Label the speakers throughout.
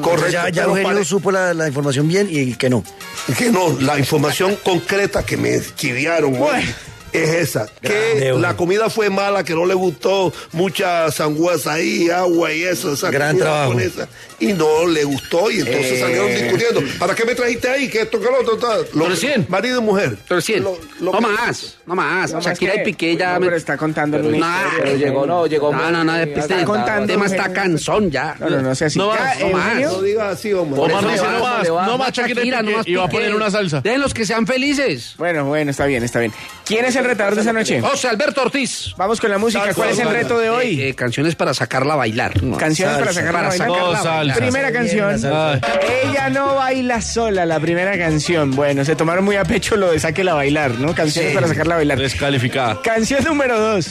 Speaker 1: Correcto.
Speaker 2: Ya, ya
Speaker 1: pero
Speaker 2: Eugenio
Speaker 1: pare-
Speaker 2: supo la, la información bien y el que no.
Speaker 1: que no, la información concreta que me chiviaron hoy es esa. Que
Speaker 2: Grande,
Speaker 1: la
Speaker 2: Eugenio.
Speaker 1: comida fue mala, que no le gustó mucha sangüesa ahí, agua y eso, esa
Speaker 2: Gran
Speaker 1: comida
Speaker 2: trabajo.
Speaker 1: japonesa, y no le gustó y entonces
Speaker 3: Eh.
Speaker 1: salieron discutiendo. ¿Para qué me trajiste ahí? Que esto, que lo otro, tal? Lo
Speaker 3: Pero
Speaker 1: que-
Speaker 3: cien.
Speaker 1: Marido y mujer.
Speaker 3: Pero 100.
Speaker 1: Lo- lo
Speaker 3: no
Speaker 1: que-
Speaker 3: más, no más.
Speaker 4: No, más
Speaker 3: Shakira y
Speaker 4: que-
Speaker 3: Piqué ya.
Speaker 4: no,
Speaker 3: me-
Speaker 4: pero está contando
Speaker 3: Pero
Speaker 4: una
Speaker 3: nah,
Speaker 4: historia,
Speaker 3: pero
Speaker 4: Eugenio.
Speaker 3: llegó, no, llegó. No, no, no,
Speaker 4: Está
Speaker 3: este-
Speaker 4: contando,
Speaker 3: El tema está
Speaker 4: Eugenio.
Speaker 3: canzón ya.
Speaker 4: No, no, no sea así.
Speaker 3: No
Speaker 4: Ya,
Speaker 3: más, no más.
Speaker 4: Eugenio.
Speaker 1: No digas así, hombre.
Speaker 3: Por
Speaker 5: Omar
Speaker 3: eso
Speaker 5: dice,
Speaker 3: le
Speaker 5: no
Speaker 3: va,
Speaker 5: más,
Speaker 3: le va,
Speaker 5: no más Shakira y Piqué, y va a poner
Speaker 3: Piqué.
Speaker 5: una salsa.
Speaker 3: Déjenlos que sean felices.
Speaker 4: Bueno, bueno, está bien, está bien. ¿Quién es el retador de esta noche?
Speaker 3: José Alberto Ortiz.
Speaker 4: Vamos con la música. ¿Cuál es el reto de hoy?
Speaker 3: Eh, eh, canciones para sacarla a bailar.
Speaker 4: Canciones para
Speaker 2: salsa,
Speaker 4: sacar la
Speaker 3: para
Speaker 4: vaina.
Speaker 3: sacarla
Speaker 5: a bailar.
Speaker 4: Primera
Speaker 2: Bien, la
Speaker 4: canción.
Speaker 2: salsa.
Speaker 4: Ella no baila sola, la primera canción. Bueno, se tomaron muy a pecho lo de sáquela a bailar, ¿no? Canciones para sacarla a bailar.
Speaker 5: Descalificada.
Speaker 4: Canción número dos.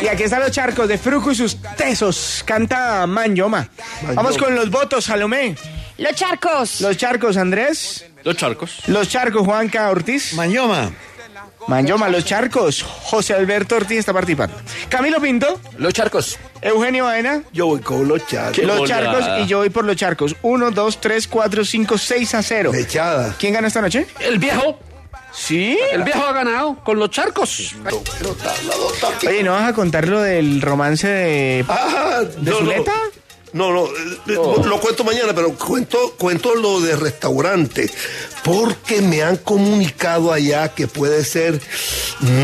Speaker 4: Y aquí están los charcos de Fruco y sus tesos. Canta Manyoma. Vamos con los votos, Salomé.
Speaker 6: Los charcos.
Speaker 4: Los charcos, Andrés.
Speaker 5: Los charcos.
Speaker 4: Los charcos, Juanca Ortiz.
Speaker 2: Mañoma,
Speaker 4: Manyoma, los charcos. José Alberto Ortiz está participando. Camilo Pinto.
Speaker 3: Los charcos.
Speaker 4: Eugenio Baena.
Speaker 1: Yo voy con los chats.
Speaker 5: Qué
Speaker 4: los
Speaker 5: bola.
Speaker 4: charcos y yo voy por los charcos. 1, 2, 3, 4, 5, 6 a 0.
Speaker 1: Lechada.
Speaker 4: ¿Quién ganó esta noche?
Speaker 3: El viejo.
Speaker 4: Sí.
Speaker 3: El viejo ha ganado con los charcos.
Speaker 4: Oye, ¿no vas a contar lo del romance de...
Speaker 1: Ah,
Speaker 4: ¿De
Speaker 1: no,
Speaker 4: Zuleta?
Speaker 1: No, no, eh, eh,
Speaker 2: Oh.
Speaker 1: lo cuento mañana, pero cuento, cuento lo de restaurante, porque me han comunicado allá que puede ser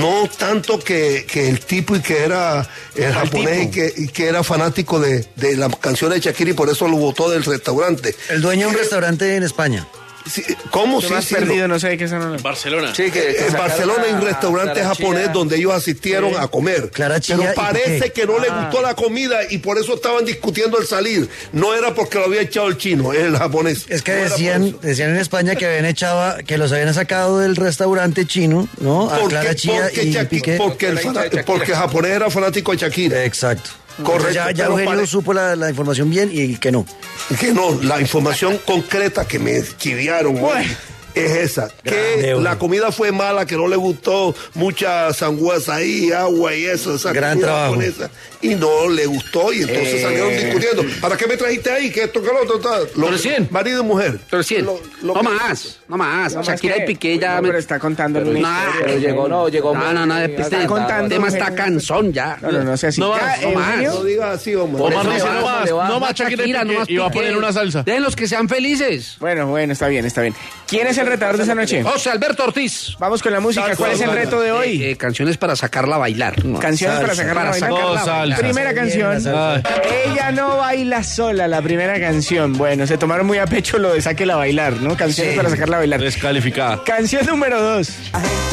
Speaker 1: no tanto que, que el tipo y que era el japonés y que, y que era fanático de, de la canción de Shakira y por eso lo votó del restaurante. Eh,
Speaker 2: el dueño de un restaurante en España.
Speaker 1: Sí, ¿Cómo?
Speaker 4: Te
Speaker 1: Sí,
Speaker 4: has
Speaker 1: sí,
Speaker 4: perdido,
Speaker 1: lo-
Speaker 4: no sé de qué están hablando.
Speaker 5: Barcelona.
Speaker 3: Sí, que- que
Speaker 1: en
Speaker 3: sacaron
Speaker 1: Barcelona hay un
Speaker 3: a-
Speaker 1: restaurante
Speaker 3: a la
Speaker 1: japonés
Speaker 3: china.
Speaker 1: donde ellos asistieron a comer.
Speaker 2: Clara
Speaker 1: pero
Speaker 2: Chía y
Speaker 1: parece
Speaker 2: Piqué.
Speaker 1: que no le
Speaker 3: Ah.
Speaker 1: gustó la comida y por eso estaban discutiendo el salir. No era porque lo había echado el chino, el japonés.
Speaker 2: Es que
Speaker 1: No era por
Speaker 2: decían,
Speaker 1: eso.
Speaker 2: decían en España que habían echado, que los habían sacado del restaurante chino, ¿no? A
Speaker 1: Porque,
Speaker 2: Clara Chía
Speaker 1: porque
Speaker 2: y
Speaker 1: Shaki-
Speaker 2: Piqué.
Speaker 1: porque el fana- porque el japonés era fanático de Shakira.
Speaker 2: Exacto.
Speaker 1: Correcto,
Speaker 2: Ya, ya
Speaker 1: pero
Speaker 2: Eugenio
Speaker 1: pare-
Speaker 2: supo la, la información bien y el que no.
Speaker 1: Que no, la información concreta que me chiviaron hoy es esa. Que
Speaker 2: Grande,
Speaker 1: la
Speaker 2: hombre.
Speaker 1: comida fue mala, que no le gustó mucha sangüesa ahí, agua y eso, esa
Speaker 2: Gran
Speaker 1: comida
Speaker 2: trabajo.
Speaker 1: japonesa. Y no le gustó y entonces salieron discutiendo. ¿Para qué me trajiste ahí? Que esto, que lo otro, tal? Lo-
Speaker 3: Pero cien.
Speaker 1: Marido y mujer.
Speaker 3: Pero 100.
Speaker 1: Lo- lo
Speaker 3: no
Speaker 1: que-
Speaker 3: más, no más.
Speaker 4: No, más
Speaker 3: Shakira
Speaker 4: que-
Speaker 3: y Piqué ya.
Speaker 4: No,
Speaker 3: me-
Speaker 4: pero está contando una
Speaker 3: Nah,
Speaker 4: historia.
Speaker 3: pero llegó, no, llegó. No, no, no, este
Speaker 4: contando,
Speaker 3: el tema está
Speaker 4: Eugenio.
Speaker 3: canzón ya.
Speaker 4: No, no, no sea así.
Speaker 5: No
Speaker 4: Ya,
Speaker 5: más, no
Speaker 4: Eugenio.
Speaker 3: más.
Speaker 1: No digas así, hombre.
Speaker 3: Por
Speaker 5: Omar
Speaker 3: eso
Speaker 5: dice,
Speaker 3: le
Speaker 5: Ah, no
Speaker 3: va,
Speaker 5: más,
Speaker 3: le va
Speaker 5: no más Shakira y Piqué, y va a poner una salsa.
Speaker 3: Déjenlos que sean felices.
Speaker 4: Bueno, bueno, está bien, está bien. ¿Quién es el retador de esta noche?
Speaker 3: José Alberto Ortiz.
Speaker 4: Vamos con la música. ¿Cuál es el reto de hoy?
Speaker 3: Eh, eh, canciones para sacarla a bailar.
Speaker 4: Canciones para
Speaker 2: salsa.
Speaker 4: sacar la
Speaker 3: Para
Speaker 4: vaina.
Speaker 3: sacar
Speaker 5: la vaina.
Speaker 4: Primera
Speaker 2: Bien, la
Speaker 4: canción.
Speaker 2: salsa.
Speaker 4: Ella no baila sola, la primera canción. Bueno, se tomaron muy a pecho lo de sáquela a bailar, ¿no? Canciones para sacarla a bailar.
Speaker 5: Descalificada.
Speaker 4: Canción número dos.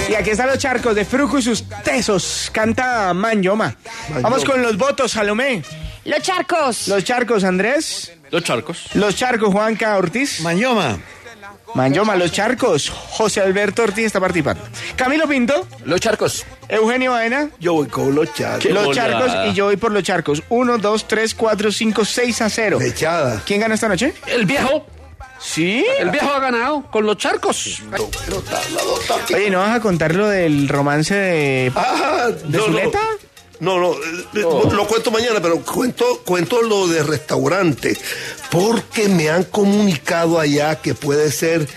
Speaker 4: Y aquí están los charcos de Fruco y sus tesos. Canta Manyoma. Vamos con los votos, Salomé.
Speaker 6: Los charcos.
Speaker 4: Los charcos, Andrés.
Speaker 5: Los charcos.
Speaker 4: Los charcos, Juanca Ortiz.
Speaker 2: Mañoma,
Speaker 4: Manyoma, los charcos. José Alberto Ortiz está participando. Camilo Pinto.
Speaker 3: Los charcos.
Speaker 4: Eugenio Baena.
Speaker 1: Yo voy con los chats.
Speaker 5: Qué
Speaker 4: Los
Speaker 5: bola.
Speaker 4: charcos y yo voy por los charcos. 1, 2, 3, 4, 5, 6 a 0.
Speaker 1: Lechada.
Speaker 4: ¿Quién ganó esta noche?
Speaker 3: El viejo.
Speaker 4: Sí.
Speaker 3: El viejo ha ganado con los charcos.
Speaker 4: Oye, ¿no vas a contar lo del romance de...
Speaker 1: Ah,
Speaker 4: ¿De Zuleta?
Speaker 1: No, no, eh, eh, lo cuento mañana, pero cuento, cuento lo de restaurante, porque me han comunicado allá que puede ser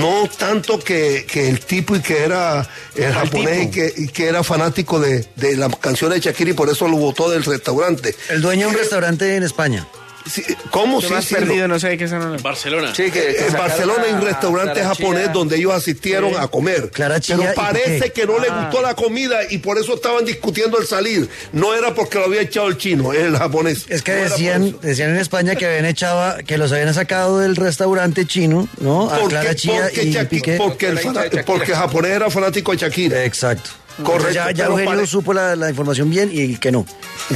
Speaker 1: no tanto que, que el tipo y que era el japonés y que, y que era fanático de, de la canción de Shakira y por eso lo votó del restaurante.
Speaker 2: el dueño de un restaurante en España.
Speaker 1: Sí, ¿Cómo
Speaker 4: Te
Speaker 1: sí,
Speaker 4: me has
Speaker 1: sí, lo-
Speaker 4: perdido, no sé de qué están hablando.
Speaker 5: Barcelona.
Speaker 1: en Eh, Barcelona hay un restaurante japonés donde ellos asistieron a comer.
Speaker 2: Clara Chía
Speaker 1: pero
Speaker 2: y
Speaker 1: parece
Speaker 2: Piqué.
Speaker 1: que no le
Speaker 3: Ah.
Speaker 1: gustó la comida y por eso estaban discutiendo el salir. No era porque lo había echado el chino, el japonés.
Speaker 2: Es que
Speaker 1: No era por
Speaker 2: decían,
Speaker 1: eso.
Speaker 2: decían en España que habían echado, que los habían sacado del restaurante chino, ¿no? A
Speaker 1: Porque,
Speaker 2: Clara Chía
Speaker 1: porque
Speaker 2: y
Speaker 1: Shaki-
Speaker 2: Piqué.
Speaker 1: porque el fana- porque el japonés era fanático de Shakira.
Speaker 2: Exacto.
Speaker 1: Correcto,
Speaker 2: Ya, ya
Speaker 1: pero
Speaker 2: Eugenio
Speaker 1: pare-
Speaker 2: supo la, la información bien y el que no.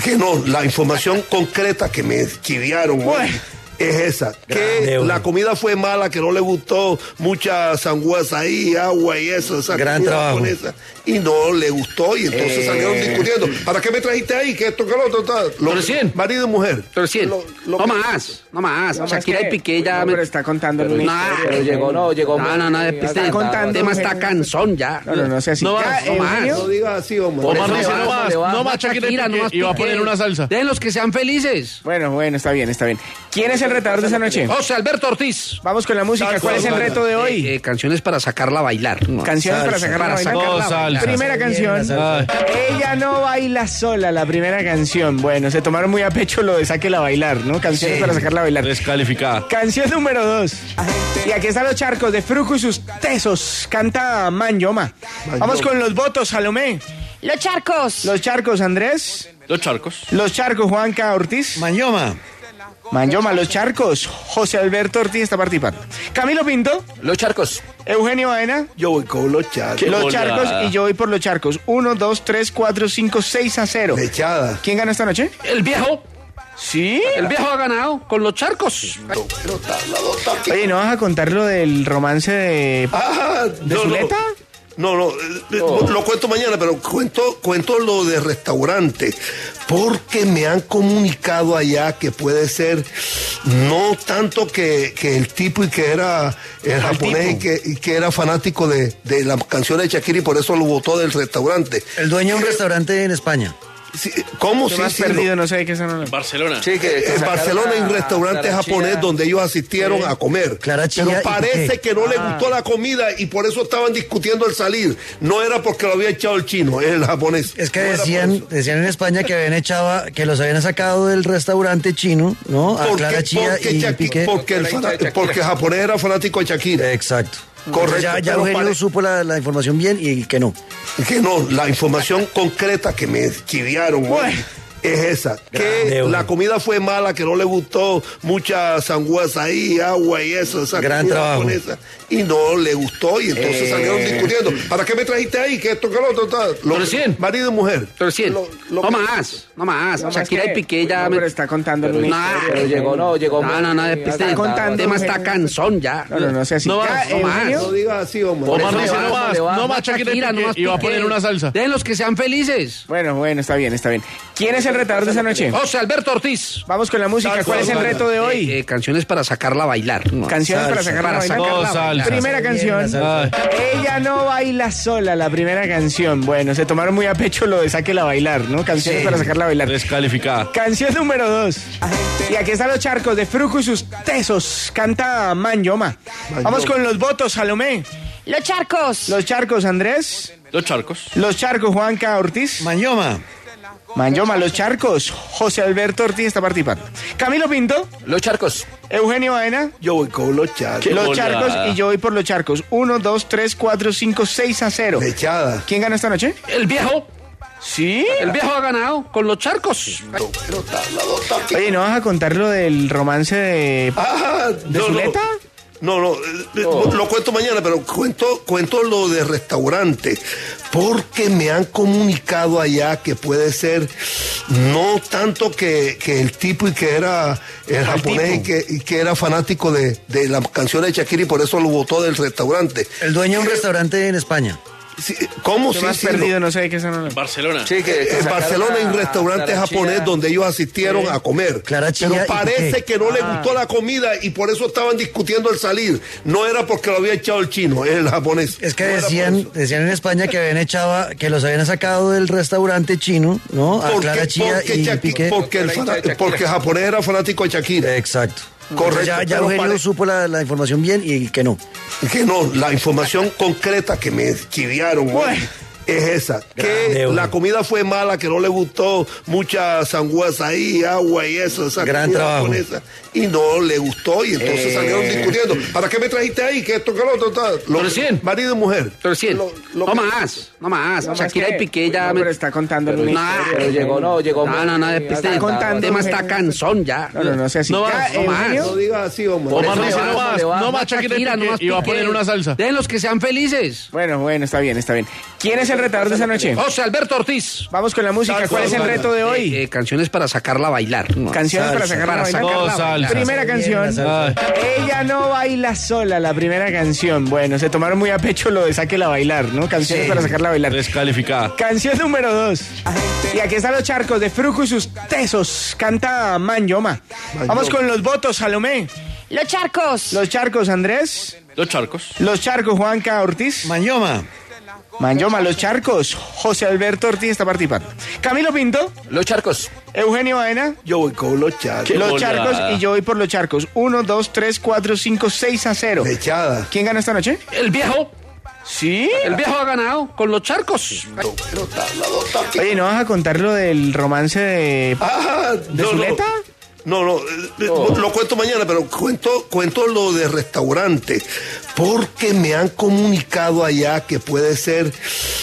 Speaker 1: Que no, la información concreta que me chiviaron hoy es esa.
Speaker 2: Grande,
Speaker 1: Que
Speaker 2: güey.
Speaker 1: la comida fue mala, que no le gustó mucha sanguaza ahí, agua y eso. Esa
Speaker 2: Gran
Speaker 1: comida
Speaker 2: trabajo.
Speaker 1: japonesa, y no le gustó y entonces
Speaker 3: Eh.
Speaker 1: salieron discutiendo. ¿Para qué me trajiste ahí? Que esto, que lo otro, tal? Lo-
Speaker 3: Pero cien.
Speaker 1: Marido y mujer.
Speaker 3: Pero sí,
Speaker 1: Lo- lo
Speaker 3: no
Speaker 1: que-
Speaker 3: más, no más.
Speaker 4: No más
Speaker 3: Shakira
Speaker 4: que-
Speaker 3: y Piqué ya...
Speaker 4: No,
Speaker 3: me-
Speaker 4: pero está contando
Speaker 3: No,
Speaker 4: una historia.
Speaker 3: pero
Speaker 7: llegó, no, llegó
Speaker 3: No, no, no, este
Speaker 4: Está contando,
Speaker 3: tema está
Speaker 4: mujer.
Speaker 3: cansón ya.
Speaker 4: No, no, no sea así.
Speaker 5: No
Speaker 4: Ya,
Speaker 5: más,
Speaker 3: no más.
Speaker 4: Eugenio,
Speaker 1: No digas así, hombre.
Speaker 5: Omar
Speaker 7: Por eso
Speaker 5: dice,
Speaker 7: le
Speaker 5: no
Speaker 7: baja,
Speaker 5: más,
Speaker 7: le baja.
Speaker 5: no más Shakira y
Speaker 3: no más
Speaker 5: Piqué, y va a
Speaker 3: Piqué.
Speaker 5: poner una salsa.
Speaker 3: Déjenlos que sean felices.
Speaker 4: Bueno, bueno, está bien, está bien. ¿Quién es el retador de esta noche?
Speaker 3: José Alberto Ortiz.
Speaker 4: Vamos con la música. ¿Cuál es el reto de
Speaker 3: Eh,
Speaker 4: hoy?
Speaker 3: eh, canciones para sacarla a bailar. No.
Speaker 4: Canciones para
Speaker 2: salsa.
Speaker 4: sacar la
Speaker 3: Para
Speaker 4: vaina.
Speaker 5: sacar la
Speaker 4: Carla.
Speaker 5: vaina.
Speaker 4: Primera
Speaker 2: Está bien,
Speaker 4: canción.
Speaker 2: la salsa.
Speaker 4: Oh, Ella no baila sola, la primera canción. Bueno, se tomaron muy a pecho lo de Sáquela a bailar, ¿no? Canciones para sacarla a bailar.
Speaker 5: Descalificada.
Speaker 4: Canción número 2. Y aquí están los charcos de Fruco y sus tesos. Canta Manyoma. Vamos con los votos, Salomé.
Speaker 6: Los charcos.
Speaker 4: Los charcos, Andrés.
Speaker 5: Los charcos.
Speaker 4: Los charcos, Juanca Ortiz.
Speaker 2: Mañoma.
Speaker 4: Manyoma, los charcos. José Alberto Ortiz está participando. Camilo Pinto.
Speaker 7: Los charcos.
Speaker 4: Eugenio Baena.
Speaker 1: Yo voy con los charcos.
Speaker 4: los
Speaker 5: bola.
Speaker 4: charcos y yo voy por los charcos. 1, 2, 3, 4, 5, 6 a 0.
Speaker 1: Lechada.
Speaker 4: ¿Quién ganó esta noche?
Speaker 3: El viejo,
Speaker 4: Sí.
Speaker 3: el viejo ha ganado con los charcos.
Speaker 4: Oye, ¿no vas a contar lo del romance de...
Speaker 1: Ah,
Speaker 4: ¿De Zuleta?
Speaker 1: No, no, eh, eh, lo cuento mañana, pero cuento, cuento lo de restaurante, porque me han comunicado allá que puede ser no tanto que, que el tipo y que era el japonés y que, y que era fanático de, de las canciones de Shakira y por eso lo votó del restaurante.
Speaker 2: El dueño de un restaurante en España.
Speaker 1: Sí, ¿Cómo
Speaker 4: Te
Speaker 1: sí,
Speaker 4: has
Speaker 1: sí,
Speaker 4: perdido, no sé de qué son los-
Speaker 5: Barcelona.
Speaker 7: Sí, que- que
Speaker 1: en
Speaker 7: sacaron
Speaker 1: Barcelona hay un
Speaker 7: a-
Speaker 1: restaurante
Speaker 7: a la
Speaker 1: japonés
Speaker 7: China.
Speaker 1: donde ellos asistieron a comer.
Speaker 2: Clara Chía
Speaker 1: pero
Speaker 2: y
Speaker 1: parece
Speaker 2: Piqué.
Speaker 1: que no le
Speaker 7: Ah.
Speaker 1: gustó la comida y por eso estaban discutiendo el salir. No era porque lo había echado el chino, el japonés.
Speaker 2: Es que
Speaker 1: No era por
Speaker 2: decían,
Speaker 1: eso.
Speaker 2: decían en España que habían echado, que los habían sacado del restaurante chino, ¿no? A
Speaker 1: Porque,
Speaker 2: Clara Chía
Speaker 1: porque
Speaker 2: y
Speaker 1: Shaki-
Speaker 2: Piqué.
Speaker 1: porque el
Speaker 7: Porque la
Speaker 1: fana-
Speaker 7: hincha de
Speaker 1: porque el japonés era fanático de Shakira.
Speaker 2: Exacto.
Speaker 1: Correcto,
Speaker 2: Ya, ya
Speaker 1: pero
Speaker 2: Eugenio
Speaker 1: pare-
Speaker 2: supo la, la información bien y que no.
Speaker 1: Que no, la información concreta que me chiviaron hoy
Speaker 4: Bueno.
Speaker 1: es esa. Que
Speaker 2: Grande, güey.
Speaker 1: la comida fue mala, que no le gustó mucha sanguaza ahí, agua y eso. Esa
Speaker 2: Gran
Speaker 1: comida
Speaker 2: trabajo. Eh.
Speaker 1: japonesa, y no le gustó y entonces salieron discutiendo. ¿Para qué me trajiste ahí? Que esto, que lo otro, tal? Lo-
Speaker 3: Pero cien.
Speaker 1: marido y mujer.
Speaker 3: Pero sí,
Speaker 1: Lo- lo
Speaker 3: no
Speaker 1: que-
Speaker 3: más, no más.
Speaker 4: No,
Speaker 3: Shakira
Speaker 4: más
Speaker 3: y
Speaker 4: que-
Speaker 3: Piqué ya...
Speaker 4: No,
Speaker 3: me-
Speaker 4: pero está contando una
Speaker 3: No,
Speaker 4: historia.
Speaker 7: Pero llegó, no, llegó.
Speaker 3: No, no, no, este
Speaker 4: Está contando,
Speaker 3: tema está
Speaker 4: Eugenio.
Speaker 3: cansón ya.
Speaker 4: No, no, no sea así.
Speaker 5: No
Speaker 4: Ya,
Speaker 5: más, no
Speaker 3: más.
Speaker 4: Eugenio.
Speaker 1: No digas así, hombre.
Speaker 5: Omar
Speaker 7: Por eso
Speaker 5: dice,
Speaker 7: le
Speaker 5: no
Speaker 7: baja,
Speaker 5: más,
Speaker 7: le baja.
Speaker 5: no más
Speaker 3: Más
Speaker 5: Shakira y
Speaker 3: Shakira, no
Speaker 5: Piqué,
Speaker 3: más
Speaker 5: y va a
Speaker 3: Piqué.
Speaker 5: poner una salsa.
Speaker 3: Déjenlos que sean felices.
Speaker 4: Bueno, bueno, está bien, está bien. ¿Quién es el retador de esta noche?
Speaker 3: José Alberto Ortiz.
Speaker 4: Vamos con la música. ¿Cuál es el reto de
Speaker 3: Eh,
Speaker 4: hoy?
Speaker 3: eh, canciones para sacarla a bailar. No.
Speaker 4: Canciones para
Speaker 2: salsa.
Speaker 4: sacar la
Speaker 3: Para
Speaker 4: vaina.
Speaker 3: sacar
Speaker 4: Carla.
Speaker 5: la vaina.
Speaker 4: Primera
Speaker 2: Está bien, la
Speaker 4: canción.
Speaker 2: salsa.
Speaker 5: Ay.
Speaker 4: Ella no baila sola, la primera canción. Bueno, se tomaron muy a pecho lo de Sáquela a bailar, ¿no? Canciones para sacarla a bailar.
Speaker 5: Descalificada.
Speaker 4: Canción número 2. Y aquí están los charcos de Fruco y sus tesos. Canta Manyoma. Vamos con los votos, Salomé.
Speaker 6: Los charcos.
Speaker 4: Los charcos, Andrés.
Speaker 5: Los charcos.
Speaker 4: Los charcos, Juanca Ortiz.
Speaker 2: Mañoma.
Speaker 4: Manyoma, los charcos. José Alberto Ortiz está participando. Camilo Pinto.
Speaker 7: Los charcos.
Speaker 4: Eugenio Baena.
Speaker 1: Yo voy con los charcos.
Speaker 5: Qué
Speaker 4: Los
Speaker 5: bola.
Speaker 4: charcos y yo voy por los charcos. 1, 2, 3, 4, 5, 6 a 0.
Speaker 1: Lechada.
Speaker 4: ¿Quién ganó esta noche?
Speaker 3: El viejo,
Speaker 4: Sí.
Speaker 3: el viejo ha ganado con los charcos.
Speaker 4: Oye, ¿no vas a contar lo del romance de...
Speaker 1: Ah, no, no.
Speaker 4: Zuleta?
Speaker 1: No, no, eh, eh,
Speaker 2: Oh.
Speaker 1: lo cuento mañana, pero cuento, cuento lo de restaurante, porque me han comunicado allá que puede ser no tanto que, que el tipo y que era el japonés y
Speaker 4: tipo.
Speaker 1: que, y que era fanático de, de las canciones de Shakira y por eso lo votó del restaurante. Eh,
Speaker 2: El dueño de un restaurante en España.
Speaker 1: Sí, eh, ¿Cómo
Speaker 4: Te
Speaker 1: sí,
Speaker 4: has
Speaker 1: sí,
Speaker 4: perdido,
Speaker 1: no?
Speaker 4: no sé de qué son los...
Speaker 5: Barcelona.
Speaker 7: Sí, que- que
Speaker 1: En
Speaker 7: sacaron
Speaker 1: Barcelona hay un
Speaker 7: a-
Speaker 1: restaurante
Speaker 7: a la
Speaker 1: japonés
Speaker 7: China.
Speaker 1: donde ellos asistieron a comer.
Speaker 2: Clara Chía
Speaker 1: pero
Speaker 2: y Ah.
Speaker 1: parece
Speaker 2: Piqué.
Speaker 1: que no le gustó la comida y por eso estaban discutiendo el salir. No era porque lo había echado el chino, el japonés.
Speaker 2: Es que
Speaker 1: No era por eso.
Speaker 2: decían, decían en España que habían echado, que los habían sacado del restaurante chino, ¿no? A
Speaker 1: Porque-
Speaker 2: Clara Chía
Speaker 1: porque
Speaker 2: y
Speaker 1: Shaki-
Speaker 2: Piqué.
Speaker 1: Porque, el
Speaker 7: Por la hincha de
Speaker 1: fana-
Speaker 7: Shakira.
Speaker 1: porque el japonés era fanático de Shakira.
Speaker 2: Exacto.
Speaker 1: Correcto,
Speaker 2: Ya, ya
Speaker 1: pero
Speaker 2: Eugenio
Speaker 1: pare-
Speaker 2: supo la, la información bien y que no.
Speaker 1: Que no, la información concreta que me chiviaron hoy
Speaker 4: Bueno.
Speaker 1: es esa.
Speaker 2: Grande,
Speaker 1: Que
Speaker 2: güey.
Speaker 1: la comida fue mala, que no le gustó mucha sanguaza ahí, agua y eso. Esa
Speaker 2: Gran
Speaker 1: comida
Speaker 2: trabajo.
Speaker 1: japonesa, y no le gustó y entonces salieron discutiendo. ¿Para qué me trajiste ahí? Que esto, que lo otro, tal? Lo-
Speaker 3: Pero cien.
Speaker 1: Marido y mujer.
Speaker 3: Pero sí,
Speaker 1: Lo- lo
Speaker 3: no
Speaker 1: que-
Speaker 3: más, no más.
Speaker 4: No, más
Speaker 3: Shakira
Speaker 4: que-
Speaker 3: y Piqué ya...
Speaker 4: No,
Speaker 3: me-
Speaker 4: pero está contando una
Speaker 3: No,
Speaker 4: historia.
Speaker 7: Pero llegó, no, llegó.
Speaker 3: No, no, no, este
Speaker 7: Está
Speaker 4: contando,
Speaker 3: tema está
Speaker 4: Eugenio.
Speaker 3: cansón ya.
Speaker 4: No, no, no sea así.
Speaker 5: No
Speaker 4: Ya,
Speaker 5: más,
Speaker 3: no más.
Speaker 4: Eugenio.
Speaker 1: No digas así, hombre.
Speaker 7: Por
Speaker 5: Omar
Speaker 7: eso le
Speaker 5: dice,
Speaker 7: baja,
Speaker 5: no más,
Speaker 7: le baja.
Speaker 5: no más Shakira y
Speaker 3: Shakira, no
Speaker 5: Piqué,
Speaker 3: más
Speaker 5: y va a
Speaker 3: Piqué.
Speaker 5: poner una salsa.
Speaker 3: Déjenlos que sean felices.
Speaker 4: Bueno, bueno, está bien, está bien. ¿Quién es el el retador de esa noche?
Speaker 3: José Alberto Ortiz.
Speaker 4: Vamos con la música. ¿Cuál es el reto de hoy?
Speaker 3: Eh, eh, canciones para sacarla a bailar.
Speaker 4: Canciones
Speaker 2: salsa.
Speaker 4: para sacar la
Speaker 3: Para
Speaker 4: vaina.
Speaker 3: sacarla
Speaker 5: a bailar.
Speaker 4: Primera canción.
Speaker 5: Ay,
Speaker 4: Ella no baila sola, la primera canción. Bueno, se tomaron muy a pecho lo de sáquela a bailar, ¿no? Canciones para sacarla a bailar.
Speaker 5: descalificada.
Speaker 4: Canción número dos. Y aquí están los charcos de Fruco y sus tesos. Canta Manyoma. Vamos con los votos, Salomé.
Speaker 6: Los charcos.
Speaker 4: Los charcos, Andrés.
Speaker 5: Los charcos.
Speaker 4: Los charcos, Juanca Ortiz.
Speaker 2: Mañoma.
Speaker 4: Manyoma, los charcos. José Alberto Ortiz está participando. Camilo Pinto.
Speaker 7: Los charcos.
Speaker 4: Eugenio Baena.
Speaker 1: Yo voy con los charcos.
Speaker 4: Los
Speaker 5: bola.
Speaker 4: charcos y yo voy por los charcos. Uno, dos, tres, cuatro, cinco, seis a cero.
Speaker 1: Echada.
Speaker 4: ¿Quién ganó esta noche?
Speaker 3: El viejo.
Speaker 4: Sí.
Speaker 3: El viejo ha ganado con los charcos.
Speaker 4: Oye, ¿no vas a contar lo del romance de...
Speaker 1: Ah,
Speaker 4: ¿De Zuleta?
Speaker 1: No, no, eh, eh, lo cuento mañana, pero cuento, cuento lo de restaurante, porque me han comunicado allá que puede ser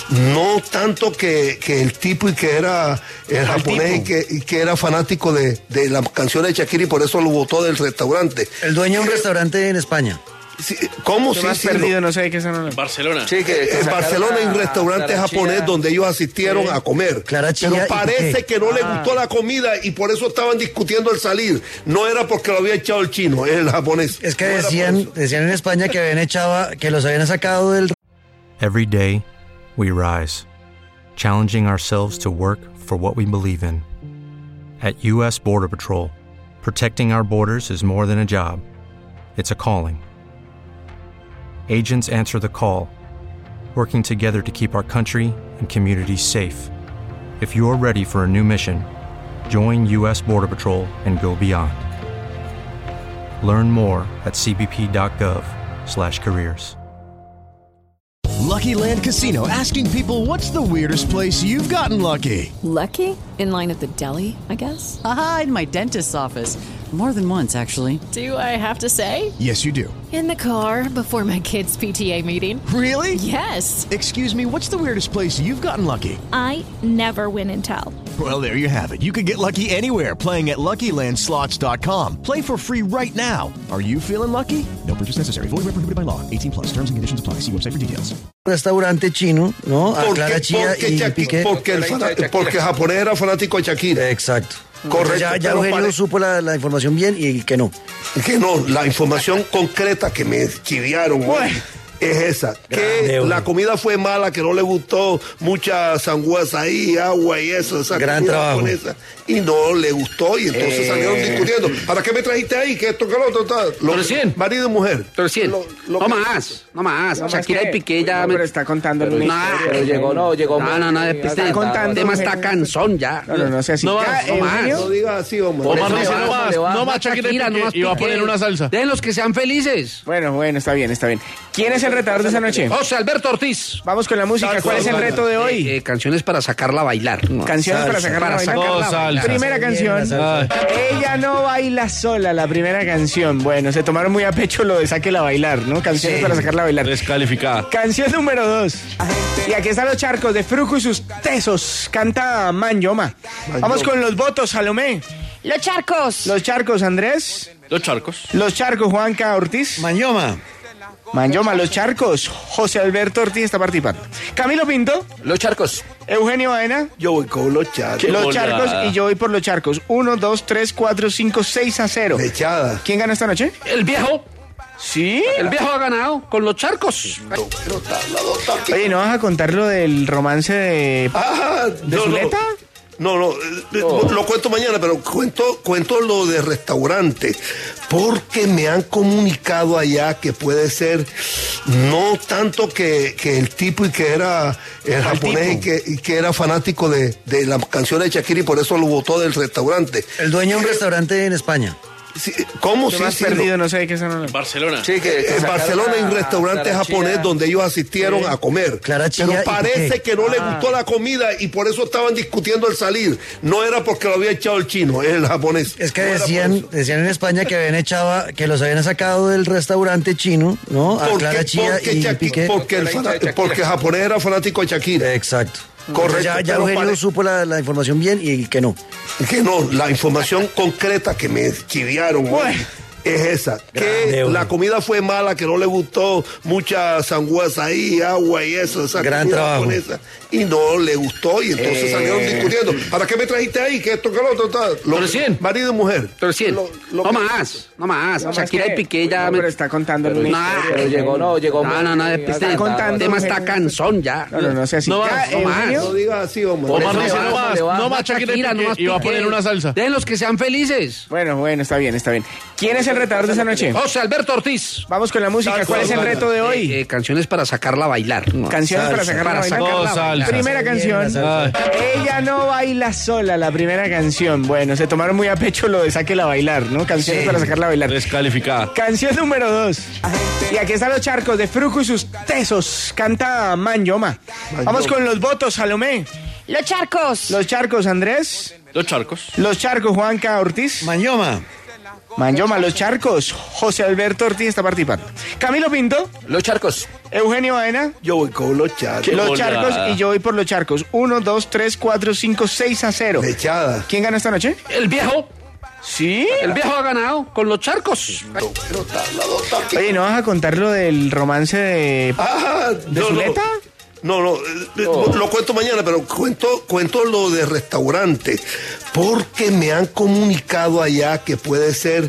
Speaker 1: no tanto que, que el tipo y que era el japonés y que, y que era fanático de, de las canciones de Shakira y por eso lo votó del restaurante.
Speaker 2: El dueño de un restaurante en España.
Speaker 1: Sí, ¿Cómo
Speaker 4: Te
Speaker 1: sí,
Speaker 4: has
Speaker 1: sí,
Speaker 4: perdido, no sé de qué son los-
Speaker 5: Barcelona.
Speaker 7: Sí, que- que
Speaker 1: en
Speaker 7: sacaron
Speaker 1: Barcelona hay un
Speaker 7: a-
Speaker 1: restaurante
Speaker 7: a la
Speaker 1: japonés
Speaker 7: China.
Speaker 1: donde ellos asistieron a comer.
Speaker 2: Clara Chía, ¿y
Speaker 1: pero
Speaker 2: qué?
Speaker 1: parece que no le
Speaker 7: Ah.
Speaker 1: gustó la comida y por eso estaban discutiendo el salir. No era porque lo había echado el chino, el japonés.
Speaker 2: Es que
Speaker 1: No era por
Speaker 2: decían,
Speaker 1: eso.
Speaker 2: decían en España que habían echado, que los habían sacado del
Speaker 8: Every day, we rise, challenging ourselves to work for what we believe in. At U.S. Border Patrol, protecting our borders is more than a job, it's a calling. Agents answer the call, working together to keep our country and communities safe. If you're ready for a new mission, join U.S. Border Patrol and go beyond. Learn more at cbp.gov/careers.
Speaker 9: Lucky Land Casino asking people what's the weirdest place you've gotten lucky?
Speaker 10: Lucky? In line at the deli, I guess?
Speaker 9: Aha, in my dentist's office. More than once, actually.
Speaker 10: Do I have to say?
Speaker 9: Yes, you do.
Speaker 10: In the car before my kids' PTA meeting.
Speaker 9: Really?
Speaker 10: Yes.
Speaker 9: Excuse me, what's the weirdest place you've gotten lucky?
Speaker 10: I never win and tell.
Speaker 9: Well, there you have it. You can get lucky anywhere playing at LuckyLandSlots.com. Play for free right now. Are you feeling lucky? No purchase necessary. Void where prohibited by law. 18 plus. Terms and conditions apply. See website for details.
Speaker 2: restaurante chino, ¿no? A
Speaker 1: Porque,
Speaker 2: Clara Chía
Speaker 1: porque
Speaker 2: y
Speaker 1: Shakira-
Speaker 2: Piqué.
Speaker 1: porque el fana- porque el japonés era fanático de Shakira.
Speaker 2: Exacto.
Speaker 1: Correcto,
Speaker 2: Ya, ya
Speaker 1: pero
Speaker 2: Eugenio
Speaker 1: pare-
Speaker 2: supo la, la información bien y el que no.
Speaker 1: Que no, la información concreta que me chiviaron hoy es esa. Que
Speaker 2: Grande, güey.
Speaker 1: la comida fue mala, que no le gustó mucha sangüesa ahí, agua y eso. Esa
Speaker 2: Gran
Speaker 1: comida
Speaker 2: trabajo. Eh.
Speaker 1: japonesa. y no le gustó y entonces salieron discutiendo. ¿Para qué me trajiste ahí? Que esto, que lo otro, tal. Lo-
Speaker 3: Recién.
Speaker 1: Marido y mujer.
Speaker 3: Recién.
Speaker 1: Lo- lo
Speaker 3: no
Speaker 1: que-
Speaker 3: más, no más.
Speaker 4: más
Speaker 3: Shakira
Speaker 4: que-
Speaker 3: y Piqué ya.
Speaker 4: No,
Speaker 3: me-
Speaker 4: pero está contando
Speaker 3: Pero
Speaker 4: una
Speaker 3: no,
Speaker 4: historia.
Speaker 7: Pero llegó, no, llegó.
Speaker 3: No, no, no. Este
Speaker 7: Está
Speaker 3: el
Speaker 4: contando,
Speaker 3: tema está
Speaker 4: Eugenio.
Speaker 3: cansón ya.
Speaker 4: No, no, no sea así.
Speaker 3: No
Speaker 4: Ya,
Speaker 3: más, no
Speaker 4: Eugenio.
Speaker 3: más.
Speaker 1: No digas así, hombre.
Speaker 5: Omar
Speaker 7: eso
Speaker 5: dice
Speaker 7: le
Speaker 5: no
Speaker 7: va,
Speaker 5: más,
Speaker 7: le va.
Speaker 5: no más Shakira,
Speaker 3: Shakira, no más
Speaker 5: y va a poner
Speaker 3: Piqué.
Speaker 5: una salsa.
Speaker 3: Denlos que sean felices.
Speaker 4: Bueno, bueno, está bien, está bien. ¿Quién es el retador de esa noche?
Speaker 3: José Alberto Ortiz.
Speaker 4: Vamos con la música. ¿Cuál es el reto de
Speaker 3: Eh,
Speaker 4: hoy?
Speaker 3: eh, canciones para sacarla a bailar.
Speaker 4: Canciones para sacar la
Speaker 3: Para
Speaker 4: vaina.
Speaker 3: sacarla
Speaker 5: Dos
Speaker 3: a bailar.
Speaker 5: salsas.
Speaker 4: Primera
Speaker 2: Bien,
Speaker 4: canción.
Speaker 2: la salsa.
Speaker 4: Ella no baila sola, la primera canción. Bueno, se tomaron muy a pecho lo de sáquela a bailar, ¿no? Canciones para sacarla a bailar.
Speaker 5: Descalificada.
Speaker 4: Canción número 2. Y aquí están los charcos de Fruco y sus tesos. Canta Manyoma. Vamos con los votos, Salomé.
Speaker 6: Los charcos.
Speaker 4: Los charcos, Andrés.
Speaker 5: Los charcos.
Speaker 4: Los charcos, Juanca Ortiz.
Speaker 2: Mañoma.
Speaker 4: Manyoma, los charcos. José Alberto Ortiz está participando. Camilo Pinto.
Speaker 7: Los charcos.
Speaker 4: Eugenio Baena.
Speaker 1: Yo voy con los charcos.
Speaker 4: Los
Speaker 5: bola.
Speaker 4: charcos y yo voy por los charcos. 1, 2, 3, 4, 5, 6 a 0.
Speaker 1: Echada.
Speaker 4: ¿Quién ganó esta noche?
Speaker 3: El viejo.
Speaker 4: Sí.
Speaker 3: El viejo ha ganado con los charcos.
Speaker 4: Oye, ¿no vas a contar lo del romance de...
Speaker 1: Ah, no, no.
Speaker 4: Zuleta?
Speaker 1: No, no, eh, eh, lo cuento mañana, pero cuento, cuento lo de restaurante, porque me han comunicado allá que puede ser no tanto que, que el tipo y que era el japonés y que, y que era fanático de, de las canciones de Shakira y por eso lo votó del restaurante. Eh,
Speaker 2: El dueño de un restaurante en España.
Speaker 1: Sí, ¿Cómo
Speaker 4: Te
Speaker 1: sí,
Speaker 4: has
Speaker 1: sí,
Speaker 4: perdido,
Speaker 1: lo-
Speaker 4: no sé de qué son los...
Speaker 5: Barcelona.
Speaker 7: Sí, que- que
Speaker 1: En
Speaker 7: sacaron
Speaker 1: Barcelona hay un
Speaker 7: a-
Speaker 1: restaurante
Speaker 7: a la
Speaker 1: japonés
Speaker 7: China.
Speaker 1: donde ellos asistieron a comer.
Speaker 2: Clara Chía, ¿y
Speaker 1: pero
Speaker 2: qué?
Speaker 1: parece que no le
Speaker 7: Ah.
Speaker 1: gustó la comida y por eso estaban discutiendo el salir. No era porque lo había echado el chino, el japonés.
Speaker 2: Es que
Speaker 1: No era por
Speaker 2: decían,
Speaker 1: eso.
Speaker 2: decían en España que habían echado, que los habían sacado del restaurante chino, ¿no? A
Speaker 1: Porque-
Speaker 2: Clara Chía
Speaker 1: porque
Speaker 2: y
Speaker 1: Shaki-
Speaker 2: Piqué.
Speaker 1: porque el fana- porque el japonés era fanático de Shakira.
Speaker 2: Exacto.
Speaker 1: Correcto,
Speaker 2: Ya, ya
Speaker 1: pero
Speaker 2: Eugenio
Speaker 1: pare-
Speaker 2: supo la, la información bien y el que no.
Speaker 1: Que no, la información concreta que me chiviaron hoy es esa. Que la comida fue mala, que no le gustó mucha sangüesa ahí, agua y eso. Esa
Speaker 2: Gran
Speaker 1: comida
Speaker 2: trabajo.
Speaker 1: japonesa, y no le gustó y entonces
Speaker 2: Eh.
Speaker 1: salieron discutiendo. ¿Para qué me trajiste ahí? Que esto, que lo otro, tal. Lo-
Speaker 3: 300.
Speaker 1: Marido y mujer.
Speaker 3: 300. No más, no más.
Speaker 4: No más
Speaker 3: Shakira
Speaker 4: que-
Speaker 3: y Piqué ya.
Speaker 4: No, pero está contando
Speaker 3: No,
Speaker 4: una historia. Pero
Speaker 7: eh,
Speaker 4: llegó, no, llegó
Speaker 3: No, no, no. Este
Speaker 4: Está contando.
Speaker 3: tema está cansón ya.
Speaker 4: No, no, no sea así.
Speaker 3: No
Speaker 4: Ya,
Speaker 3: más, no más.
Speaker 4: Eugenio.
Speaker 1: No digas así, hombre.
Speaker 3: Por
Speaker 5: Omar
Speaker 3: eso
Speaker 5: dice,
Speaker 3: le
Speaker 5: no
Speaker 3: va,
Speaker 5: más,
Speaker 3: le va.
Speaker 5: no más Shakira y
Speaker 3: no más
Speaker 5: Piqué, y va a
Speaker 3: Piqué.
Speaker 5: poner una salsa.
Speaker 3: Den los que sean felices.
Speaker 4: Bueno, bueno, está bien, está bien. ¿Quién es el retador de esta noche?
Speaker 3: José Alberto Ortiz.
Speaker 4: Vamos con la música. ¿Cuál es el reto de hoy?
Speaker 3: Eh, eh, canciones para sacarla a bailar. Oh,
Speaker 4: Canciones para sacar
Speaker 3: Para
Speaker 4: la
Speaker 3: sacarla
Speaker 4: vaina.
Speaker 3: a bailar.
Speaker 4: Primera canción. Ella no baila sola, la primera canción. Bueno, se tomaron muy a pecho lo de Sáquela a bailar, ¿no? Canciones para sacarla a bailar.
Speaker 5: Descalificada.
Speaker 4: Canción número dos. Y aquí están los charcos de Fruco y sus tesos. Canta Man Yoma. Vamos con los votos, Salomé.
Speaker 6: Los charcos.
Speaker 4: Los charcos, Andrés.
Speaker 5: Los charcos.
Speaker 4: Los charcos, Juanca Ortiz.
Speaker 2: Mañoma.
Speaker 4: Manjoma, los charcos. José Alberto Ortiz está participando. Camilo Pinto,
Speaker 7: Los charcos.
Speaker 4: Eugenio Baena,
Speaker 1: Yo voy con los charcos.
Speaker 4: los
Speaker 5: bola.
Speaker 4: charcos y yo voy por los charcos. 1, 2, 3, 4, 5, 6 a 0.
Speaker 1: Echada.
Speaker 4: ¿Quién ganó esta noche?
Speaker 3: El viejo,
Speaker 4: Sí.
Speaker 3: el viejo ha ganado con los charcos.
Speaker 4: Oye, ¿no vas a contar lo del romance de.
Speaker 1: Ah,
Speaker 4: ¿De Zuleta?
Speaker 1: No, no, eh, eh, lo cuento mañana, pero cuento, cuento lo de restaurante, porque me han comunicado allá que puede ser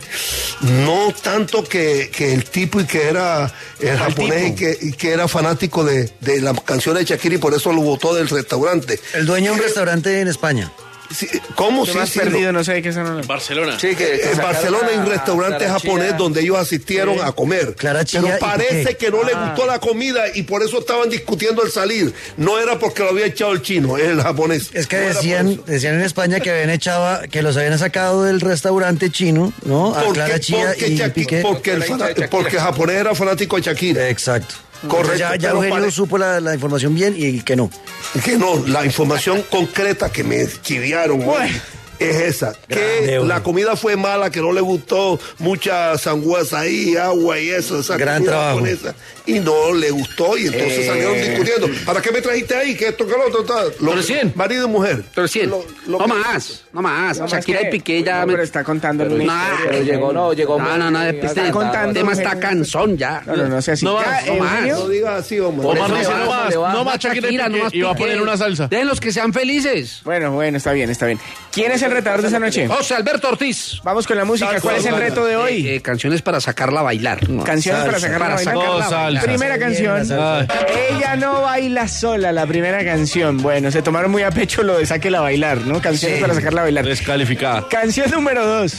Speaker 1: no tanto que, que el tipo y que era el japonés y que, y que era fanático de, de las canciones de Shakira y por eso lo votó del restaurante.
Speaker 2: El dueño de un restaurante en España.
Speaker 1: Sí, eh, ¿Cómo
Speaker 4: Te
Speaker 1: sí,
Speaker 4: has
Speaker 1: sí,
Speaker 4: perdido, no sé de qué son.
Speaker 5: Barcelona.
Speaker 7: Sí, que- que
Speaker 1: Eh, en
Speaker 7: sacaron
Speaker 1: Barcelona hay un
Speaker 7: a-
Speaker 1: restaurante
Speaker 7: a la China.
Speaker 1: japonés donde ellos asistieron a comer.
Speaker 2: Clara Chía
Speaker 1: pero
Speaker 2: y
Speaker 1: parece
Speaker 2: Piqué.
Speaker 1: que no le
Speaker 7: Ah.
Speaker 1: gustó la comida y por eso estaban discutiendo el salir. No era porque lo había echado el chino, el japonés.
Speaker 2: Es que
Speaker 1: No era por
Speaker 2: decían,
Speaker 1: eso.
Speaker 2: decían en España que habían echado, que los habían sacado del restaurante chino, ¿no? A
Speaker 1: Porque,
Speaker 2: Clara Chía
Speaker 1: porque
Speaker 2: y
Speaker 1: Shaki-
Speaker 2: Piqué.
Speaker 1: porque el fana- porque el japonés era fanático de Shakira.
Speaker 2: Exacto.
Speaker 1: Correcto,
Speaker 2: Ya, ya
Speaker 1: pero
Speaker 2: Eugenio
Speaker 1: pare-
Speaker 2: supo la, la información bien y el que no.
Speaker 1: Que no, la información concreta que me chiviaron hoy
Speaker 4: Bueno.
Speaker 1: es esa.
Speaker 2: Grande,
Speaker 1: que
Speaker 2: hombre.
Speaker 1: la comida fue mala, que no le gustó mucha sangüesa ahí, agua y eso. Esa
Speaker 2: Gran
Speaker 1: comida
Speaker 2: trabajo.
Speaker 1: japonesa. y no le gustó y entonces
Speaker 7: Eh.
Speaker 1: salieron discutiendo. ¿Para qué me trajiste ahí? Que esto, que lo otro, tal. Lo-
Speaker 3: 300.
Speaker 1: Marido y mujer.
Speaker 3: 300.
Speaker 1: Lo- lo
Speaker 3: no
Speaker 1: que-
Speaker 3: más, no más.
Speaker 4: No más
Speaker 3: Shakira
Speaker 4: que-
Speaker 3: y Piqué ya.
Speaker 4: No,
Speaker 3: me-
Speaker 4: pero está contando
Speaker 3: No,
Speaker 4: una historia.
Speaker 7: Pero llegó, no, llegó.
Speaker 3: no, no, no, este
Speaker 4: contando,
Speaker 3: tema está
Speaker 4: Eugenio.
Speaker 3: cansón ya.
Speaker 4: No, no, no sea así.
Speaker 5: No
Speaker 4: Ya,
Speaker 5: más, no más.
Speaker 4: Eugenio.
Speaker 1: No digas así, hombre.
Speaker 5: Omar
Speaker 3: Por eso
Speaker 5: dice,
Speaker 3: le
Speaker 5: no
Speaker 3: va,
Speaker 5: más,
Speaker 7: le va.
Speaker 5: no más Shakira y
Speaker 3: no más
Speaker 5: Piqué, y va a
Speaker 3: Piqué.
Speaker 5: poner una salsa.
Speaker 3: Den los que sean felices.
Speaker 4: Bueno, bueno, está bien, está bien. ¿Quién es el retador de esta noche?
Speaker 3: José Alberto Ortiz.
Speaker 4: Vamos con la música. ¿Cuál es el reto de
Speaker 3: Eh,
Speaker 4: hoy?
Speaker 3: eh, canciones para sacarla a bailar.
Speaker 4: Canciones para
Speaker 2: salsa.
Speaker 4: sacar la
Speaker 3: Para
Speaker 4: vaina.
Speaker 5: sacarla a bailar.
Speaker 4: Primera canción. Ella no baila sola, la primera canción. Bueno, se tomaron muy a pecho lo de Sáquela a bailar, ¿no? Canciones para sacarla a bailar.
Speaker 5: Descalificada.
Speaker 4: Canción número dos.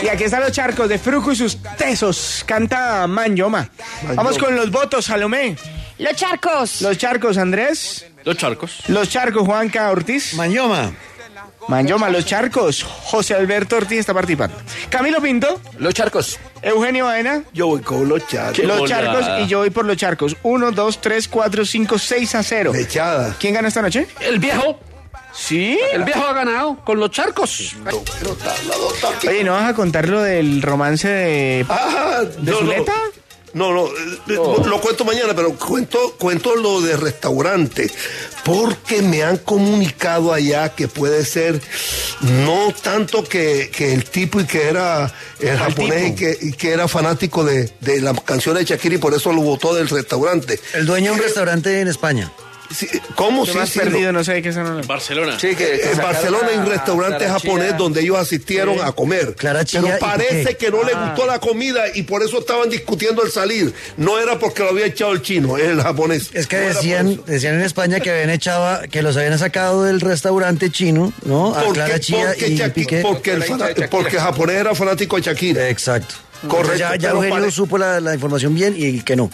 Speaker 4: Y aquí están los charcos de Fruco y sus tesos. Canta Man Yoma. Vamos con los votos, Salomé.
Speaker 6: Los charcos.
Speaker 4: Los charcos, Andrés.
Speaker 5: Los charcos.
Speaker 4: Los charcos, Juanca Ortiz.
Speaker 2: Mañoma.
Speaker 4: Man Yoma, los charcos. José Alberto Ortiz está participando. Camilo Pinto.
Speaker 7: Los charcos.
Speaker 4: Eugenio Baena.
Speaker 1: Yo voy con los charcos.
Speaker 4: Los
Speaker 5: bola.
Speaker 4: charcos y yo voy por los charcos. 1, 2, 3, 4, 5, 6 a 0.
Speaker 1: Echada.
Speaker 4: ¿Quién ganó esta noche?
Speaker 3: El viejo,
Speaker 4: Sí.
Speaker 3: el viejo ha ganado con los charcos.
Speaker 4: Oye, ¿no vas a contar lo del romance de.
Speaker 1: Ah,
Speaker 4: ¿De
Speaker 1: no,
Speaker 4: Zuleta?
Speaker 1: No, no, eh, eh, lo cuento mañana, pero cuento, cuento lo de restaurante, porque me han comunicado allá que puede ser no tanto que, que el tipo y que era el japonés y
Speaker 4: tipo?
Speaker 1: que, y que era fanático de, de las canciones de Shakira y por eso lo votó del restaurante.
Speaker 2: El dueño de un restaurante en España.
Speaker 1: Sí, ¿Cómo
Speaker 4: Te
Speaker 1: sí,
Speaker 4: has
Speaker 1: sí,
Speaker 4: perdido,
Speaker 1: lo-
Speaker 4: no sé de qué son.
Speaker 5: Barcelona.
Speaker 7: Sí, que- que
Speaker 1: en
Speaker 7: sacaron
Speaker 1: Barcelona hay un
Speaker 7: a-
Speaker 1: restaurante
Speaker 7: a la
Speaker 1: japonés
Speaker 7: China.
Speaker 1: donde ellos asistieron a comer.
Speaker 2: Clara Chía
Speaker 1: pero
Speaker 2: y
Speaker 1: parece
Speaker 2: Piqué.
Speaker 1: que no le
Speaker 7: Ah.
Speaker 1: gustó la comida y por eso estaban discutiendo el salir. No era porque lo había echado el chino, el japonés.
Speaker 2: Es que
Speaker 1: No era por
Speaker 2: decían,
Speaker 1: eso.
Speaker 2: decían en España que habían echado, que los habían sacado del restaurante chino, ¿no? A
Speaker 1: Porque,
Speaker 2: Clara Chía
Speaker 1: porque
Speaker 2: y
Speaker 1: Shaki-
Speaker 2: Piqué.
Speaker 1: porque el fana- porque el japonés era fanático de Shakira.
Speaker 2: Exacto.
Speaker 1: Correcto,
Speaker 2: Ya, ya
Speaker 1: pero
Speaker 2: Eugenio
Speaker 1: pare-
Speaker 2: supo la, la información bien y el que no.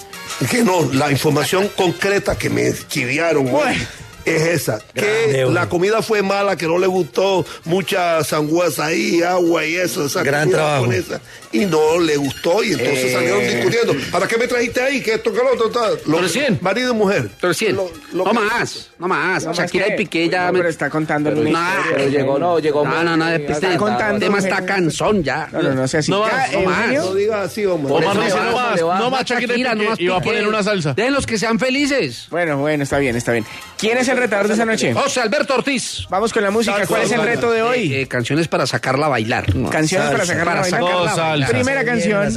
Speaker 1: Que no, la información concreta que me chiviaron hoy es esa. que
Speaker 2: Grande, hombre.
Speaker 1: la comida fue mala, que no le gustó mucha sangüesa ahí, agua y eso. Esa
Speaker 2: Gran
Speaker 1: comida
Speaker 2: trabajo.
Speaker 1: japonesa, y no le gustó y entonces
Speaker 7: Eh.
Speaker 1: salieron discutiendo. ¿Para qué me trajiste ahí? Que esto, que lo otro, tal. Lo-
Speaker 3: 300.
Speaker 1: Marido y mujer.
Speaker 3: 300.
Speaker 1: Lo- lo
Speaker 3: no
Speaker 1: que-
Speaker 3: más, no más.
Speaker 4: No más
Speaker 3: Shakira
Speaker 4: que-
Speaker 3: y Piqué ya.
Speaker 4: No,
Speaker 3: me-
Speaker 4: pero está contando una
Speaker 3: No,
Speaker 2: eh,
Speaker 4: historia.
Speaker 7: Pero llegó, no, llegó.
Speaker 3: No, no, no, este
Speaker 4: contando,
Speaker 3: tema está
Speaker 4: Eugenio.
Speaker 3: cansón ya.
Speaker 4: No, no, no sea así.
Speaker 3: No
Speaker 4: Ya,
Speaker 7: eh,
Speaker 3: más, no más.
Speaker 4: Eugenio.
Speaker 1: No digas así, hombre.
Speaker 7: Por
Speaker 5: Omar
Speaker 7: eso
Speaker 5: dice,
Speaker 7: le
Speaker 5: no
Speaker 7: va,
Speaker 5: más,
Speaker 7: le va.
Speaker 5: no más Shakira y
Speaker 3: no más
Speaker 5: Piqué, y va a
Speaker 3: Piqué.
Speaker 5: poner una salsa.
Speaker 3: Den los que sean felices.
Speaker 4: Bueno, bueno, está bien, está bien. ¿Quién es el retador de esa noche?
Speaker 3: José Alberto Ortiz.
Speaker 4: Vamos con la música. ¿Cuál es el reto de hoy?
Speaker 3: Eh, eh, canciones para sacarla a bailar.
Speaker 4: Canciones para sacarla a bailar.
Speaker 5: Oh,
Speaker 3: sacarla a bailar.
Speaker 4: Primera canción.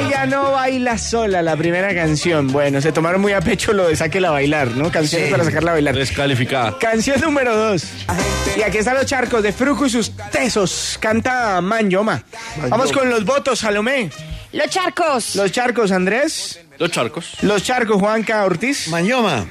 Speaker 4: Ella no baila sola, la primera canción. Bueno, se tomaron muy a pecho lo de sáquela a bailar, ¿no? Canciones para sacarla a bailar.
Speaker 5: Descalificada.
Speaker 4: Canción número dos. Y aquí están los charcos de Fruco y sus tesos. Canta Manyoma. Vamos con los votos, Salomé.
Speaker 6: Los charcos.
Speaker 4: Los charcos, Andrés.
Speaker 5: Los charcos.
Speaker 4: Los charcos, Juanca Ortiz.
Speaker 2: Mañoma.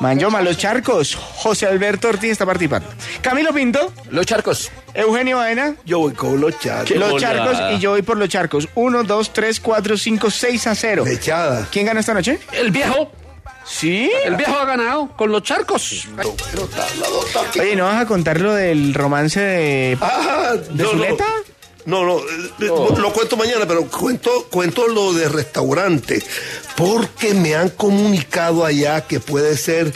Speaker 4: Manyoma, los charcos. José Alberto Ortiz está participando. Camilo Pinto.
Speaker 7: Los charcos.
Speaker 4: Eugenio Baena.
Speaker 1: Yo voy con los charcos.
Speaker 4: Los
Speaker 5: bolada.
Speaker 4: charcos y yo voy por los charcos. Uno, dos, tres, cuatro, cinco, seis a cero.
Speaker 1: Echada.
Speaker 4: ¿Quién ganó esta noche?
Speaker 3: El viejo.
Speaker 4: Sí.
Speaker 3: El viejo ha ganado con los charcos.
Speaker 4: Oye, ¿no vas a contar lo del romance de...
Speaker 1: Ah,
Speaker 4: ¿De Zuleta?
Speaker 1: No, no, eh, eh,
Speaker 2: Oh.
Speaker 1: lo cuento mañana, pero cuento, cuento lo de restaurante, porque me han comunicado allá que puede ser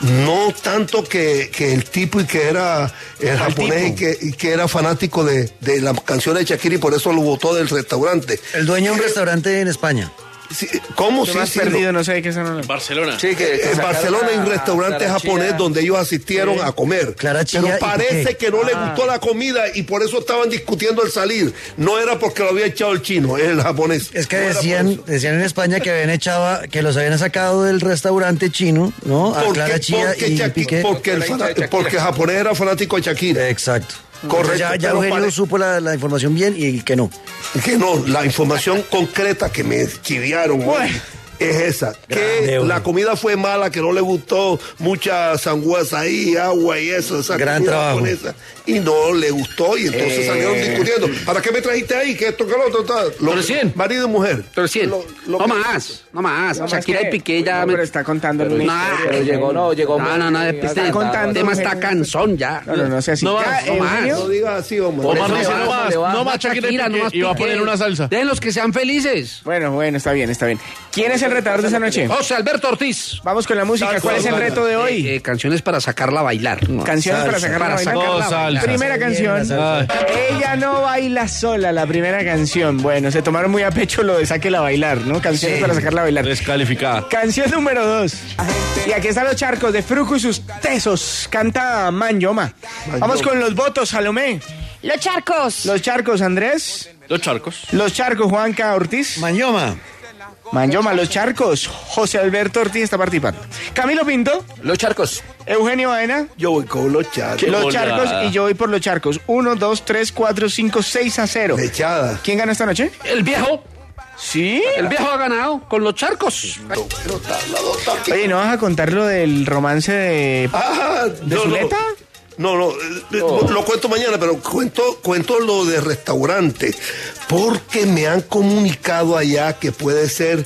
Speaker 1: no tanto que, que el tipo y que era el japonés y que, y que era fanático de, de las canciones de Shakira y por eso lo votó del restaurante. Eh,
Speaker 2: El dueño de un restaurante en España.
Speaker 1: Sí, ¿Cómo?
Speaker 4: Te
Speaker 1: Sí,
Speaker 4: me has
Speaker 1: sí,
Speaker 4: perdido,
Speaker 1: lo-
Speaker 4: no sé de qué son los-
Speaker 5: Barcelona.
Speaker 7: Sí, que- que
Speaker 1: en
Speaker 7: sacaron
Speaker 1: Barcelona hay un
Speaker 7: a-
Speaker 1: restaurante
Speaker 7: a la
Speaker 1: japonés
Speaker 7: China.
Speaker 1: donde ellos asistieron a comer.
Speaker 2: Clara Chía, ¿y
Speaker 1: pero
Speaker 2: por
Speaker 1: parece
Speaker 2: qué?
Speaker 1: que no le
Speaker 7: Ah.
Speaker 1: gustó la comida y por eso estaban discutiendo el salir. No era porque lo había echado el chino, el japonés.
Speaker 2: Es que
Speaker 1: No era por
Speaker 2: decían,
Speaker 1: eso.
Speaker 2: decían en España que habían echado, que los habían sacado del restaurante chino, ¿no? A
Speaker 1: Porque,
Speaker 2: Clara Chía
Speaker 1: porque
Speaker 2: y
Speaker 1: Shaki-
Speaker 2: Piqué.
Speaker 1: porque el
Speaker 7: Por la
Speaker 1: fana-
Speaker 7: hincha de
Speaker 1: porque
Speaker 7: Shakira.
Speaker 1: japonés era fanático de Shakira.
Speaker 2: Exacto.
Speaker 1: Correcto,
Speaker 2: Ya, ya
Speaker 1: pero
Speaker 2: Eugenio
Speaker 1: pare-
Speaker 2: supo la, la información bien y el que no.
Speaker 1: Que no, la información concreta que me chiviaron hoy es esa. Que
Speaker 2: Grande,
Speaker 1: la
Speaker 2: hombre.
Speaker 1: comida fue mala, que no le gustó mucha sangüesa ahí, agua y eso, esa
Speaker 2: Gran
Speaker 1: comida
Speaker 2: trabajo.
Speaker 1: japonesa. Y no le gustó y entonces
Speaker 7: Eh.
Speaker 1: salieron discutiendo. ¿Para qué me trajiste ahí? Que esto, que lo otro, tal. Lo-
Speaker 3: Recién.
Speaker 1: Marido y mujer.
Speaker 3: Pero sí,
Speaker 1: Lo- lo
Speaker 3: no
Speaker 1: que-
Speaker 3: más, no más.
Speaker 4: No más
Speaker 3: Shakira
Speaker 4: que-
Speaker 3: y Piqué ya.
Speaker 4: No,
Speaker 3: me-
Speaker 4: pero está contando
Speaker 3: Pero-
Speaker 4: una
Speaker 3: Nah,
Speaker 4: historia.
Speaker 7: Pero llegó, no, llegó.
Speaker 3: No, no, no, este
Speaker 7: Está
Speaker 4: contando,
Speaker 3: tema está
Speaker 4: Eugenio.
Speaker 3: cansón ya.
Speaker 4: No, no, no sea así.
Speaker 3: No
Speaker 4: Ya,
Speaker 3: más, no más.
Speaker 4: Eugenio.
Speaker 1: No digas así, hombre.
Speaker 7: Omar
Speaker 3: Eso
Speaker 7: dice,
Speaker 3: le va,
Speaker 7: no más,
Speaker 3: le va.
Speaker 7: no
Speaker 5: más Shakira y Piqué, y va a poner una salsa.
Speaker 3: Den los que sean felices.
Speaker 4: Bueno, bueno, está bien, está bien. ¿Quién es el retador de esa noche?
Speaker 3: José Alberto Ortiz.
Speaker 4: Vamos con la música. ¿Cuál es el reto de
Speaker 3: Eh,
Speaker 4: hoy?
Speaker 3: eh, canciones para sacarla a bailar.
Speaker 4: Canciones para
Speaker 2: salsa.
Speaker 4: sacar la
Speaker 3: Para
Speaker 4: vaina.
Speaker 3: sacarla a
Speaker 5: Dos bailar. salsas.
Speaker 4: Primera
Speaker 2: Bien,
Speaker 4: canción.
Speaker 2: la salsa.
Speaker 4: Ella no baila sola, la primera canción. Bueno, se tomaron muy a pecho lo de sáquela a bailar, ¿no? Canciones para sacarla a bailar.
Speaker 5: Descalificada.
Speaker 4: Canción número 2. Y aquí están los charcos de Fruco y sus tesos. Canta Manyoma. Vamos con los votos, Salomé.
Speaker 6: Los charcos.
Speaker 4: Los charcos, Andrés.
Speaker 5: Los charcos.
Speaker 4: Los charcos, Juanca Ortiz.
Speaker 2: Mañoma.
Speaker 4: Manyoma, los charcos. José Alberto Ortiz está participando. Camilo Pinto.
Speaker 7: Los charcos.
Speaker 4: Eugenio Baena.
Speaker 1: Yo voy con los charcos.
Speaker 4: los
Speaker 5: bola.
Speaker 4: charcos y yo voy por los charcos. 1, 2, 3, 4, 5, 6 a 0.
Speaker 1: Echada.
Speaker 4: ¿Quién ganó esta noche?
Speaker 3: El viejo.
Speaker 4: Sí.
Speaker 3: El viejo ha ganado con los charcos.
Speaker 4: Oye, ¿no vas a contar lo del romance de...
Speaker 1: Ah, ¿De
Speaker 4: Zuleta?
Speaker 1: No, no, eh, eh, lo cuento mañana, pero cuento, cuento lo de restaurante, porque me han comunicado allá que puede ser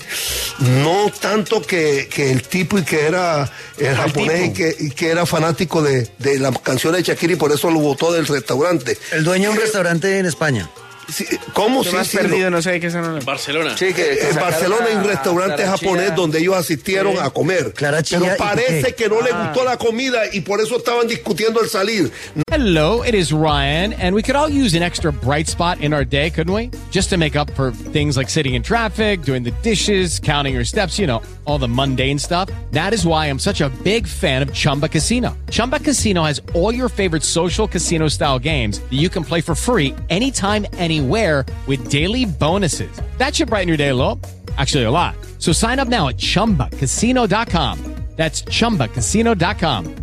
Speaker 1: no tanto que, que el tipo y que era el japonés y que, y que era fanático de, de las canciones de Shakira y por eso lo votó del restaurante.
Speaker 2: El dueño de un restaurante en España.
Speaker 1: Sí, eh, ¿Cómo
Speaker 4: Te
Speaker 1: sí,
Speaker 4: me has
Speaker 1: sí, lo-
Speaker 4: perdido, no sé de qué son los-
Speaker 5: Barcelona.
Speaker 7: Sí, que- que
Speaker 1: en
Speaker 7: sacaron
Speaker 1: Barcelona hay un
Speaker 7: a-
Speaker 1: restaurante
Speaker 7: a la China.
Speaker 1: japonés donde ellos asistieron a comer.
Speaker 2: Clara Chía
Speaker 1: Pero
Speaker 2: y
Speaker 1: parece
Speaker 2: Piqué.
Speaker 1: que no le
Speaker 7: Ah.
Speaker 1: gustó la comida y por eso estaban discutiendo el salir.
Speaker 11: Hello, it is Ryan, and we could all use an extra bright spot in our day, couldn't we? Just to make up for things like sitting in traffic, doing the dishes, counting your steps, you know, all the mundane stuff. That is why I'm such a big fan of Chumba Casino. Chumba Casino has all your favorite social casino style games that you can play for free anytime, anywhere with daily bonuses. That should brighten your day a little. Actually, a lot. So sign up now at chumbacasino.com. That's chumbacasino.com.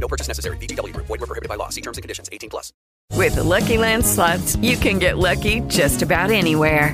Speaker 12: With the Lucky Land slots, you can get lucky just about anywhere.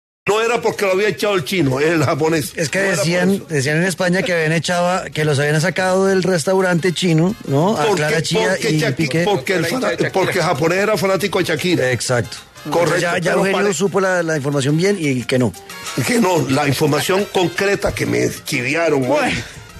Speaker 1: No era porque lo había echado el chino, el japonés.
Speaker 2: Es que
Speaker 1: No era por
Speaker 2: decían,
Speaker 1: eso.
Speaker 2: decían en España que habían echado, que los habían sacado del restaurante chino, ¿no? A
Speaker 1: Porque,
Speaker 2: Clara Chía
Speaker 1: porque
Speaker 2: y
Speaker 1: Shaki-
Speaker 2: Piqué.
Speaker 1: porque el fana- porque el japonés era fanático de Shakira.
Speaker 2: Exacto.
Speaker 1: Correcto,
Speaker 2: Ya, ya
Speaker 1: pero
Speaker 2: Eugenio
Speaker 1: pare-
Speaker 2: supo la, la información bien y el que no.
Speaker 1: Que no, la información concreta que me chiviaron hoy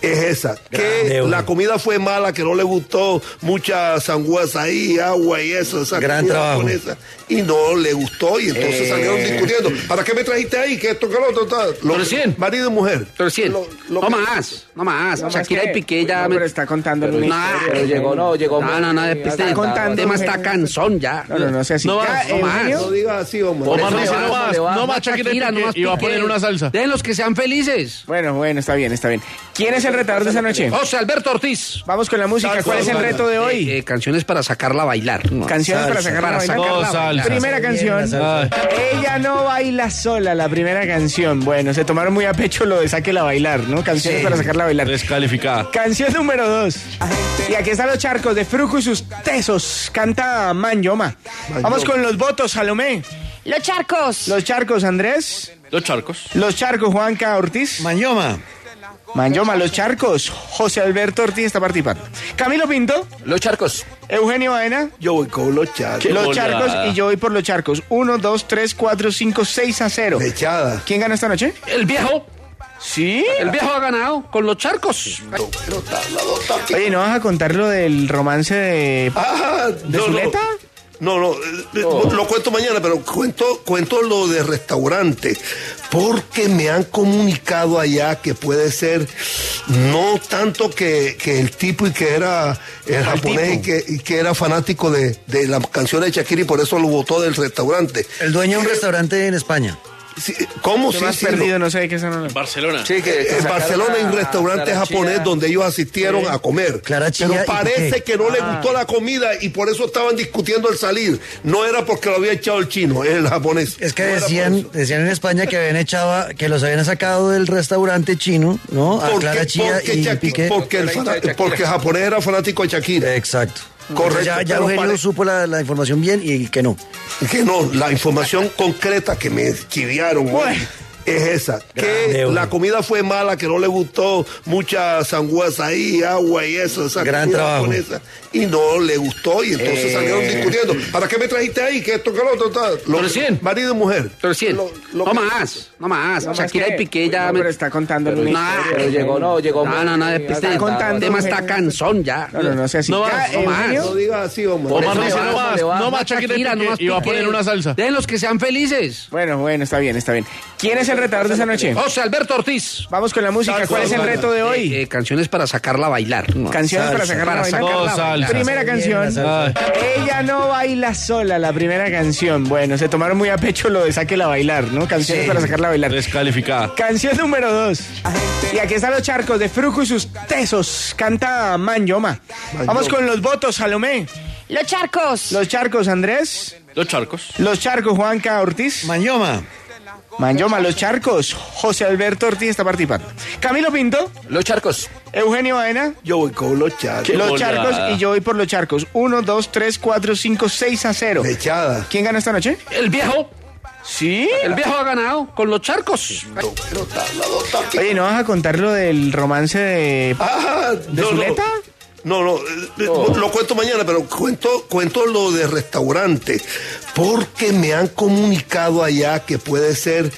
Speaker 1: es esa. Que
Speaker 2: Grande,
Speaker 1: la
Speaker 2: güey.
Speaker 1: comida fue mala, que no le gustó mucha sangüesa ahí, agua y eso. Esa
Speaker 2: Gran
Speaker 1: comida
Speaker 2: trabajo.
Speaker 1: japonesa, y no le gustó y entonces
Speaker 2: Eh.
Speaker 1: salieron discutiendo. ¿Para qué me trajiste ahí? Que esto, que lo otro, tal. Lo- Marido y mujer.
Speaker 3: 300.
Speaker 1: Lo- lo
Speaker 3: no
Speaker 1: que-
Speaker 3: más, no más.
Speaker 4: No más
Speaker 3: Shakira
Speaker 4: que-
Speaker 3: y Piqué ya.
Speaker 4: No,
Speaker 3: me-
Speaker 4: pero está contando
Speaker 3: Pero
Speaker 4: una
Speaker 3: no,
Speaker 4: historia.
Speaker 3: pero llegó, no, llegó. No, no, no, este-
Speaker 4: Está contando.
Speaker 3: el tema está
Speaker 4: mujer.
Speaker 3: cansón ya.
Speaker 4: No, no, no sea así.
Speaker 3: No
Speaker 4: Ya,
Speaker 3: más, no más.
Speaker 4: Eugenio.
Speaker 1: No digas así, Omar.
Speaker 3: Por eso
Speaker 4: dice,
Speaker 3: le
Speaker 4: no
Speaker 3: va,
Speaker 4: más,
Speaker 3: le va.
Speaker 4: no más Shakira
Speaker 3: no más
Speaker 4: y va a poner
Speaker 3: Piqué.
Speaker 4: una salsa.
Speaker 3: Déjenlos que sean felices.
Speaker 4: Bueno, bueno, está bien, está bien. ¿Quién es el retador de esta noche?
Speaker 3: José Alberto Ortiz.
Speaker 4: Vamos con la música. ¿Cuál es el reto de hoy?
Speaker 3: Eh, eh, canciones para sacarla a bailar.
Speaker 4: Canciones para sacar la vaina.
Speaker 3: Oh,
Speaker 4: Primera canción. Ella no baila sola, la primera canción. Bueno, se tomaron muy a pecho lo de Sáquela a bailar, ¿no? Canciones para sacarla a bailar.
Speaker 5: Descalificada.
Speaker 4: Canción número dos. Y aquí están los charcos de Fruco y sus tesos. Canta Manyoma. Vamos con los votos, Salomé.
Speaker 6: Los charcos.
Speaker 4: Los charcos, Andrés.
Speaker 5: Los charcos.
Speaker 4: Los charcos, Juanca Ortiz. Manyoma. Manyoma, los charcos. José Alberto Ortiz está participando. Camilo Pinto.
Speaker 7: Los charcos.
Speaker 4: Eugenio Baena.
Speaker 1: Yo voy con los charcos.
Speaker 4: los charcos y yo voy por los charcos. 1, 2, 3, 4, 5, 6 a 0.
Speaker 1: Echada.
Speaker 4: ¿Quién ganó esta noche?
Speaker 3: El viejo.
Speaker 4: Sí.
Speaker 3: El viejo ha ganado con los charcos.
Speaker 4: Oye, ¿no vas a contar lo del romance de,
Speaker 1: Ah,
Speaker 4: de
Speaker 1: no,
Speaker 4: Zuleta?
Speaker 1: No, no, eh, lo cuento mañana, pero cuento, cuento lo de restaurante, porque me han comunicado allá que puede ser no tanto que, que el tipo y que era el japonés y que, y que era fanático de, de la canción de Shakira y por eso lo votó del restaurante. Eh,
Speaker 2: El dueño de un restaurante en España.
Speaker 1: Sí, ¿Cómo?
Speaker 4: Te
Speaker 1: Sí,
Speaker 4: me has
Speaker 1: sí,
Speaker 4: perdido, no sé de qué se
Speaker 5: Barcelona.
Speaker 1: Sí, que en
Speaker 4: sacaron
Speaker 1: Barcelona hay un
Speaker 4: a-
Speaker 1: restaurante
Speaker 4: a la
Speaker 1: japonés
Speaker 4: Chía.
Speaker 1: donde ellos asistieron
Speaker 4: Sí.
Speaker 1: a comer.
Speaker 2: Clara Chía
Speaker 1: Pero
Speaker 2: y
Speaker 1: parece
Speaker 2: Piqué.
Speaker 1: que no le
Speaker 4: Ah.
Speaker 1: gustó la comida y por eso estaban discutiendo al salir. No era porque lo había echado el chino, el japonés.
Speaker 2: Es que decían, decían en España que habían echado, que los habían sacado del restaurante chino, ¿no? A
Speaker 1: Porque,
Speaker 2: Clara Chía
Speaker 1: porque
Speaker 2: y
Speaker 1: Shaki-
Speaker 2: Piqué.
Speaker 1: porque el fana- porque el japonés era fanático de Shakira.
Speaker 2: Exacto.
Speaker 1: Correcto.
Speaker 2: Ya, ya
Speaker 1: pero
Speaker 2: Eugenio
Speaker 1: pare-
Speaker 2: supo la, la información bien y que no.
Speaker 1: que no, la información concreta que me chiviaron hoy es esa. Que
Speaker 2: Grande, güey.
Speaker 1: la comida fue mala, que no le gustó mucha sangüesa ahí, agua y eso. Esa
Speaker 2: Gran
Speaker 1: comida
Speaker 2: trabajo.
Speaker 1: japonesa, y no le gustó y entonces
Speaker 4: Eh.
Speaker 1: salieron discutiendo. ¿Para qué me trajiste ahí? Que esto, que lo otro, tal. Lo-
Speaker 3: 300.
Speaker 1: Marido y mujer. Lo-
Speaker 3: 300.
Speaker 1: lo-
Speaker 3: No más, no más.
Speaker 4: No más
Speaker 3: Shakira
Speaker 4: que-
Speaker 3: y Piqué ya.
Speaker 4: No,
Speaker 3: me-
Speaker 4: pero está contando una
Speaker 3: No,
Speaker 4: historia.
Speaker 3: pero
Speaker 7: llegó, no, llegó.
Speaker 3: No, no, no, este
Speaker 4: Está contando,
Speaker 3: el tema está
Speaker 4: Eugenio.
Speaker 3: cansón ya.
Speaker 4: No, no, no sea así.
Speaker 3: No
Speaker 4: Ya,
Speaker 3: más, no más.
Speaker 4: Eugenio.
Speaker 1: No digas así, Omar.
Speaker 7: Por
Speaker 5: Omar
Speaker 7: eso
Speaker 5: dice
Speaker 7: le
Speaker 5: no
Speaker 7: va,
Speaker 5: más,
Speaker 7: le va.
Speaker 5: no más Shakira y
Speaker 3: no más
Speaker 5: Piqué. Y va a
Speaker 3: Piqué.
Speaker 5: poner una salsa.
Speaker 3: Déjenlos que sean felices.
Speaker 4: Bueno, bueno, está bien, está bien. ¿Quién es el retador de esta noche?
Speaker 3: José Alberto Ortiz.
Speaker 4: Vamos con la música. ¿Cuál es el reto de hoy?
Speaker 3: Eh, eh, canciones para sacarla a bailar.
Speaker 4: Canciones para sacar la
Speaker 3: Para
Speaker 4: vaina.
Speaker 3: sacarla a
Speaker 5: Salsa.
Speaker 3: bailar.
Speaker 4: Primera
Speaker 2: Bien,
Speaker 4: canción.
Speaker 2: la salsa.
Speaker 4: Ella no baila sola, la primera canción. Bueno, se tomaron muy a pecho lo de Sáquela a bailar, ¿no? Canciones
Speaker 2: Sí.
Speaker 4: para sacarla a bailar.
Speaker 5: Descalificada.
Speaker 4: Canción número dos. Y aquí están los charcos de Fruco y sus tesos. Canta Manyoma. Vamos con los votos, Salomé.
Speaker 6: Los charcos.
Speaker 4: Los charcos, Andrés.
Speaker 5: Los charcos.
Speaker 4: Los charcos, Juanca Ortiz.
Speaker 2: Mañoma.
Speaker 4: Manyoma, los charcos. José Alberto Ortiz está participando. Camilo Pinto.
Speaker 7: Los charcos.
Speaker 4: Eugenio Baena.
Speaker 1: Yo voy con los charcos.
Speaker 4: Los
Speaker 5: bola.
Speaker 4: charcos y yo voy por los charcos. 1, 2, 3, 4, 5, 6 a 0.
Speaker 1: Echada.
Speaker 4: ¿Quién ganó esta noche?
Speaker 3: El viejo.
Speaker 4: Sí.
Speaker 3: El viejo ha ganado con los charcos.
Speaker 4: Oye, ¿no vas a contar lo del romance de...
Speaker 1: Ah,
Speaker 4: ¿De Zuleta?
Speaker 1: No, no, eh, lo cuento mañana, pero cuento, cuento lo de restaurante, porque me han comunicado allá que puede ser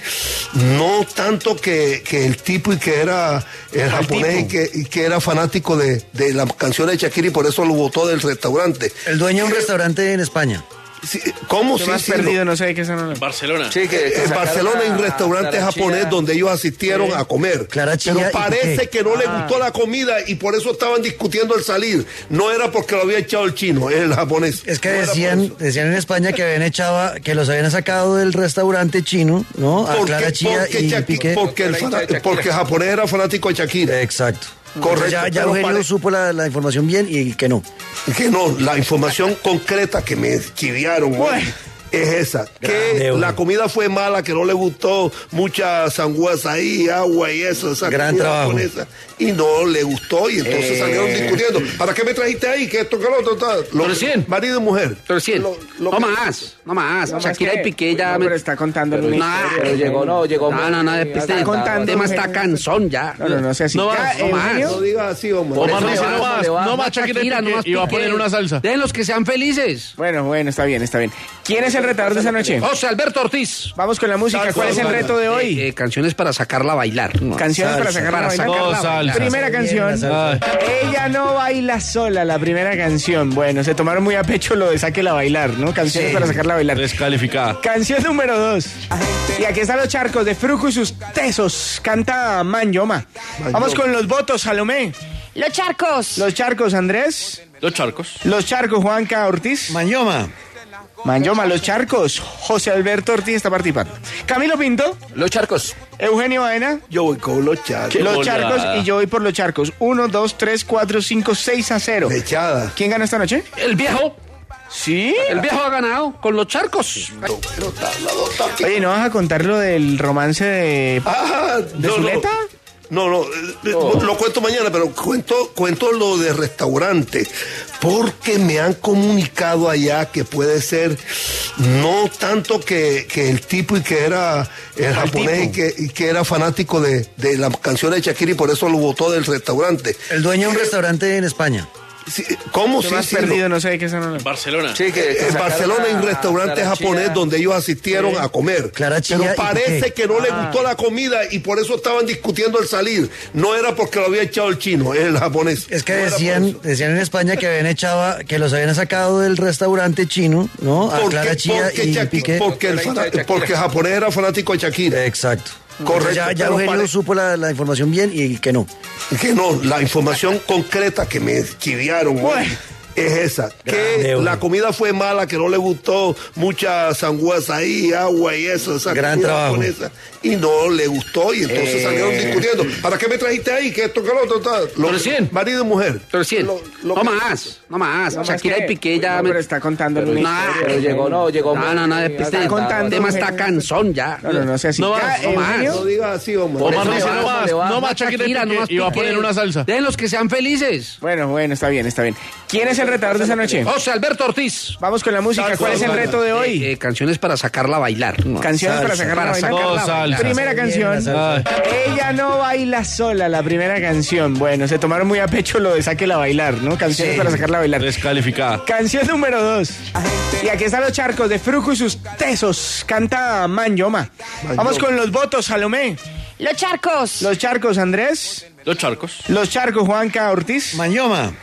Speaker 1: no tanto que, que el tipo y que era el japonés y que, y que era fanático de, de la canción de Shakira y por eso lo votó del restaurante.
Speaker 2: El dueño de un restaurante en España.
Speaker 1: Sí, ¿Cómo
Speaker 4: Te
Speaker 1: sí,
Speaker 4: me has
Speaker 1: sí,
Speaker 4: perdido, no sé de qué son los-
Speaker 5: Barcelona.
Speaker 7: Sí, que- que
Speaker 1: en
Speaker 7: sacaron
Speaker 1: Barcelona hay un
Speaker 7: a-
Speaker 1: restaurante
Speaker 7: a la
Speaker 1: japonés
Speaker 7: Chía.
Speaker 1: donde ellos asistieron a comer.
Speaker 2: Clara Chía
Speaker 1: pero
Speaker 2: y Ah.
Speaker 1: parece
Speaker 2: Piqué.
Speaker 1: que no le gustó la comida y por eso estaban discutiendo al salir. No era porque lo había echado el chino, el japonés.
Speaker 2: Es que
Speaker 1: No era por
Speaker 2: decían,
Speaker 1: eso.
Speaker 2: decían en España que habían echado, que los habían sacado del restaurante chino, ¿no? A
Speaker 1: Porque-
Speaker 2: Clara Chía
Speaker 1: porque
Speaker 2: y
Speaker 1: Shaki-
Speaker 2: Piqué.
Speaker 1: Porque, el fana- porque el japonés era fanático de Shakira.
Speaker 2: Exacto.
Speaker 1: Correcto,
Speaker 2: Ya, ya
Speaker 1: pero
Speaker 2: Eugenio
Speaker 1: pare-
Speaker 2: supo la, la información bien y que no.
Speaker 1: Que no, la información concreta que me chiviaron hoy es esa. Que
Speaker 2: Grande, güey.
Speaker 1: la comida fue mala, que no le gustó mucha sangüesa ahí, agua y eso. Esa
Speaker 2: Gran
Speaker 1: comida
Speaker 2: trabajo. Eh.
Speaker 1: japonesa, y no le gustó y entonces salieron discutiendo. ¿Para qué me trajiste ahí? Que esto, que lo otro, tal. Lo-
Speaker 3: 300.
Speaker 1: Marido y mujer.
Speaker 3: 300.
Speaker 1: Lo- lo
Speaker 3: No
Speaker 1: que-
Speaker 3: más, no más.
Speaker 4: No más
Speaker 3: Shakira
Speaker 4: que-
Speaker 3: y Piqué ya.
Speaker 4: No,
Speaker 3: me-
Speaker 4: pero está contando una
Speaker 3: No,
Speaker 4: historia.
Speaker 3: pero
Speaker 7: llegó, no, llegó.
Speaker 3: No, no, no, este-
Speaker 7: Está
Speaker 3: el
Speaker 4: contando,
Speaker 3: tema está
Speaker 4: Eugenio.
Speaker 3: cansón ya.
Speaker 4: No, no, no sea así.
Speaker 3: No
Speaker 4: Ya,
Speaker 2: ah,
Speaker 3: más, no más.
Speaker 4: Eugenio.
Speaker 1: No digas así, Omar.
Speaker 5: Omar
Speaker 7: eso
Speaker 5: dice
Speaker 7: le va,
Speaker 5: no más,
Speaker 7: le va.
Speaker 5: no más
Speaker 3: Shakira,
Speaker 5: Shakira y
Speaker 3: no más
Speaker 5: Piqué. Y va a
Speaker 3: Piqué.
Speaker 5: poner una salsa.
Speaker 3: Déjenlos que sean felices.
Speaker 4: Bueno, bueno, está bien, está bien. ¿Quién es el el retador de esa noche?
Speaker 3: José Alberto Ortiz.
Speaker 4: Vamos con la música. ¿Cuál es el reto de hoy?
Speaker 3: Eh, eh, canciones para sacarla a bailar.
Speaker 4: Canciones para sacarla a bailar. Primera canción. Ella no baila sola, la primera canción. Bueno, se tomaron muy a pecho lo de sáquela a bailar, ¿no? Canciones para sacarla a bailar.
Speaker 5: Descalificada.
Speaker 4: Canción número dos. Y aquí están los charcos de Frujo y sus tesos. Canta Manyoma. Vamos con los votos, Salomé.
Speaker 6: Los charcos.
Speaker 4: Los charcos, Andrés.
Speaker 5: Los charcos.
Speaker 4: Los charcos, Juanca Ortiz. Manyoma. Manyoma, los charcos. José Alberto Ortiz está participando. Camilo Pinto.
Speaker 7: Los charcos.
Speaker 4: Eugenio Baena.
Speaker 1: Yo voy con los charcos.
Speaker 4: los charcos y yo voy por los charcos. 1, 2, 3, 4, 5, 6 a 0.
Speaker 1: Echada.
Speaker 4: ¿Quién ganó esta noche?
Speaker 3: El viejo.
Speaker 4: Sí.
Speaker 3: El viejo ha ganado con los charcos.
Speaker 4: Oye, ¿no vas a contar lo del romance de,
Speaker 1: Ah,
Speaker 4: de
Speaker 1: no, no.
Speaker 4: Zuleta?
Speaker 1: No, no, eh, eh, lo cuento mañana, pero cuento, cuento lo de restaurante, porque me han comunicado allá que puede ser no tanto que, que el tipo y que era el japonés y que, y que era fanático de, de las canciones de Shakira y por eso lo votó del restaurante. Eh,
Speaker 2: El dueño de un restaurante en España.
Speaker 1: Sí, ¿Cómo
Speaker 4: Te
Speaker 1: sí,
Speaker 4: has
Speaker 1: sí,
Speaker 4: perdido, no sé de qué son los-
Speaker 5: Barcelona.
Speaker 7: Sí, que- que
Speaker 1: en
Speaker 7: sacaron
Speaker 1: Barcelona hay un
Speaker 7: a-
Speaker 1: restaurante
Speaker 7: Clara
Speaker 1: japonés
Speaker 7: Chía.
Speaker 1: donde ellos asistieron
Speaker 7: Sí. Ah.
Speaker 1: a comer.
Speaker 2: Clara Chía,
Speaker 1: Pero
Speaker 2: ¿y por
Speaker 1: parece
Speaker 2: qué?
Speaker 1: que no le gustó la comida y por eso estaban discutiendo el salir. No era porque lo había echado el chino, el japonés.
Speaker 2: Es que decían, decían en España que habían echado, que los habían sacado del restaurante chino, ¿no? A
Speaker 1: Porque,
Speaker 2: Clara Chía
Speaker 1: porque
Speaker 2: y
Speaker 1: Shaki-
Speaker 2: Piqué.
Speaker 1: porque el fana- porque el japonés era fanático de Shakira.
Speaker 2: Exacto.
Speaker 1: Correcto.
Speaker 2: Ya, ya
Speaker 1: pero
Speaker 2: Eugenio
Speaker 1: pare-
Speaker 2: supo la, la información bien y que no.
Speaker 1: que no, la información concreta que me chiviaron hoy es esa. Que
Speaker 2: Grande, güey.
Speaker 1: la comida fue mala, que no le gustó mucha sangüesa ahí, agua y eso. Esa
Speaker 2: Gran
Speaker 1: comida
Speaker 2: trabajo.
Speaker 1: japonesa, y no le gustó y entonces
Speaker 3: Eh.
Speaker 1: salieron discutiendo. ¿Para qué me trajiste ahí? Que esto, que lo otro, tal. Lo-
Speaker 3: Recién.
Speaker 1: Marido y mujer.
Speaker 3: Recién.
Speaker 1: Lo- lo
Speaker 3: no
Speaker 1: que-
Speaker 3: más, no más.
Speaker 4: No,
Speaker 3: Shakira
Speaker 4: más
Speaker 3: y
Speaker 4: que-
Speaker 3: Piqué ya.
Speaker 4: No,
Speaker 3: me-
Speaker 4: pero está contando una
Speaker 3: Nah,
Speaker 4: historia.
Speaker 7: Pero llegó, Pues no, llegó.
Speaker 3: No, no, no, este
Speaker 4: Está contando,
Speaker 3: el tema está
Speaker 4: Eugenio.
Speaker 3: cansón ya.
Speaker 4: No, no, no sea así.
Speaker 5: No
Speaker 4: Ya,
Speaker 5: más,
Speaker 4: eh,
Speaker 5: no más.
Speaker 4: Eugenio,
Speaker 1: No digas así, hombre.
Speaker 5: Omar
Speaker 7: Eso
Speaker 5: dice
Speaker 7: le
Speaker 5: no
Speaker 7: va,
Speaker 5: más,
Speaker 7: le va.
Speaker 5: no más Shakira,
Speaker 3: Shakira, no más
Speaker 5: y va a
Speaker 3: Piqué.
Speaker 5: poner una salsa.
Speaker 3: Den los que sean felices.
Speaker 4: Bueno, bueno, está bien, está bien. ¿Quién es el retador de esa noche?
Speaker 3: José Alberto Ortiz.
Speaker 4: Vamos con la música. ¿Cuál es el reto de
Speaker 3: Eh,
Speaker 4: hoy?
Speaker 3: eh, canciones para sacarla a bailar.
Speaker 4: Canciones para sacar la
Speaker 3: Para
Speaker 4: vaina.
Speaker 3: sacarla
Speaker 5: a bailar.
Speaker 4: Primera canción. Ella no baila sola, la primera canción. Bueno, se tomaron muy a pecho lo de sáquela a bailar, ¿no? Canciones para sacarla a bailar.
Speaker 5: Descalificada.
Speaker 4: Canción número dos. Y aquí están los charcos de Fruco y sus tesos. Canta Manyoma. Vamos con los votos, Salomé.
Speaker 6: Los charcos.
Speaker 4: Los charcos, Andrés.
Speaker 5: Los charcos.
Speaker 4: Los charcos, Juanca Ortiz.
Speaker 2: Mañoma.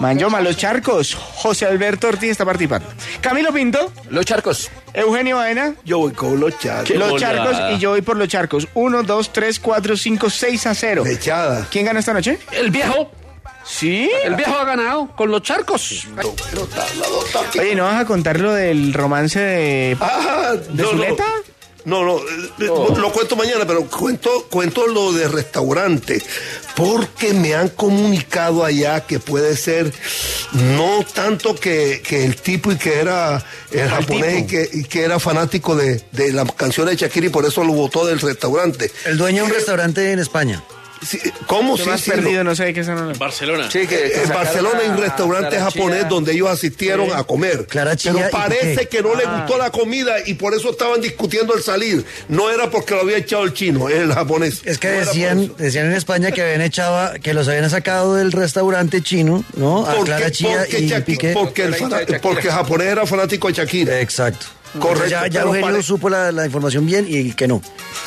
Speaker 4: Manyoma, los charcos. José Alberto Ortiz está participando. Camilo Pinto.
Speaker 7: Los charcos.
Speaker 4: Eugenio Baena.
Speaker 1: Yo voy con los charcos.
Speaker 4: Los
Speaker 5: bola.
Speaker 4: charcos y yo voy por los charcos. 1, 2, 3, 4, 5, 6 a 0.
Speaker 1: Echada.
Speaker 4: ¿Quién ganó esta noche?
Speaker 3: El viejo.
Speaker 4: Sí.
Speaker 3: El viejo ha ganado con los charcos.
Speaker 4: Oye, ¿no vas a contar lo del romance de,
Speaker 1: Ah,
Speaker 4: de
Speaker 1: no, no.
Speaker 4: Zuleta?
Speaker 1: No, no, eh, eh, lo cuento mañana, pero cuento, cuento lo de restaurante, porque me han comunicado allá que puede ser no tanto que, que el tipo y que era el japonés y que, y que era fanático de, de las canciones de Shakira y por eso lo votó del restaurante.
Speaker 2: El dueño de un restaurante en España.
Speaker 1: Sí, ¿Cómo
Speaker 4: Te
Speaker 1: sí,
Speaker 4: has
Speaker 1: sí,
Speaker 4: perdido,
Speaker 1: lo-
Speaker 4: no sé de qué son los-
Speaker 5: Barcelona.
Speaker 7: Sí, que- que
Speaker 1: En
Speaker 7: sacaron
Speaker 1: Eh, Barcelona hay un
Speaker 7: a-
Speaker 1: restaurante
Speaker 7: Clara
Speaker 1: japonés
Speaker 7: Chía.
Speaker 1: donde ellos asistieron a comer.
Speaker 2: Clara Chía y Ah.
Speaker 1: pero parece
Speaker 2: Piqué.
Speaker 1: que no le gustó la comida y por eso estaban discutiendo el salir. No era porque lo había echado el chino, el japonés.
Speaker 2: Es que
Speaker 1: No era por eso.
Speaker 2: decían, decían en España que habían echado, que los habían sacado del restaurante chino, ¿no? A
Speaker 1: Porque-
Speaker 2: ah, Clara Chía
Speaker 1: porque
Speaker 2: y
Speaker 1: Shaki-
Speaker 2: Piqué.
Speaker 1: Porque el,
Speaker 7: Shakira.
Speaker 1: fana- porque el japonés era fanático de Shakira.
Speaker 2: Exacto.
Speaker 1: Correcto,
Speaker 2: Ya, ya
Speaker 1: pero
Speaker 2: Eugenio
Speaker 1: pare-
Speaker 2: supo la, la información bien y que no.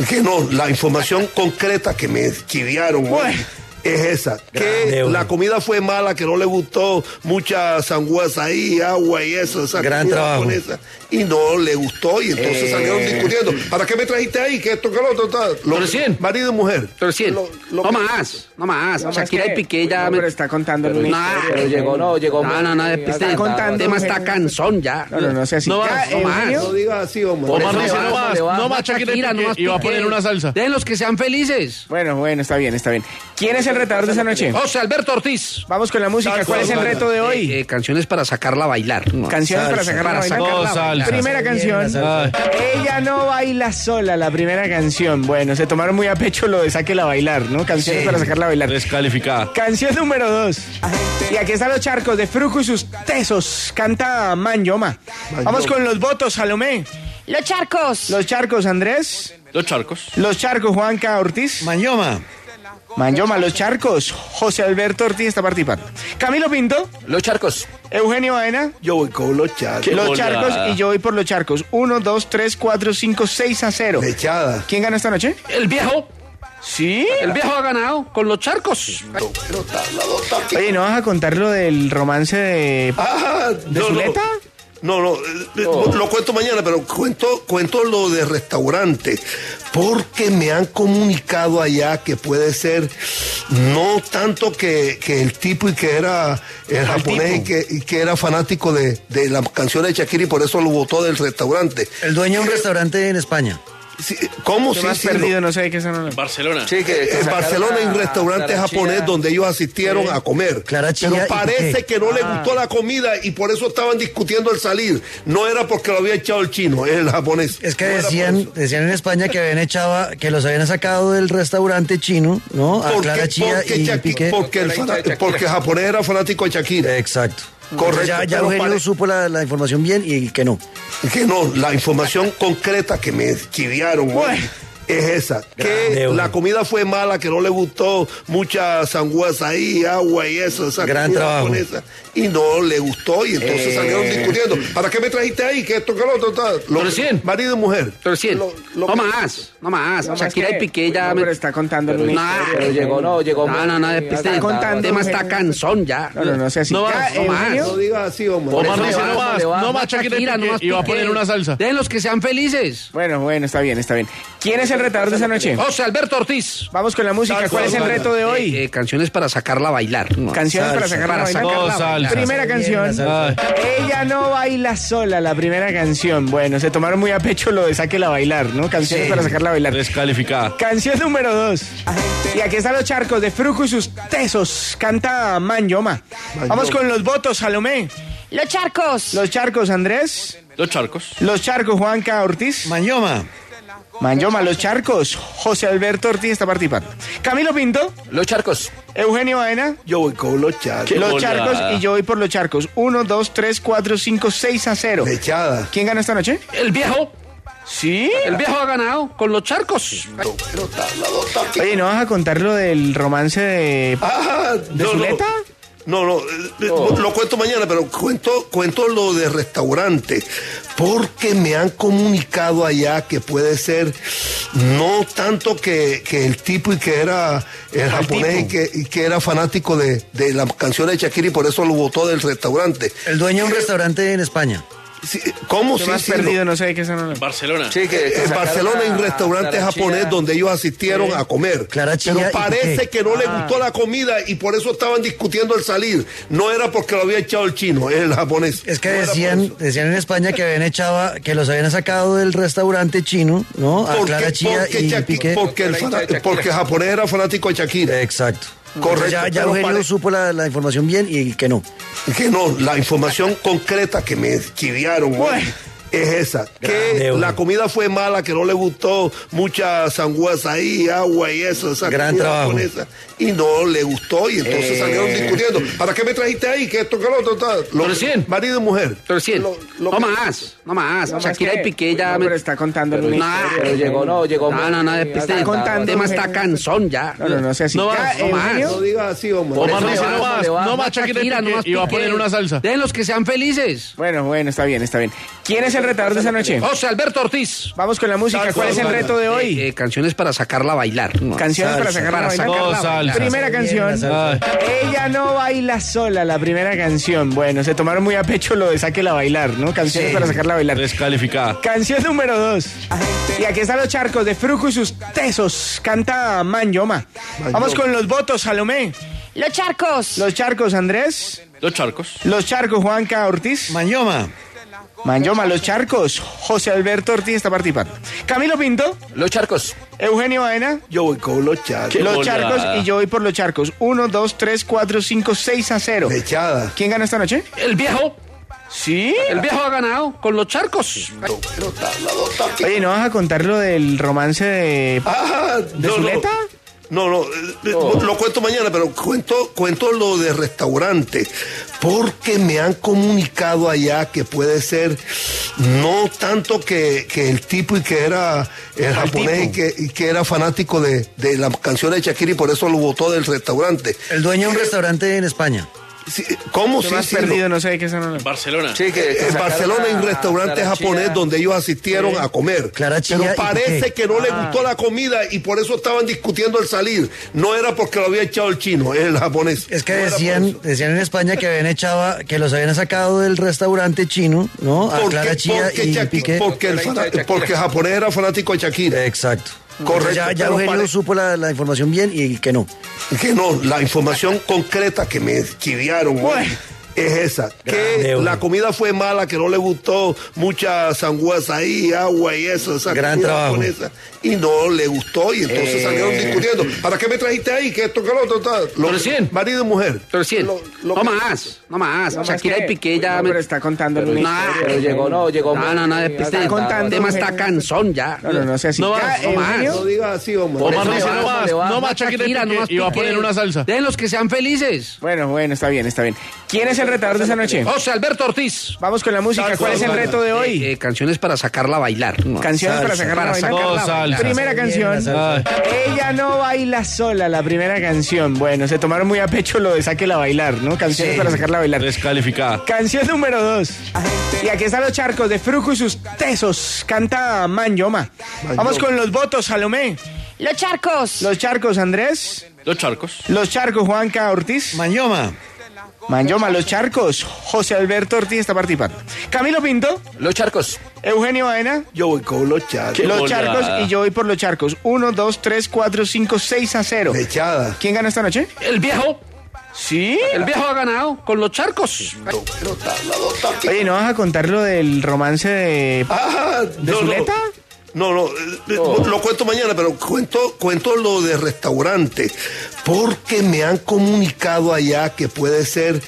Speaker 1: Que no, la información concreta que me chiviaron hoy es esa.
Speaker 2: Grande,
Speaker 1: que
Speaker 2: güey.
Speaker 1: la comida fue mala, que no le gustó mucha sangüesa ahí, agua y eso. Esa
Speaker 2: Gran
Speaker 1: comida
Speaker 2: trabajo. Eh.
Speaker 1: japonesa. y no le gustó y entonces salieron discutiendo. ¿Para qué me trajiste ahí? Que esto, que lo otro, tal. Lo-
Speaker 3: Recién.
Speaker 1: Marido y mujer.
Speaker 3: Recién.
Speaker 1: Lo- lo
Speaker 3: no
Speaker 1: que-
Speaker 3: más, no más.
Speaker 4: No, más
Speaker 3: Shakira
Speaker 4: que-
Speaker 3: y Piqué ya.
Speaker 4: No,
Speaker 3: me-
Speaker 4: pero está contando una
Speaker 3: Nah,
Speaker 4: historia.
Speaker 7: Pero llegó, no, llegó.
Speaker 3: No, no, no, este
Speaker 7: Está
Speaker 4: contando,
Speaker 3: tema está
Speaker 4: Eugenio.
Speaker 3: cansón ya.
Speaker 4: No, no, no sea así.
Speaker 5: No
Speaker 4: Ya,
Speaker 5: más,
Speaker 3: no más.
Speaker 4: Eugenio,
Speaker 1: No digas así, hombre. Ah,
Speaker 7: Por
Speaker 5: Omar
Speaker 7: eso le
Speaker 5: dice
Speaker 7: va,
Speaker 5: no más,
Speaker 7: le va.
Speaker 5: no más Shakira y
Speaker 3: Shakira, no
Speaker 5: Piqué,
Speaker 3: más
Speaker 5: y va a
Speaker 3: Piqué.
Speaker 5: poner una salsa.
Speaker 3: Den los que sean felices.
Speaker 4: Bueno, bueno, está bien, está bien. ¿Quién es el retador de esa noche?
Speaker 3: José Alberto Ortiz.
Speaker 4: Vamos con la música. ¿Cuál es el reto de hoy?
Speaker 3: Eh, eh, canciones para sacarla a bailar.
Speaker 4: Canciones para
Speaker 2: salsa.
Speaker 4: sacar la
Speaker 3: Para
Speaker 4: vaina.
Speaker 3: sacarla a
Speaker 5: Salsa. Ah,
Speaker 3: bailar.
Speaker 4: Primera canción. Ella no baila sola, la primera canción. Bueno, se tomaron muy a pecho lo de sáquela a bailar, ¿no? Canciones para sacarla a bailar.
Speaker 5: Descalificada.
Speaker 4: Canción número dos. Y aquí están los charcos de Fruco y sus tesos. Canta Manyoma. Vamos con los votos, Salomé.
Speaker 6: Los charcos.
Speaker 4: Los charcos, Andrés.
Speaker 5: Los charcos.
Speaker 4: Los charcos, Juanca Ortiz.
Speaker 2: Mañoma.
Speaker 4: Manyoma, los charcos. José Alberto Ortiz está participando. Camilo Pinto.
Speaker 7: Los charcos.
Speaker 4: Eugenio Baena.
Speaker 1: Yo voy con los charcos.
Speaker 4: Los charcos y yo voy por los charcos. 1, 2, 3, 4, 5, 6 a 0.
Speaker 1: Echada.
Speaker 4: ¿Quién ganó esta noche?
Speaker 3: El viejo.
Speaker 4: Sí.
Speaker 3: El viejo ha ganado con los charcos.
Speaker 4: Oye, ¿no vas a contar lo del romance de,
Speaker 1: Ah,
Speaker 4: de
Speaker 1: no, no.
Speaker 4: Zuleta?
Speaker 1: No, no, eh, eh,
Speaker 5: Oh.
Speaker 1: lo cuento mañana, pero cuento, cuento lo de restaurante, porque me han comunicado allá que puede ser no tanto que, que el tipo y que era el japonés y que, y que era fanático de, de las canciones de Shakira y por eso lo votó del restaurante.
Speaker 2: El dueño de un restaurante en España.
Speaker 1: Sí, eh, ¿Cómo
Speaker 4: ¿Qué
Speaker 1: sí,
Speaker 4: más
Speaker 1: sí,
Speaker 4: perdido? No sé de qué son
Speaker 5: Barcelona.
Speaker 7: Sí, que- que
Speaker 1: en
Speaker 7: sacaron
Speaker 1: Eh, Barcelona hay un
Speaker 7: a-
Speaker 1: restaurante
Speaker 7: Clara Chía.
Speaker 1: japonés donde ellos asistieron
Speaker 7: Sí. Ah.
Speaker 1: a comer.
Speaker 2: Clara Chía, ¿y
Speaker 1: Pero
Speaker 2: qué?
Speaker 1: parece que no le gustó la comida y por eso estaban discutiendo el salir. No era porque lo había echado el chino, el japonés.
Speaker 2: Es que decían, decían en España que habían echado, que los habían sacado del restaurante chino, ¿no? A
Speaker 1: Porque-
Speaker 2: ah, Clara Chía
Speaker 1: porque
Speaker 2: y
Speaker 1: Shaki-
Speaker 2: Piqué.
Speaker 1: porque el fana- porque el japonés era fanático de Shakira.
Speaker 2: Exacto.
Speaker 1: Correcto.
Speaker 2: Ya, ya
Speaker 1: pero
Speaker 2: Eugenio
Speaker 1: pare-
Speaker 2: supo la, la información bien y el que no.
Speaker 1: que no, la información concreta que me chiviaron hoy es esa. Que
Speaker 2: Grande,
Speaker 1: la
Speaker 2: Eugenio.
Speaker 1: comida fue mala, que no le gustó mucha sangüesa ahí, agua y eso, esa
Speaker 2: Gran
Speaker 1: comida
Speaker 2: trabajo.
Speaker 1: japonesa, Y no le gustó y entonces
Speaker 4: Eh.
Speaker 1: salieron discutiendo. ¿Para qué me trajiste ahí? Que esto, que lo otro, tal. Lo-
Speaker 3: Recién.
Speaker 1: Marido y mujer.
Speaker 3: Recién.
Speaker 1: Lo- lo
Speaker 3: no
Speaker 1: que-
Speaker 3: más, no más.
Speaker 4: No más
Speaker 3: Shakira
Speaker 4: que-
Speaker 3: y Piqué ya.
Speaker 4: No,
Speaker 3: me-
Speaker 4: pero está contando
Speaker 3: Pero
Speaker 4: una
Speaker 3: no,
Speaker 4: historia.
Speaker 7: Pero llegó, no, llegó.
Speaker 3: No, no, no, este
Speaker 4: Está contando,
Speaker 3: el tema está
Speaker 4: Eugenio.
Speaker 3: cansón ya.
Speaker 4: No, no, no sea así.
Speaker 3: No
Speaker 4: Ya,
Speaker 3: más, no
Speaker 4: Eugenio.
Speaker 3: más.
Speaker 1: No digas así, hombre.
Speaker 3: Por
Speaker 5: Omar
Speaker 3: eso
Speaker 5: dice
Speaker 3: le
Speaker 5: no
Speaker 3: va,
Speaker 5: más, no más
Speaker 3: Shakira,
Speaker 5: Shakira
Speaker 3: no más
Speaker 5: y va a poner
Speaker 3: Piqué.
Speaker 5: una salsa.
Speaker 3: Den los que sean felices.
Speaker 4: Bueno, bueno, está bien, está bien. ¿Quién es el retador de esta noche?
Speaker 3: José Alberto Ortiz.
Speaker 4: Vamos con la música. ¿Cuál es el reto de hoy?
Speaker 3: Eh, eh, canciones para sacarla a bailar.
Speaker 4: Canciones para
Speaker 2: salsa,
Speaker 4: sacar la
Speaker 3: para
Speaker 4: vaina.
Speaker 3: sacarla
Speaker 5: a bailar.
Speaker 4: Primera
Speaker 2: Bien,
Speaker 4: canción.
Speaker 2: la salsa.
Speaker 4: Ella no baila sola, la primera canción. Bueno, se tomaron muy a pecho lo de Sáquela a bailar, ¿no? Canciones
Speaker 2: Sí.
Speaker 4: para sacarla a bailar.
Speaker 5: Descalificada.
Speaker 4: Canción número dos. Y aquí están los charcos de Fruco y sus tesos. Canta Manyoma. Vamos con los votos, Salomé.
Speaker 6: Los charcos.
Speaker 4: Los charcos, Andrés.
Speaker 5: Los charcos.
Speaker 4: Los charcos, Juanca Ortiz.
Speaker 2: Mañoma.
Speaker 4: Manyoma, los charcos. José Alberto Ortiz está participando. Camilo Pinto.
Speaker 7: Los charcos.
Speaker 4: Eugenio Baena.
Speaker 1: Yo voy con los charcos.
Speaker 5: Qué
Speaker 4: los
Speaker 5: bola.
Speaker 4: charcos y yo voy por los charcos. 1, 2, 3, 4, 5, 6 a 0.
Speaker 1: Echada.
Speaker 4: ¿Quién ganó esta noche?
Speaker 3: El viejo.
Speaker 4: Sí.
Speaker 3: El viejo ha ganado con los charcos.
Speaker 4: Oye, ¿no vas a contar lo del romance de,
Speaker 1: Ah,
Speaker 4: de
Speaker 1: no, no.
Speaker 4: Zuleta?
Speaker 1: No, no, eh, eh,
Speaker 2: Oh.
Speaker 1: lo cuento mañana, pero cuento, cuento lo de restaurante, porque me han comunicado allá que puede ser no tanto que, que el tipo y que era el japonés y
Speaker 4: tipo?
Speaker 1: que, y que era fanático de, de las canciones de Shakira y por eso lo votó del restaurante. Eh,
Speaker 2: El dueño de un restaurante en España.
Speaker 1: Sí, ¿Cómo
Speaker 4: ¿Qué
Speaker 1: sí,
Speaker 4: más
Speaker 1: sí,
Speaker 4: perdido?
Speaker 1: lo-
Speaker 4: No sé de qué son.
Speaker 5: Barcelona.
Speaker 7: Sí, que, que
Speaker 1: en
Speaker 7: sacaron
Speaker 1: Eh, Barcelona hay un
Speaker 7: a-
Speaker 1: restaurante
Speaker 7: a Clara Chía.
Speaker 1: japonés donde ellos asistieron a comer.
Speaker 2: Clara Chía
Speaker 1: pero
Speaker 2: y
Speaker 1: parece
Speaker 2: Piqué.
Speaker 1: que no le
Speaker 7: Ah.
Speaker 1: gustó la comida y por eso estaban discutiendo el salir. No era porque lo había echado el chino, el japonés.
Speaker 2: Es que
Speaker 1: No era por
Speaker 2: decían,
Speaker 1: eso.
Speaker 2: decían en España que habían echado, que los habían sacado del restaurante chino, ¿no? A
Speaker 1: Porque,
Speaker 2: ah, Clara Chía
Speaker 1: porque
Speaker 2: y
Speaker 1: Shaki-
Speaker 2: Piqué.
Speaker 1: porque el fana- porque el japonés era fanático de Shakira.
Speaker 2: Exacto.
Speaker 1: Correcto,
Speaker 2: Ya, ya
Speaker 1: pero
Speaker 2: Eugenio
Speaker 1: pare-
Speaker 2: supo la, la información bien y el que no.
Speaker 1: Que no, la información concreta que me chiviaron hoy es esa.
Speaker 2: Grande,
Speaker 1: que
Speaker 2: hombre.
Speaker 1: la comida fue mala, que no le gustó mucha sangüesa ahí, agua y eso, esa
Speaker 2: Gran
Speaker 1: comida
Speaker 2: trabajo.
Speaker 1: japonesa. Y no le gustó y entonces
Speaker 4: Eh.
Speaker 1: salieron discutiendo. ¿Para qué me trajiste ahí? Que esto, que lo otro, tal. Lo-
Speaker 3: Recién.
Speaker 1: Marido y mujer.
Speaker 3: Recién.
Speaker 1: Lo- lo
Speaker 3: no
Speaker 1: que-
Speaker 3: más, no más.
Speaker 4: No,
Speaker 3: Shakira
Speaker 4: más
Speaker 3: y
Speaker 4: que-
Speaker 3: Piqué ya.
Speaker 4: No,
Speaker 3: me-
Speaker 4: pero está contando una
Speaker 3: Nah.
Speaker 4: historia.
Speaker 7: Pero llegó, no, llegó.
Speaker 3: No, no, no, este
Speaker 7: Está
Speaker 4: contando,
Speaker 3: el tema está
Speaker 4: Eugenio.
Speaker 3: cansón ya.
Speaker 4: No, no, no sea así.
Speaker 3: No
Speaker 4: Ya,
Speaker 3: más, no
Speaker 4: Eugenio.
Speaker 3: más.
Speaker 1: No digas así, hombre.
Speaker 7: Omar
Speaker 5: Omar
Speaker 7: Eso
Speaker 5: dice
Speaker 7: le
Speaker 5: no
Speaker 7: va,
Speaker 5: más,
Speaker 7: le va.
Speaker 5: no más Shakira y
Speaker 3: Shakira, no
Speaker 5: Piqué,
Speaker 3: Ah, más
Speaker 5: y va a
Speaker 3: Piqué.
Speaker 5: poner una salsa.
Speaker 3: Den los que sean felices.
Speaker 4: Bueno, bueno, está bien, está bien. ¿Quién es el retador de esta noche?
Speaker 3: José Alberto Ortiz.
Speaker 4: Vamos con la música. ¿Cuál es el reto de hoy?
Speaker 3: Eh, eh, canciones para sacarla a bailar.
Speaker 4: Canciones para
Speaker 2: Ah, salsa.
Speaker 4: sacar la
Speaker 3: Para
Speaker 4: vaina.
Speaker 3: sacar la
Speaker 4: Carla.
Speaker 3: vaina.
Speaker 4: Primera
Speaker 2: Bien, la
Speaker 4: canción.
Speaker 5: Ah,
Speaker 2: salsa.
Speaker 4: Ella no baila sola, la primera canción. Bueno, se tomaron muy a pecho lo de Sáquela a bailar, ¿no? Canciones
Speaker 2: Sí.
Speaker 4: para sacarla a bailar.
Speaker 5: Descalificada.
Speaker 4: Canción número 2. Y aquí están los charcos de Fruco y sus tesos. Canta Manyoma. Vamos con los votos, Salomé.
Speaker 6: Los charcos.
Speaker 4: Los charcos, Andrés.
Speaker 5: Los charcos.
Speaker 4: Los charcos, Juanca Ortiz.
Speaker 2: Mañoma.
Speaker 4: Manyoma, los charcos. José Alberto Ortiz está participando. Camilo Pinto.
Speaker 7: Los charcos.
Speaker 4: Eugenio Baena.
Speaker 1: Yo voy con los charcos.
Speaker 4: Los
Speaker 5: bola.
Speaker 4: charcos y yo voy por los charcos. 1, 2, 3, 4, 5, 6 a 0.
Speaker 1: Echada.
Speaker 4: ¿Quién ganó esta noche?
Speaker 3: El viejo.
Speaker 4: Sí.
Speaker 3: El viejo ha ganado con los charcos.
Speaker 4: Oye, ¿no vas a contar lo del romance de,
Speaker 1: Ah,
Speaker 4: de
Speaker 1: no,
Speaker 4: Zuleta?
Speaker 1: No. No, no, eh, eh, lo cuento mañana, pero cuento, cuento lo de restaurante, porque me han comunicado allá que puede ser no tanto que, que el tipo y que era el japonés y que, y que era fanático de, de las canciones de Shakira y por eso lo votó del restaurante. Eh,
Speaker 2: El dueño de un restaurante en España.
Speaker 1: Sí, ¿Cómo
Speaker 4: ¿Qué
Speaker 1: sí?
Speaker 4: más
Speaker 1: sí,
Speaker 4: perdido?
Speaker 1: lo-
Speaker 4: No sé de qué se habla.
Speaker 5: Barcelona.
Speaker 1: Sí, que en Eh, Barcelona hay un restaurante japonés donde ellos asistieron
Speaker 4: Sí.
Speaker 1: a comer.
Speaker 4: Clara Chía, ¿y
Speaker 1: pero
Speaker 4: por qué?
Speaker 1: parece que no le
Speaker 4: Ah.
Speaker 1: gustó la comida y por eso estaban discutiendo el salir. No era porque lo había echado el chino, el japonés.
Speaker 2: Es que decían, decían en España que habían echado, que los habían sacado del restaurante chino, ¿no? A
Speaker 1: Porque-
Speaker 2: Clara Chía
Speaker 1: porque
Speaker 2: y
Speaker 1: Shaki-
Speaker 2: Piqué.
Speaker 1: porque el fana- porque el japonés era fanático de Shakira.
Speaker 2: Exacto.
Speaker 1: Correcto.
Speaker 2: Ya, ya
Speaker 1: pero
Speaker 2: Eugenio
Speaker 1: pare-
Speaker 2: supo la, la información bien y, que no.
Speaker 1: Que no, la información concreta que me chiviaron güey, es esa. Que
Speaker 2: Grande, güey.
Speaker 1: la comida fue mala, que no le gustó mucha sangüesa ahí, agua y eso. Esa
Speaker 2: Gran
Speaker 1: comida
Speaker 2: trabajo.
Speaker 1: japonesa, y no le gustó y entonces
Speaker 2: Eh.
Speaker 1: salieron discutiendo. ¿Para qué me trajiste ahí? Que esto, que lo otro, tal. Lo- Marido y mujer. Lo- lo
Speaker 3: No
Speaker 1: que-
Speaker 3: más, no más.
Speaker 4: No más
Speaker 3: Shakira
Speaker 4: que-
Speaker 3: y Piqué ya.
Speaker 4: No,
Speaker 3: me-
Speaker 4: pero está contando
Speaker 3: Pero
Speaker 4: una
Speaker 3: no,
Speaker 4: historia.
Speaker 3: pero llegó, no, llegó. No, no, no, este-
Speaker 4: Está contando.
Speaker 3: el tema está
Speaker 4: Eugenio.
Speaker 3: cansón ya.
Speaker 4: No, no, no sea así.
Speaker 3: No
Speaker 4: Ya,
Speaker 3: más, no más.
Speaker 4: Eugenio.
Speaker 1: No digas así, hombre.
Speaker 3: Por eso
Speaker 4: dice,
Speaker 3: le
Speaker 4: no
Speaker 3: va,
Speaker 4: más,
Speaker 3: le va.
Speaker 4: no más
Speaker 3: Shakira, no más Piqué. Den los que sean felices.
Speaker 4: Bueno, bueno, está bien, está bien. ¿Quién es el retador de esa noche?
Speaker 3: José Alberto Ortiz.
Speaker 4: Vamos con la música. ¿Cuál es el reto de hoy?
Speaker 3: Eh, eh, canciones para sacarla a bailar.
Speaker 4: Canciones para sacar
Speaker 3: Oh,
Speaker 4: la vaina. Primera canción. Ella no baila sola, la primera canción. Bueno, se tomaron muy a pecho lo de saque la bailar, ¿no? Canciones para sacarla a bailar.
Speaker 5: Descalificada.
Speaker 4: Canción número dos. Y aquí están los charcos de Frujo y sus tesos. Canta Manyoma. Vamos con los votos, Salomé.
Speaker 6: Los charcos.
Speaker 4: Los charcos, Andrés.
Speaker 5: Los charcos.
Speaker 4: Los charcos, Juanca Ortiz.
Speaker 2: Manyoma.
Speaker 4: Manyoma, los charcos. José Alberto Ortiz está participando. Camilo Pinto.
Speaker 7: Los charcos.
Speaker 4: Eugenio Baena.
Speaker 1: Yo voy con los charcos.
Speaker 4: los charcos y yo voy por los charcos. 1, 2, 3, 4, 5, 6 a 0.
Speaker 1: Echada.
Speaker 4: ¿Quién ganó esta noche?
Speaker 3: El viejo.
Speaker 4: Sí.
Speaker 3: El viejo ha ganado con los charcos.
Speaker 4: Oye, ¿no vas a contar lo del romance de,
Speaker 1: Ah,
Speaker 4: de
Speaker 1: no, no.
Speaker 4: Zuleta?
Speaker 1: No, no, eh, eh, lo cuento mañana, pero cuento, cuento lo de restaurante, porque me han comunicado allá que puede ser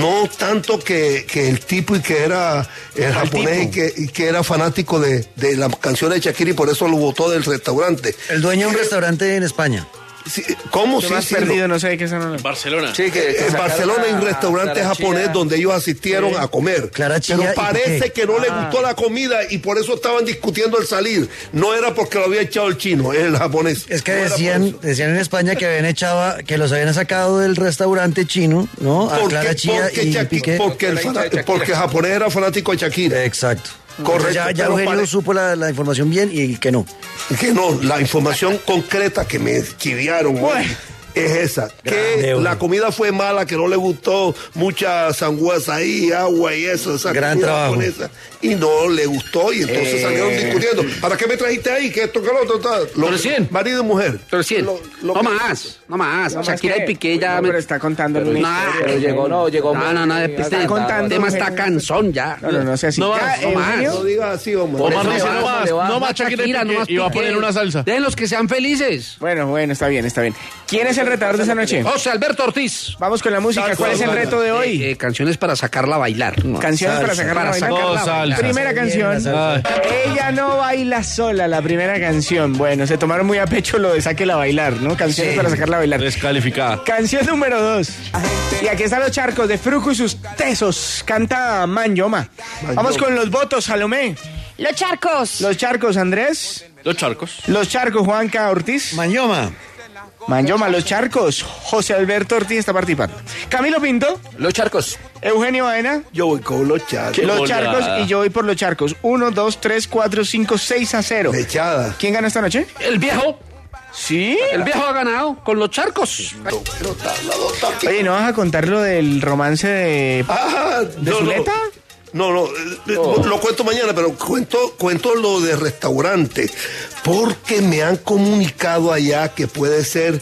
Speaker 1: no tanto que, que el tipo y que era el japonés y que, y que era fanático de, de las canciones de Shakira y por eso lo votó del restaurante.
Speaker 2: El dueño de un restaurante en España.
Speaker 1: Sí, ¿Cómo
Speaker 4: Te
Speaker 1: sí,
Speaker 4: has
Speaker 1: sí,
Speaker 4: perdido, no sé de qué se
Speaker 5: Barcelona.
Speaker 7: Sí, que- que
Speaker 1: Eh, en
Speaker 7: sacaron
Speaker 1: Barcelona hay un
Speaker 7: a
Speaker 1: restaurante
Speaker 7: Clara
Speaker 1: japonés
Speaker 7: Chía.
Speaker 1: donde ellos asistieron
Speaker 7: Sí.
Speaker 1: a comer.
Speaker 2: Clara Chía y
Speaker 1: pero parece
Speaker 2: Piqué.
Speaker 1: que no le
Speaker 2: Ah.
Speaker 1: gustó la comida y por eso estaban discutiendo el salir. No era porque lo había echado el chino, el japonés.
Speaker 2: Es que decían, decían en España que habían echado, que los habían sacado del restaurante chino, ¿no? A
Speaker 1: Porque-
Speaker 2: Clara Chía
Speaker 1: porque
Speaker 2: y
Speaker 1: Shaki-
Speaker 2: Piqué.
Speaker 1: porque el fana- porque el japonés era fanático de Shakira.
Speaker 2: Exacto.
Speaker 1: Correcto.
Speaker 2: Ya, ya
Speaker 1: pero
Speaker 2: Eugenio
Speaker 1: pare-
Speaker 2: supo la, la información bien y que no.
Speaker 1: que no, la información concreta que me chiviaron güey, es esa. Que
Speaker 2: Grande, güey.
Speaker 1: la comida fue mala, que no le gustó mucha sangüesa ahí, agua y eso. Esa
Speaker 2: Gran
Speaker 1: comida
Speaker 2: trabajo.
Speaker 1: japonesa, y no le gustó y entonces
Speaker 4: Eh.
Speaker 1: salieron discutiendo. ¿Para qué me trajiste ahí? Que esto, que lo otro, tal. Lo-
Speaker 3: Recién.
Speaker 1: Marido y mujer.
Speaker 3: Recién.
Speaker 1: Lo- lo
Speaker 3: No
Speaker 1: que-
Speaker 3: más, no más.
Speaker 4: No más
Speaker 3: Shakira
Speaker 4: que-
Speaker 3: y Piqué ya.
Speaker 4: No,
Speaker 3: me-
Speaker 4: pero está contando una
Speaker 3: No,
Speaker 4: historia.
Speaker 3: pero
Speaker 7: llegó, no, llegó.
Speaker 3: No, no, no, este-
Speaker 4: Está contando,
Speaker 3: el tema está
Speaker 4: Eugenio.
Speaker 3: cansón ya.
Speaker 4: No, no, no sea así.
Speaker 3: No
Speaker 4: Ya,
Speaker 3: más, no más.
Speaker 4: Eugenio.
Speaker 1: No digas así, hombre.
Speaker 5: Omar
Speaker 3: Eso
Speaker 5: dice
Speaker 3: va,
Speaker 5: no más,
Speaker 3: le va,
Speaker 5: no más Shakira y Piqué, y va a
Speaker 3: Piqué.
Speaker 5: poner una salsa.
Speaker 3: Den los que sean felices.
Speaker 4: Bueno, bueno, está bien, está bien. ¿Quién es el retador de esa noche?
Speaker 3: José Alberto Ortiz.
Speaker 4: Vamos con la música. ¿Cuál es el reto de hoy?
Speaker 3: Eh, eh, canciones para sacarla a bailar.
Speaker 4: Canciones para sacar la vaina.
Speaker 3: Oh,
Speaker 4: Primera canción. Ella no baila sola, la primera canción. Bueno, se tomaron muy a pecho lo de saque la bailar, ¿no? Canciones
Speaker 2: Sí.
Speaker 4: para sacarla a bailar.
Speaker 5: Descalificada.
Speaker 4: Canción número dos. Y aquí están los charcos de Fruco y sus tesos. Canta Manyoma. Vamos con los votos, Salomé.
Speaker 6: Los charcos.
Speaker 4: Los charcos, Andrés.
Speaker 5: Los charcos.
Speaker 4: Los charcos, Juanca Ortiz.
Speaker 2: Mañoma.
Speaker 4: Manyoma, los charcos. José Alberto Ortiz está participando. Camilo Pinto.
Speaker 7: Los charcos.
Speaker 4: Eugenio Baena.
Speaker 1: Yo voy con los charcos.
Speaker 5: Qué
Speaker 4: Los
Speaker 5: bola.
Speaker 4: charcos y yo voy por los charcos. 1, 2, 3, 4, 5, 6 a 0.
Speaker 1: Echada.
Speaker 4: ¿Quién ganó esta noche?
Speaker 3: El viejo.
Speaker 4: Sí.
Speaker 3: El viejo ha ganado con los charcos.
Speaker 4: Oye, ¿no vas a contar lo del romance de,
Speaker 1: Ah,
Speaker 4: de
Speaker 1: no, no.
Speaker 4: Zuleta?
Speaker 1: No, no, eh, eh, lo cuento mañana, pero cuento, cuento lo de restaurante, porque me han comunicado allá que puede ser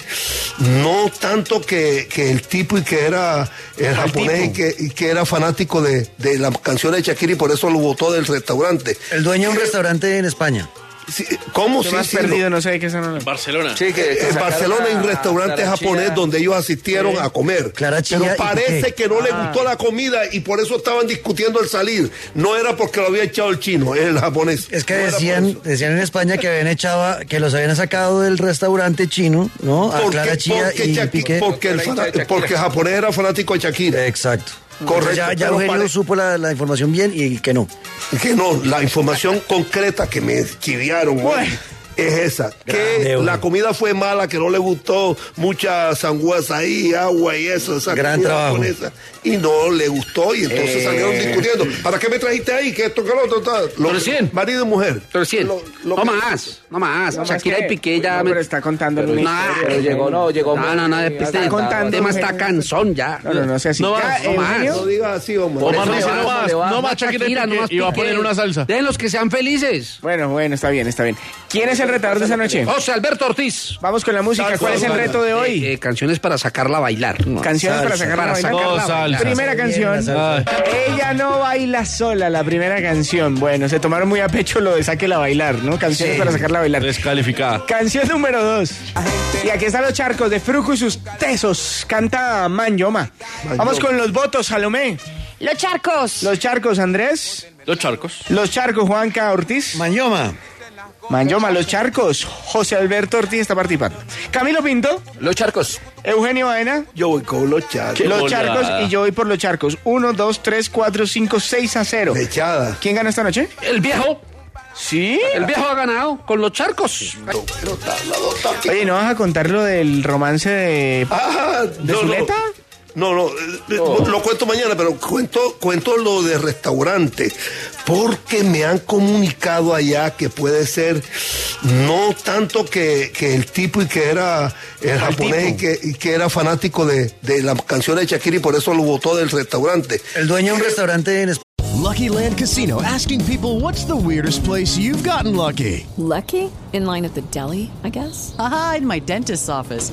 Speaker 1: no tanto que, que el tipo y que era el japonés y
Speaker 4: tipo.
Speaker 1: que, y que era fanático de, de las canciones de Shakira y por eso lo votó del restaurante.
Speaker 2: El dueño de un restaurante en España.
Speaker 1: Sí, ¿Cómo
Speaker 4: Te
Speaker 1: sí,
Speaker 4: has
Speaker 1: sí,
Speaker 4: perdido,
Speaker 1: lo-
Speaker 4: no sé de qué se habla.
Speaker 5: Barcelona.
Speaker 7: Sí, que, que
Speaker 1: en
Speaker 7: sacaron
Speaker 1: Barcelona hay un
Speaker 7: a
Speaker 1: restaurante
Speaker 7: Clara
Speaker 1: japonés
Speaker 7: Chía.
Speaker 1: donde ellos asistieron a comer.
Speaker 2: Clara Chía y
Speaker 1: pero parece
Speaker 2: Piqué.
Speaker 1: que no le
Speaker 7: Ah.
Speaker 1: gustó la comida y por eso estaban discutiendo el salir. No era porque lo había echado el chino, el japonés.
Speaker 2: Es que
Speaker 1: No era por eso.
Speaker 2: decían, decían en España que habían echado, que los habían sacado del restaurante chino, ¿no? A
Speaker 1: Porque-
Speaker 2: Clara Chía
Speaker 1: porque
Speaker 2: y
Speaker 1: Shaki-
Speaker 2: Piqué.
Speaker 1: Porque el, fana- porque el japonés era fanático de Shakira.
Speaker 2: Exacto.
Speaker 1: Correcto,
Speaker 2: Ya, ya
Speaker 1: pero
Speaker 2: Eugenio
Speaker 1: pare-
Speaker 2: supo la, la información bien y que no.
Speaker 1: Que no, la información concreta que me chiviaron güey, es esa. que
Speaker 2: Grande, güey.
Speaker 1: la comida fue mala, que no le gustó mucha sangüesa ahí, agua y eso. Esa
Speaker 2: Gran
Speaker 1: comida
Speaker 2: trabajo.
Speaker 1: japonesa, y no le gustó y entonces
Speaker 2: Eh.
Speaker 1: salieron discutiendo. ¿Para qué me trajiste ahí? Que esto, que lo otro, tal. Lo- Marido y mujer. Lo- lo
Speaker 3: No
Speaker 1: que-
Speaker 3: más, no más.
Speaker 1: No más
Speaker 3: Shakira
Speaker 1: que-
Speaker 3: y Piqué ya. me...
Speaker 4: está contando
Speaker 3: No,
Speaker 4: una historia. Pero llegó, no, llegó
Speaker 3: No,
Speaker 4: muy-
Speaker 3: no, no. Este,
Speaker 4: Está contando,
Speaker 3: el tema está
Speaker 4: Eugenio.
Speaker 3: cansón ya.
Speaker 4: No, no, no sea así.
Speaker 3: No
Speaker 4: Ya,
Speaker 3: más, no más.
Speaker 4: Eugenio. No
Speaker 1: digas así, Omar.
Speaker 3: Por
Speaker 4: Omar
Speaker 3: eso
Speaker 4: dice,
Speaker 3: le
Speaker 4: no
Speaker 3: va,
Speaker 4: más,
Speaker 3: le va.
Speaker 4: no más Shakira y
Speaker 3: no
Speaker 4: Piqué,
Speaker 3: más
Speaker 4: y va a
Speaker 3: Piqué.
Speaker 4: poner una salsa.
Speaker 3: Déjenlos que sean felices.
Speaker 4: Bueno, bueno, está bien, está bien. ¿Quién es el retador de esta noche?
Speaker 3: José Alberto Ortiz.
Speaker 4: Vamos con la música. ¿Cuál es el reto de hoy?
Speaker 3: Eh, eh, canciones para sacarla a bailar.
Speaker 4: Canciones para sacarla a bailar.
Speaker 3: sacarla a bailar.
Speaker 4: Primera canción. Ah. Ella no baila sola, la primera canción. Bueno, se tomaron muy a pecho lo de sáquela a bailar, ¿no? Canciones para sacarla a bailar.
Speaker 5: Descalificada.
Speaker 4: Canción número dos. Y aquí están los charcos de Fruco y sus tesos. Canta Manyoma. Vamos con los votos, Salomé.
Speaker 6: Los charcos.
Speaker 4: Los charcos, Andrés.
Speaker 5: Los charcos.
Speaker 4: Los charcos, Juanca Ortiz. Manyoma. Manyoma, los charcos. José Alberto Ortiz está participando. Camilo Pinto.
Speaker 7: Los charcos.
Speaker 4: Eugenio Baena.
Speaker 1: Yo voy con los charcos.
Speaker 4: Los charcos y yo voy por los charcos. 1, 2, 3, 4, 5, 6 a 0.
Speaker 1: Echada.
Speaker 4: ¿Quién ganó esta noche?
Speaker 3: El viejo.
Speaker 4: Sí.
Speaker 3: El viejo ha ganado con los charcos.
Speaker 4: Oye, ¿no vas a contar lo del romance de,
Speaker 1: Ah,
Speaker 4: de
Speaker 1: no, no.
Speaker 4: Zuleta?
Speaker 1: No, no, eh, eh, lo cuento mañana, pero cuento, cuento lo de restaurante, porque me han comunicado allá que puede ser no tanto que, que el tipo y que era el japonés y que, y que era fanático de, de las canciones de Shakira y por eso lo votó del restaurante.
Speaker 2: El dueño de un restaurante en España.
Speaker 9: Lucky Land Casino asking people what's the weirdest place you've gotten lucky?
Speaker 13: Lucky? In line at the deli, I guess?
Speaker 10: Aha, in my dentist's office.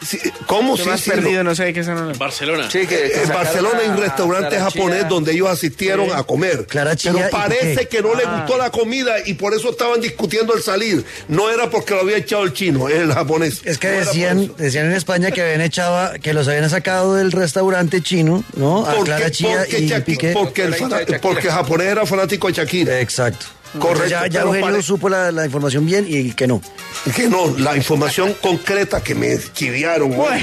Speaker 1: Sí, ¿Cómo
Speaker 4: Te
Speaker 1: sí,
Speaker 4: has
Speaker 1: sí,
Speaker 4: perdido,
Speaker 1: no?
Speaker 4: no sé de qué se
Speaker 5: Barcelona.
Speaker 1: Sí, que- en Eh, Barcelona hay un restaurante japonés donde ellos asistieron
Speaker 4: Sí.
Speaker 1: a comer.
Speaker 4: Clara Chía
Speaker 1: pero
Speaker 4: y
Speaker 1: parece
Speaker 4: Piqué.
Speaker 1: que no le
Speaker 4: Ah.
Speaker 1: gustó la comida y por eso estaban discutiendo el salir. No era porque lo había echado el chino, el japonés.
Speaker 2: Es que decían, decían en España que habían echado, que los habían sacado del restaurante chino, ¿no? A
Speaker 1: Porque-
Speaker 2: Clara Chía
Speaker 1: porque
Speaker 2: y
Speaker 1: Shaki-
Speaker 2: Piqué.
Speaker 1: porque el fana- porque el japonés era fanático de Shakira.
Speaker 2: Exacto.
Speaker 1: Correcto.
Speaker 2: Ya, ya
Speaker 1: pero
Speaker 2: Eugenio
Speaker 1: pare-
Speaker 2: supo la, la información bien y que no.
Speaker 1: que no, la información concreta que me chiviaron hoy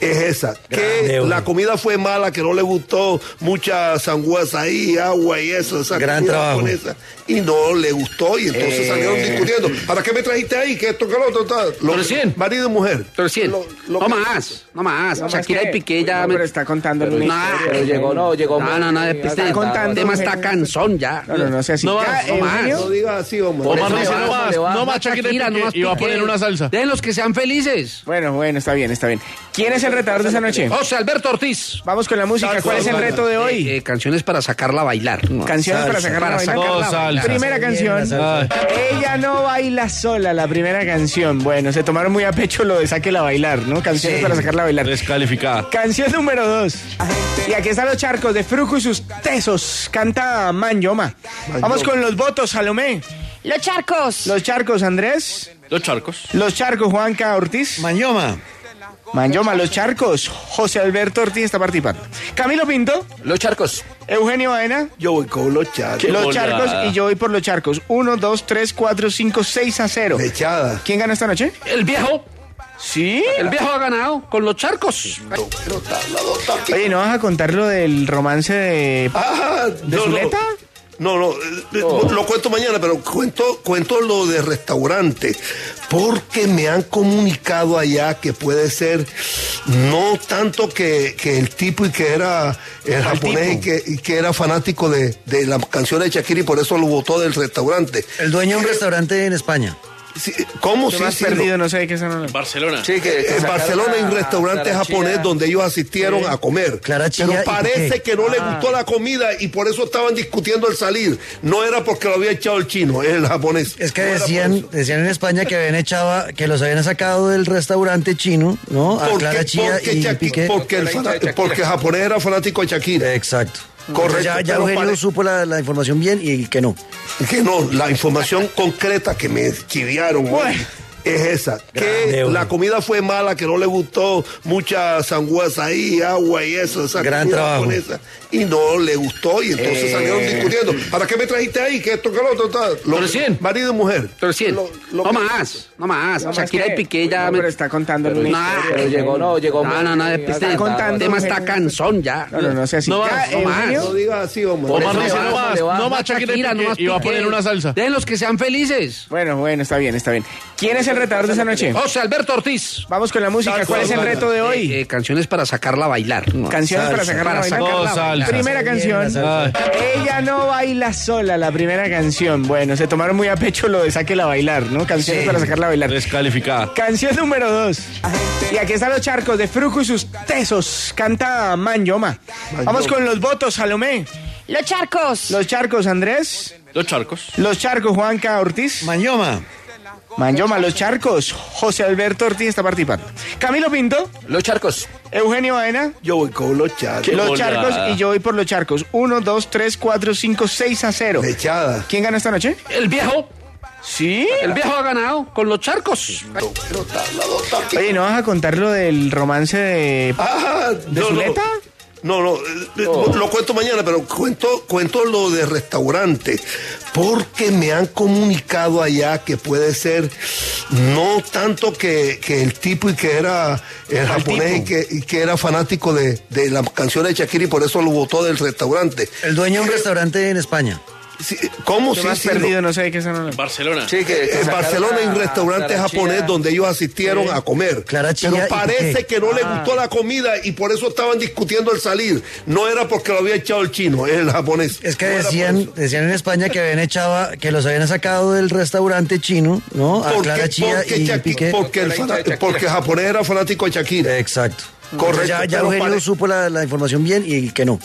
Speaker 1: es esa. Que la comida fue mala, que no le gustó mucha sangüesa ahí, agua y eso. Esa
Speaker 2: Gran
Speaker 1: comida
Speaker 2: trabajo.
Speaker 1: japonesa, y no le gustó y entonces
Speaker 4: Eh.
Speaker 1: salieron discutiendo. ¿Para qué me trajiste ahí? Que esto, que lo otro, tal. Lo- Marido y mujer. Lo- lo
Speaker 3: No
Speaker 1: que-
Speaker 3: más, no más.
Speaker 4: No más
Speaker 3: Shakira
Speaker 4: que-
Speaker 3: y Piqué ya.
Speaker 4: No,
Speaker 3: me...
Speaker 4: pero está contando
Speaker 3: No,
Speaker 4: una historia. Pero llegó, no, llegó
Speaker 3: No,
Speaker 1: Ah,
Speaker 4: muy-
Speaker 3: no, no.
Speaker 4: muy-
Speaker 3: Este,
Speaker 4: está contando,
Speaker 3: el tema está
Speaker 4: Eugenio.
Speaker 3: cansón ya.
Speaker 4: No, no, no sea así.
Speaker 3: No
Speaker 4: Ya,
Speaker 3: más, no más.
Speaker 4: Eugenio.
Speaker 1: No digas así, Omar.
Speaker 3: Omar
Speaker 4: Por
Speaker 3: dice,
Speaker 4: eso
Speaker 3: no
Speaker 4: le va,
Speaker 3: más,
Speaker 4: le va.
Speaker 3: no más Shakira y Piqué, y va a poner una salsa. Déjenlos que sean felices.
Speaker 4: Bueno, bueno, está bien, está bien. ¿Quién es el retador de esta noche?
Speaker 3: José Alberto Ortiz.
Speaker 4: Vamos con la música. ¿Cuál es el reto de hoy?
Speaker 3: Eh, eh, canciones para sacarla a bailar.
Speaker 4: Canciones para sacarla a bailar.
Speaker 3: sacarla a bailar.
Speaker 4: Primera canción. Ella no baila sola, la primera canción. Bueno, se tomaron muy a pecho lo de sáquela a bailar, ¿no? Canciones para sacarla a bailar.
Speaker 5: Descalificada.
Speaker 4: Canción número dos. Y aquí están los charcos de Fruco y sus tesos. Canta Manyoma. Vamos con los votos, Salomé.
Speaker 6: Los charcos.
Speaker 4: Los charcos, Andrés.
Speaker 5: Los charcos.
Speaker 4: Los charcos, Juanca Ortiz. Manyoma. Manyoma, los charcos. José Alberto Ortiz está participando. Camilo Pinto.
Speaker 7: Los charcos.
Speaker 4: Eugenio Baena.
Speaker 1: Yo voy con los charcos.
Speaker 4: Los charcos y yo voy por los charcos. 1, 2, 3, 4, 5, 6 a 0.
Speaker 1: Echada.
Speaker 4: ¿Quién ganó esta noche?
Speaker 3: El viejo.
Speaker 4: Sí.
Speaker 3: El viejo ha ganado con los charcos.
Speaker 4: Oye, ¿no vas a contar lo del romance de,
Speaker 1: Ah,
Speaker 4: de
Speaker 1: no, no.
Speaker 4: Zuleta?
Speaker 1: No, no, eh, eh, lo cuento mañana, pero cuento, cuento lo de restaurante, porque me han comunicado allá que puede ser no tanto que, que el tipo y que era el japonés y que, y que era fanático de, de las canciones de Shakira y por eso lo votó del restaurante. Eh,
Speaker 2: El dueño de un restaurante en España.
Speaker 1: sí, ¿Cómo
Speaker 4: Yo
Speaker 1: sí,
Speaker 4: más
Speaker 1: sí,
Speaker 4: perdido,
Speaker 1: no?
Speaker 4: no sé de qué es no.
Speaker 5: Barcelona.
Speaker 1: Sí, que en Barcelona hay un restaurante japonés donde ellos asistieron
Speaker 4: Sí.
Speaker 1: a comer.
Speaker 4: Clara Chía,
Speaker 1: pero
Speaker 4: ¿y por
Speaker 1: parece
Speaker 4: qué?
Speaker 1: que no le
Speaker 4: Ah.
Speaker 1: gustó la comida y por eso estaban discutiendo el salir. No era porque lo había echado el chino, el japonés.
Speaker 2: Es que decían, decían en España que habían echado, que los habían sacado del restaurante chino, ¿no? A
Speaker 1: Porque,
Speaker 2: Clara Chía
Speaker 1: porque
Speaker 2: y
Speaker 1: Shaki-
Speaker 2: Piqué.
Speaker 1: porque el fana- porque japonés era fanático de Shakira. Mm.
Speaker 2: Exacto.
Speaker 1: Correcto.
Speaker 2: Ya, ya
Speaker 1: pero
Speaker 2: Eugenio
Speaker 1: pare-
Speaker 2: supo la, la información bien y que no.
Speaker 1: que no, la información concreta que me chiviaron hoy es esa, que la comida fue mala, que no le gustó mucha sangüesa ahí, agua y eso, esa
Speaker 2: Gran
Speaker 1: comida
Speaker 2: trabajo.
Speaker 1: japonesa, y no le gustó y entonces
Speaker 2: Eh.
Speaker 1: salieron discutiendo. ¿Para qué me trajiste ahí? Que esto que lo otro tal? Lo-
Speaker 3: 300.
Speaker 1: Marido y mujer.
Speaker 4: Lo-
Speaker 3: No más, no más.
Speaker 4: No más
Speaker 3: Shakira
Speaker 4: que-
Speaker 3: y Piqué ya.
Speaker 4: No,
Speaker 3: me-
Speaker 4: pero está contando
Speaker 3: Pero-
Speaker 4: una
Speaker 3: Nah.
Speaker 4: historia.
Speaker 3: Pero llegó, no, llegó
Speaker 4: No, no, no.
Speaker 3: Está
Speaker 4: Este
Speaker 3: contando,
Speaker 4: tema está
Speaker 3: Eugenio.
Speaker 4: cansón ya. No, no, no sea así.
Speaker 3: No
Speaker 4: Ya,
Speaker 3: más, no más.
Speaker 4: Eugenio,
Speaker 1: No digas así, Omar.
Speaker 3: Por eso
Speaker 4: no
Speaker 3: le
Speaker 4: más,
Speaker 3: va,
Speaker 4: no más,
Speaker 3: no más Shakira,
Speaker 4: Shakira,
Speaker 3: no
Speaker 4: no
Speaker 3: más
Speaker 4: más Piqué.
Speaker 3: Den los que sean felices.
Speaker 4: Bueno, bueno, está bien, está bien. ¿Quién es el retador de esa noche?
Speaker 3: José Alberto Ortiz.
Speaker 4: Vamos con la música. ¿Cuál es el reto de hoy?
Speaker 3: Eh, eh, canciones para sacarla a bailar.
Speaker 4: Canciones para sacarla a bailar.
Speaker 3: sacarla a
Speaker 4: Carla.
Speaker 3: bailar.
Speaker 4: Primera canción. Ella no baila sola, la primera canción. Bueno, se tomaron muy a pecho lo de sáquela a bailar, ¿no? Canciones para sacarla a bailar.
Speaker 5: Descalificada.
Speaker 4: Canción número dos. Y aquí están los charcos de Fruco y sus tesos. Canta Manyoma. Vamos con los votos, Salomé.
Speaker 6: Los charcos.
Speaker 4: Los charcos, Andrés.
Speaker 5: Los charcos.
Speaker 4: Los charcos, Juanca Ortiz.
Speaker 2: Manyoma.
Speaker 4: Manyoma, los charcos. José Alberto Ortiz está participando. Camilo Pinto.
Speaker 7: Los charcos.
Speaker 4: Eugenio Baena.
Speaker 1: Yo voy con los charcos.
Speaker 4: Los
Speaker 1: Hola.
Speaker 4: charcos y yo voy por los charcos. 1, 2, 3, 4, 5, 6 a 0.
Speaker 1: Echada.
Speaker 4: ¿Quién ganó esta noche?
Speaker 3: El viejo.
Speaker 4: Sí.
Speaker 3: El viejo ha ganado con los charcos.
Speaker 4: Oye, ¿no vas a contar lo del romance de,
Speaker 1: Ah,
Speaker 4: de
Speaker 1: no, no.
Speaker 4: Zuleta?
Speaker 1: No, no, eh, eh,
Speaker 2: Oh.
Speaker 1: lo cuento mañana, pero cuento, cuento lo de restaurante, porque me han comunicado allá que puede ser no tanto que, que el tipo y que era el japonés y que, y que era fanático de, de las canciones de Shakira y por eso lo votó del restaurante.
Speaker 2: El dueño de un restaurante en España.
Speaker 1: Sí, ¿Cómo
Speaker 4: Yo
Speaker 1: sí,
Speaker 4: más
Speaker 1: sí,
Speaker 4: perdido, no sé de qué son los-
Speaker 5: Barcelona.
Speaker 1: en Barcelona hay un restaurante
Speaker 7: Clara
Speaker 1: japonés
Speaker 7: Chía.
Speaker 1: donde ellos asistieron
Speaker 7: Sí.
Speaker 1: a comer.
Speaker 2: Clara Chía
Speaker 1: pero
Speaker 2: y
Speaker 1: parece
Speaker 2: Piqué.
Speaker 1: que no le
Speaker 4: Ah.
Speaker 1: gustó la comida y por eso estaban discutiendo el salir. No era porque lo había echado el chino, el japonés.
Speaker 2: Es que decían, decían en España que habían echado, que los habían sacado del restaurante chino, ¿no? A
Speaker 1: Porque,
Speaker 2: Clara Chía
Speaker 1: porque
Speaker 2: y
Speaker 1: Shaki-
Speaker 2: Piqué.
Speaker 1: porque el fana- porque el japonés era fanático de Shakira.
Speaker 2: Exacto.
Speaker 1: Correcto.
Speaker 2: Ya, ya
Speaker 1: pero
Speaker 2: Eugenio
Speaker 1: pare-
Speaker 2: supo la, la información bien y que no.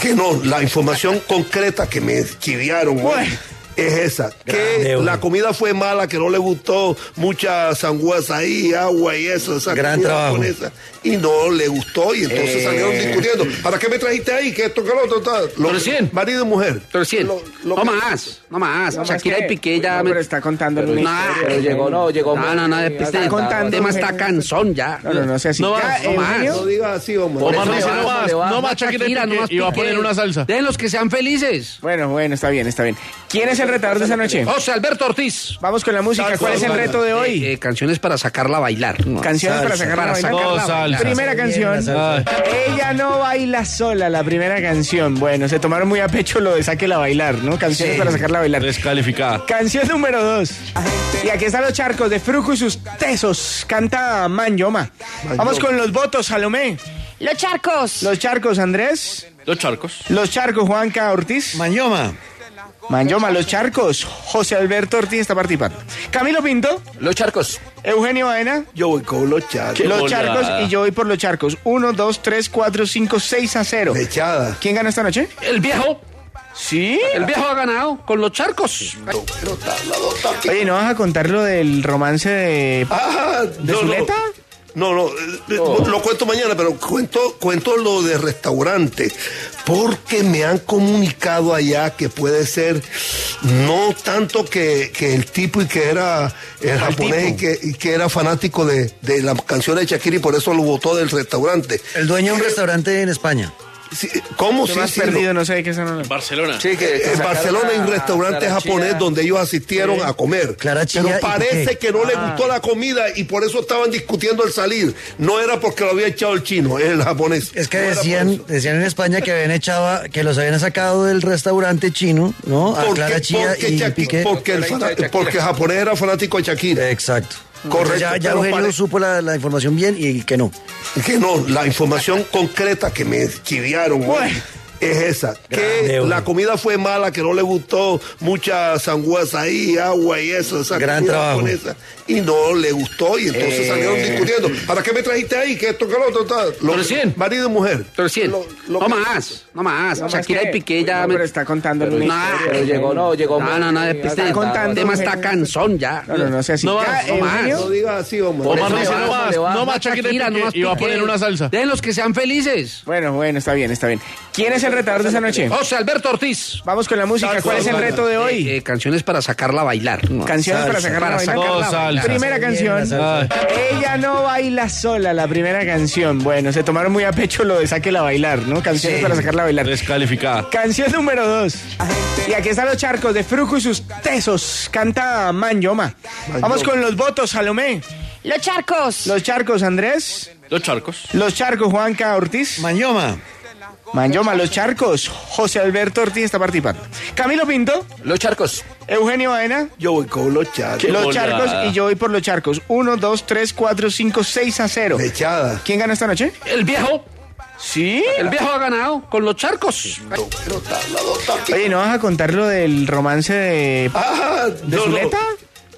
Speaker 1: que no, la información concreta que me chiviaron hoy es esa, que
Speaker 2: Grande,
Speaker 1: la
Speaker 2: hombre.
Speaker 1: comida fue mala, que no le gustó mucha sangüesa ahí, agua y eso, esa
Speaker 2: Gran
Speaker 1: comida
Speaker 2: trabajo.
Speaker 1: japonesa, y no le gustó y entonces
Speaker 4: Eh.
Speaker 1: salieron discutiendo. ¿Para qué me trajiste ahí? Que esto que lo otro tal? Lo-
Speaker 3: 300.
Speaker 1: marido y mujer.
Speaker 3: 300.
Speaker 1: Lo- lo
Speaker 3: No
Speaker 1: que-
Speaker 3: más, no más.
Speaker 4: No más
Speaker 3: Shakira y
Speaker 4: que-
Speaker 3: Piqué ya.
Speaker 4: No,
Speaker 3: me-
Speaker 4: pero está contando
Speaker 3: Pero
Speaker 4: una
Speaker 3: no,
Speaker 4: historia.
Speaker 7: Pero llegó, no, llegó.
Speaker 3: No, no, no, este
Speaker 4: Está contando,
Speaker 3: tema está
Speaker 4: Eugenio.
Speaker 3: cansón ya.
Speaker 4: No, no, no sea así.
Speaker 3: No
Speaker 4: Ya,
Speaker 3: más, no
Speaker 4: Eugenio.
Speaker 3: más.
Speaker 1: No digas así, hombre.
Speaker 3: Por eso
Speaker 5: Omar
Speaker 3: le
Speaker 5: dice,
Speaker 3: va,
Speaker 5: no más,
Speaker 3: le va.
Speaker 5: no más Shakira y Piqué, y va a poner una salsa.
Speaker 3: Den los que sean felices.
Speaker 4: Bueno, bueno, está bien, está bien. ¿Quién es el retador de esa noche?
Speaker 3: José Alberto Ortiz.
Speaker 4: Vamos con la música. ¿Cuál es el reto de hoy?
Speaker 3: Eh, eh, canciones para sacarla a bailar.
Speaker 4: Canciones para
Speaker 2: salsa.
Speaker 4: sacarla a bailar.
Speaker 3: Para
Speaker 4: Carla.
Speaker 3: sacarla a bailar.
Speaker 4: Primera
Speaker 2: Bien,
Speaker 4: canción.
Speaker 2: la salsa.
Speaker 4: Ella no baila sola, la primera canción. Bueno, se tomaron muy a pecho lo de sáquela a bailar, ¿no? Canciones
Speaker 2: Sí.
Speaker 4: para sacarla a bailar.
Speaker 5: Descalificada.
Speaker 4: Canción número dos. Y aquí están los charcos de Fruco y sus tesos. Canta Manyoma. Vamos con los votos, Salomé.
Speaker 6: Los charcos.
Speaker 4: Los charcos, Andrés.
Speaker 5: Los charcos.
Speaker 4: Los charcos, Juanca Ortiz.
Speaker 2: Manyoma.
Speaker 4: Manyoma, los charcos. José Alberto Ortiz está participando. Camilo Pinto.
Speaker 7: Los charcos.
Speaker 4: Eugenio Baena.
Speaker 1: Yo voy con los charcos.
Speaker 4: Los
Speaker 5: bola.
Speaker 4: charcos y yo voy por los charcos. 1, 2, 3, 4, 5, 6 a 0.
Speaker 1: Echada.
Speaker 4: ¿Quién ganó esta noche?
Speaker 3: El viejo.
Speaker 4: Sí.
Speaker 3: El viejo ha ganado con los charcos.
Speaker 4: Oye, ¿no vas a contar lo del romance de,
Speaker 1: Ah,
Speaker 4: de
Speaker 1: no, no.
Speaker 4: Zuleta?
Speaker 1: No, no, eh, eh,
Speaker 2: Oh.
Speaker 1: lo cuento mañana, pero cuento, cuento lo de restaurante, porque me han comunicado allá que puede ser no tanto que, que el tipo y que era el japonés y
Speaker 4: tipo?
Speaker 1: que, y que era fanático de, de las canciones de Shakira y por eso lo votó del restaurante. Eh,
Speaker 2: El dueño de un restaurante en España.
Speaker 1: Sí, ¿Cómo
Speaker 4: Yo
Speaker 1: sí,
Speaker 4: más
Speaker 1: sí,
Speaker 4: perdido,
Speaker 1: no?
Speaker 4: no sé de qué son los-
Speaker 5: Barcelona.
Speaker 1: En Eh, Barcelona hay un restaurante japonés donde ellos asistieron a comer.
Speaker 2: Clara Chía
Speaker 1: pero
Speaker 2: y Ah.
Speaker 1: parece
Speaker 2: Piqué.
Speaker 1: que no le gustó la comida y por eso estaban discutiendo el salir. No era porque lo había echado el chino, el japonés.
Speaker 2: Es que
Speaker 1: No era por
Speaker 2: decían,
Speaker 1: eso.
Speaker 2: decían en España que habían echado, que los habían sacado del restaurante chino, ¿no? A
Speaker 1: Porque,
Speaker 2: Clara Chía
Speaker 1: porque
Speaker 2: y
Speaker 1: Shaki-
Speaker 2: Piqué.
Speaker 1: porque el fana- porque el japonés era fanático de Shakira. Mm.
Speaker 2: Exacto.
Speaker 1: Correcto,
Speaker 2: Ya, ya
Speaker 1: pero
Speaker 2: Eugenio
Speaker 1: pare-
Speaker 2: supo la, la información bien y que no.
Speaker 1: Que no, la información concreta que me chiviaron hoy es esa. que la comida fue mala, que no le gustó mucha sangüesa ahí, agua y eso, esa
Speaker 2: Gran
Speaker 1: comida
Speaker 2: trabajo.
Speaker 1: japonesa. Y no le gustó y entonces
Speaker 2: Eh.
Speaker 1: salieron discutiendo. ¿Para qué me trajiste ahí? Que esto, que lo otro, tal. Lo- Marido y mujer.
Speaker 3: 300. no más, no más.
Speaker 4: No más
Speaker 3: Shakira
Speaker 4: que-
Speaker 3: y Piqué ya.
Speaker 4: No,
Speaker 3: me...
Speaker 4: pero está contando
Speaker 3: No,
Speaker 4: una historia.
Speaker 3: pero llegó, no, llegó. No, no, no, este
Speaker 4: Está contando,
Speaker 3: tema está
Speaker 4: Eugenio.
Speaker 3: cansón ya.
Speaker 4: No, no, no sea así.
Speaker 3: No
Speaker 4: Ya,
Speaker 3: más, no más.
Speaker 4: Eugenio.
Speaker 1: No digas así, hombre. ah,
Speaker 3: Por eso
Speaker 4: Omar
Speaker 3: le
Speaker 4: dice,
Speaker 3: va,
Speaker 4: no más,
Speaker 3: le va,
Speaker 4: no más Shakira y Piqué, y va a poner una salsa.
Speaker 3: Den los que sean felices.
Speaker 4: Bueno, bueno, está bien, está bien. ¿Quién es el retador de esa noche?
Speaker 3: José Alberto Ortiz.
Speaker 4: Vamos con la música. ¿Cuál es el reto de hoy?
Speaker 3: Eh, eh, canciones para sacarla a bailar.
Speaker 4: Canciones para sacar la vaina. Primera canción. Ah. Ella no baila sola, la primera canción. Bueno, se tomaron muy a pecho lo de saque la bailar, ¿no? Canciones para sacarla a bailar.
Speaker 5: Descalificada.
Speaker 4: Canción número dos. Y aquí están los charcos de Fruco y sus tesos. Canta Manyoma. Vamos con los votos, Salomé.
Speaker 6: Los charcos.
Speaker 4: Los charcos, Andrés.
Speaker 5: Los charcos.
Speaker 4: Los charcos, Juanca Ortiz. Manyoma. Manyoma, los charcos. José Alberto Ortiz está participando. Camilo Pinto.
Speaker 7: Los charcos.
Speaker 4: Eugenio Baena.
Speaker 1: Yo voy con los charcos.
Speaker 4: Los charcos y yo voy por los charcos. 1, 2, 3, 4, 5, 6 a 0.
Speaker 1: Echada.
Speaker 4: ¿Quién ganó esta noche?
Speaker 3: El viejo.
Speaker 4: ¿Sí?
Speaker 3: El viejo ha ganado con los charcos.
Speaker 4: Oye, ¿no vas a contar lo del romance de,
Speaker 1: Ah,
Speaker 4: de
Speaker 1: no,
Speaker 4: Zuleta?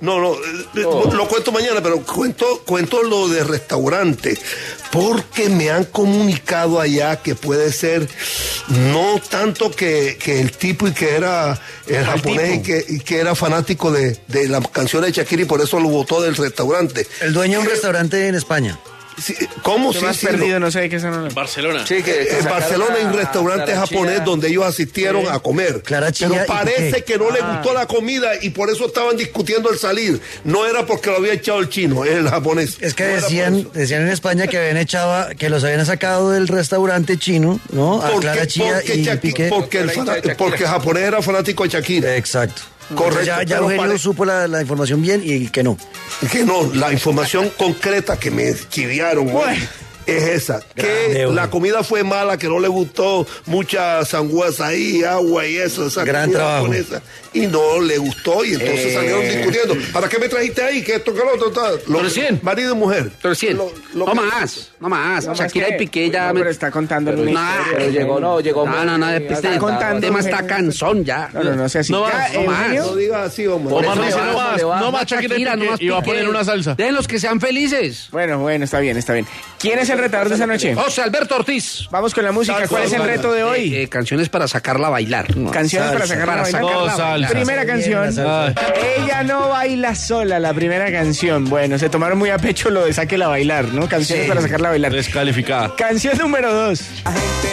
Speaker 1: No, no, eh, lo cuento mañana, pero cuento, cuento lo de restaurante, porque me han comunicado allá que puede ser no tanto que, que el tipo y que era el japonés y que, y que era fanático de, de las canciones de Shakira y por eso lo votó del restaurante.
Speaker 2: El dueño de un restaurante en España.
Speaker 1: Sí, ¿Cómo?
Speaker 4: Te
Speaker 1: Sí,
Speaker 4: me has
Speaker 1: sí,
Speaker 4: perdido, no sé de qué son.
Speaker 5: Barcelona.
Speaker 1: Sí, que Eh, en Barcelona hay un restaurante
Speaker 5: Clara
Speaker 1: japonés
Speaker 5: Chía.
Speaker 1: donde ellos asistieron
Speaker 5: Sí.
Speaker 1: a comer.
Speaker 5: Clara Chía
Speaker 1: pero
Speaker 5: y
Speaker 1: parece
Speaker 5: Piqué.
Speaker 1: que no le
Speaker 5: Ah.
Speaker 1: gustó la comida y por eso estaban discutiendo el salir. No era porque lo había echado el chino, el japonés.
Speaker 2: Es que decían, decían en España que habían echado, que los habían sacado del restaurante chino, ¿no? A
Speaker 1: Porque-
Speaker 2: Clara Chía
Speaker 1: porque
Speaker 2: y
Speaker 1: Shaki-
Speaker 2: Piqué.
Speaker 1: porque el fana- porque el japonés era fanático de Shakira.
Speaker 2: Exacto.
Speaker 1: Correcto.
Speaker 2: Ya, ya
Speaker 1: pero
Speaker 2: Eugenio
Speaker 1: pare-
Speaker 2: supo la, la información bien y que no.
Speaker 1: que no, la información concreta que me chiviaron güey, es esa. Que la comida fue mala, que no le gustó mucha sangüesa ahí, agua y eso, esa
Speaker 2: Gran
Speaker 1: comida
Speaker 2: trabajo.
Speaker 1: japonesa. Y no le gustó y entonces
Speaker 2: Eh.
Speaker 1: salieron discutiendo. ¿Para qué me trajiste ahí? Que esto, que lo otro, tal. Lo- Marido y mujer. Lo- lo
Speaker 3: No
Speaker 1: que-
Speaker 3: más, no más.
Speaker 4: No más
Speaker 3: Shakira
Speaker 4: que-
Speaker 3: y Piqué ya.
Speaker 4: No,
Speaker 3: me...
Speaker 4: pero está contando
Speaker 3: Pero-
Speaker 4: una
Speaker 3: Nah,
Speaker 4: historia.
Speaker 3: pero llegó, no, llegó. No, no, no, este
Speaker 4: Está contando.
Speaker 3: tema está
Speaker 4: Eugenio.
Speaker 3: cansón ya.
Speaker 4: No, no, no sea así.
Speaker 3: No
Speaker 4: Ya,
Speaker 3: más, no más.
Speaker 4: Eugenio.
Speaker 1: No digas así, hombre.
Speaker 3: Por eso
Speaker 1: Eso
Speaker 3: le
Speaker 1: es-
Speaker 3: va, le va,
Speaker 5: no más Shakira y Piqué,
Speaker 3: más
Speaker 5: y va a
Speaker 3: Piqué.
Speaker 5: poner una salsa.
Speaker 3: Den los que sean felices.
Speaker 4: Bueno, bueno, está bien, está bien. ¿Quién es el retador de esa noche?
Speaker 3: José Alberto Ortiz.
Speaker 4: Vamos con la música. ¿Cuál es el reto de hoy?
Speaker 3: Eh, eh, canciones para sacarla a bailar.
Speaker 4: Canciones para sacar la vaina.
Speaker 3: sacarla a bailar.
Speaker 4: Primera canción. Ella no baila sola, la primera canción. Bueno, se tomaron muy a pecho lo de saque la bailar, ¿no? Canciones para sacarla a bailar.
Speaker 5: Descalificada.
Speaker 4: Canción número dos.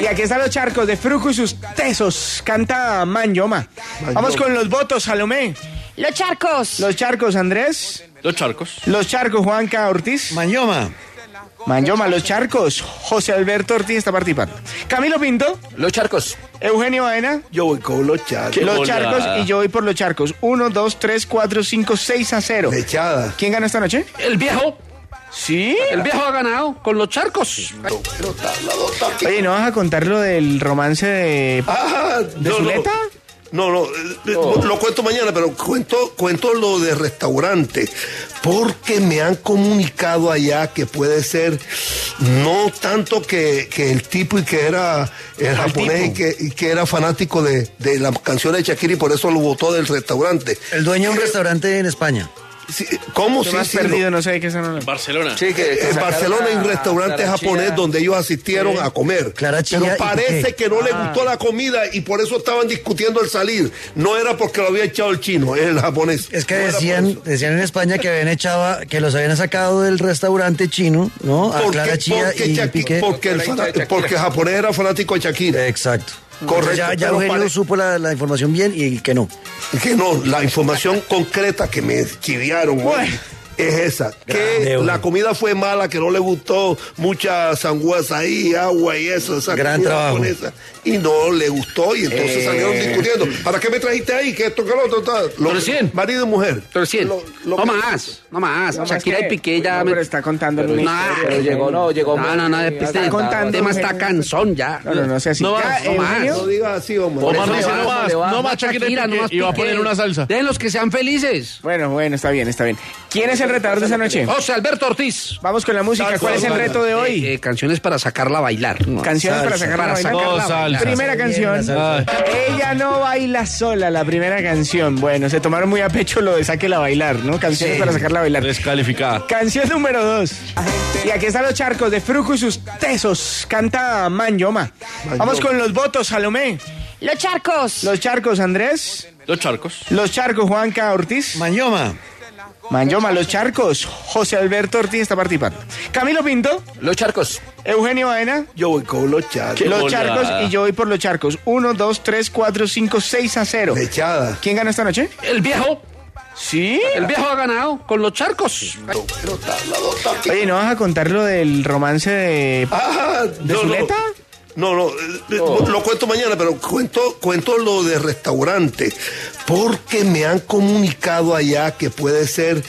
Speaker 4: Y aquí están los charcos de Fruco y sus tesos. Canta Manyoma. Vamos con los votos, Salomé.
Speaker 6: Los charcos.
Speaker 4: Los charcos, Andrés.
Speaker 5: Los charcos.
Speaker 4: Los charcos, Juanca Ortiz. Manyoma. Manyoma, los charcos. José Alberto Ortiz está participando. Camilo Pinto.
Speaker 7: Los charcos.
Speaker 4: Eugenio Baena.
Speaker 1: Yo voy con los charcos.
Speaker 4: Los charcos y yo voy por los charcos. 1, 2, 3, 4, 5, 6 a 0.
Speaker 1: Echada.
Speaker 4: ¿Quién ganó esta noche?
Speaker 3: El viejo.
Speaker 4: Sí.
Speaker 3: El viejo ha ganado con los charcos.
Speaker 4: Oye, ¿no vas a contar lo del romance de,
Speaker 1: Ah,
Speaker 4: de
Speaker 1: no, no.
Speaker 4: Zuleta?
Speaker 1: No, no, eh, eh,
Speaker 2: Oh.
Speaker 1: lo cuento mañana, pero cuento, cuento lo de restaurante, porque me han comunicado allá que puede ser no tanto que, que el tipo y que era el japonés y que, y que era fanático de, de las canciones de Shakira y por eso lo votó del restaurante.
Speaker 2: El dueño de un restaurante en España.
Speaker 1: Sí, ¿Cómo
Speaker 4: Te
Speaker 1: sí,
Speaker 4: me has
Speaker 1: sí,
Speaker 4: perdido, no sé de qué son. los-
Speaker 5: Barcelona.
Speaker 1: Sí, que Eh, en Barcelona hay un restaurante
Speaker 4: Clara
Speaker 1: japonés
Speaker 4: Chía.
Speaker 1: donde ellos asistieron
Speaker 4: Sí.
Speaker 1: a comer.
Speaker 2: Clara Chía
Speaker 1: pero
Speaker 2: y
Speaker 1: parece
Speaker 2: Piqué.
Speaker 1: que no le
Speaker 2: Ah.
Speaker 1: gustó la comida y por eso estaban discutiendo el salir. No era porque lo había echado el chino, el japonés.
Speaker 2: Es que decían, decían en España que habían echado, que los habían sacado del restaurante chino, ¿no? A
Speaker 1: Porque-
Speaker 2: Clara Chía
Speaker 1: porque
Speaker 2: y
Speaker 1: Shaki-
Speaker 2: Piqué.
Speaker 1: porque el fana- porque el japonés era fanático de Shakira.
Speaker 2: Exacto.
Speaker 1: Correcto.
Speaker 2: Ya, ya
Speaker 1: pero
Speaker 2: Eugenio
Speaker 1: pare-
Speaker 2: supo la, la información bien y que no.
Speaker 1: que no, la información concreta que me chiviaron güey, es esa. Que la comida fue mala, que no le gustó mucha sangüesa ahí, agua y eso, esa
Speaker 2: Gran
Speaker 1: comida
Speaker 2: trabajo.
Speaker 1: japonesa. Y no le gustó y entonces
Speaker 4: Eh.
Speaker 1: salieron discutiendo. ¿Para qué me trajiste ahí? Que esto, que lo otro, tal. Lo- Marido y mujer.
Speaker 3: 300. No más, no más.
Speaker 4: No,
Speaker 3: Shakira
Speaker 4: más
Speaker 3: y
Speaker 4: que-
Speaker 3: Piqué ya.
Speaker 4: No,
Speaker 3: me...
Speaker 4: pero está contando
Speaker 3: Pero-
Speaker 4: una
Speaker 3: Nah,
Speaker 4: historia.
Speaker 1: eh,
Speaker 3: pero
Speaker 4: llegó,
Speaker 3: no, llegó. No, no, no, este
Speaker 4: Está contando
Speaker 3: el tema está
Speaker 4: Eugenio.
Speaker 3: cansón ya.
Speaker 4: No, no, no sea así.
Speaker 3: No
Speaker 4: Ya,
Speaker 3: más, no
Speaker 4: Eugenio.
Speaker 3: más.
Speaker 1: No digas así, hombre.
Speaker 3: Omar
Speaker 1: Eso
Speaker 3: dice,
Speaker 1: le
Speaker 3: no
Speaker 1: va,
Speaker 3: más,
Speaker 1: eso le va.
Speaker 3: no más Shakira, no más
Speaker 5: y va a poner
Speaker 3: Piqué.
Speaker 5: una salsa.
Speaker 3: Den los que sean felices.
Speaker 4: Bueno, bueno, está bien, está bien. ¿Quién es el el retador de esta noche?
Speaker 3: José Alberto Ortiz.
Speaker 4: Vamos con la música. ¿Cuál es el reto de hoy?
Speaker 3: Eh, eh, canciones para sacarla a bailar.
Speaker 4: Canciones para sacarla a bailar.
Speaker 3: Para sacarla a bailar.
Speaker 4: Primera canción. Ah. Ella no baila sola, la primera canción. Bueno, se tomaron muy a pecho lo de sáquela a bailar, ¿no? Canciones para sacarla a bailar.
Speaker 5: Descalificada.
Speaker 4: Canción número dos. Y aquí están los charcos de Fruco y sus tesos. Canta Manyoma. Vamos con los votos, Salomé.
Speaker 6: Los charcos.
Speaker 4: Los charcos, Andrés.
Speaker 5: Los charcos.
Speaker 4: Los charcos, Juanca Ortiz. Manyoma. Manyoma, los charcos. José Alberto Ortiz está participando. Camilo Pinto.
Speaker 7: Los charcos.
Speaker 4: Eugenio Baena.
Speaker 1: Yo voy con los charcos.
Speaker 4: Los charcos y yo voy por los charcos. 1, 2, 3, 4, 5, 6 a 0.
Speaker 1: Echada.
Speaker 4: ¿Quién ganó esta noche?
Speaker 3: El viejo.
Speaker 4: ¿Sí?
Speaker 3: El viejo ha ganado con los charcos.
Speaker 4: Oye, ¿no vas a contar lo del romance de,
Speaker 1: Ah,
Speaker 4: de
Speaker 1: no, no.
Speaker 4: Zuleta?
Speaker 1: No, no, eh, lo cuento mañana, pero cuento, cuento lo de restaurante, porque me han comunicado allá que puede ser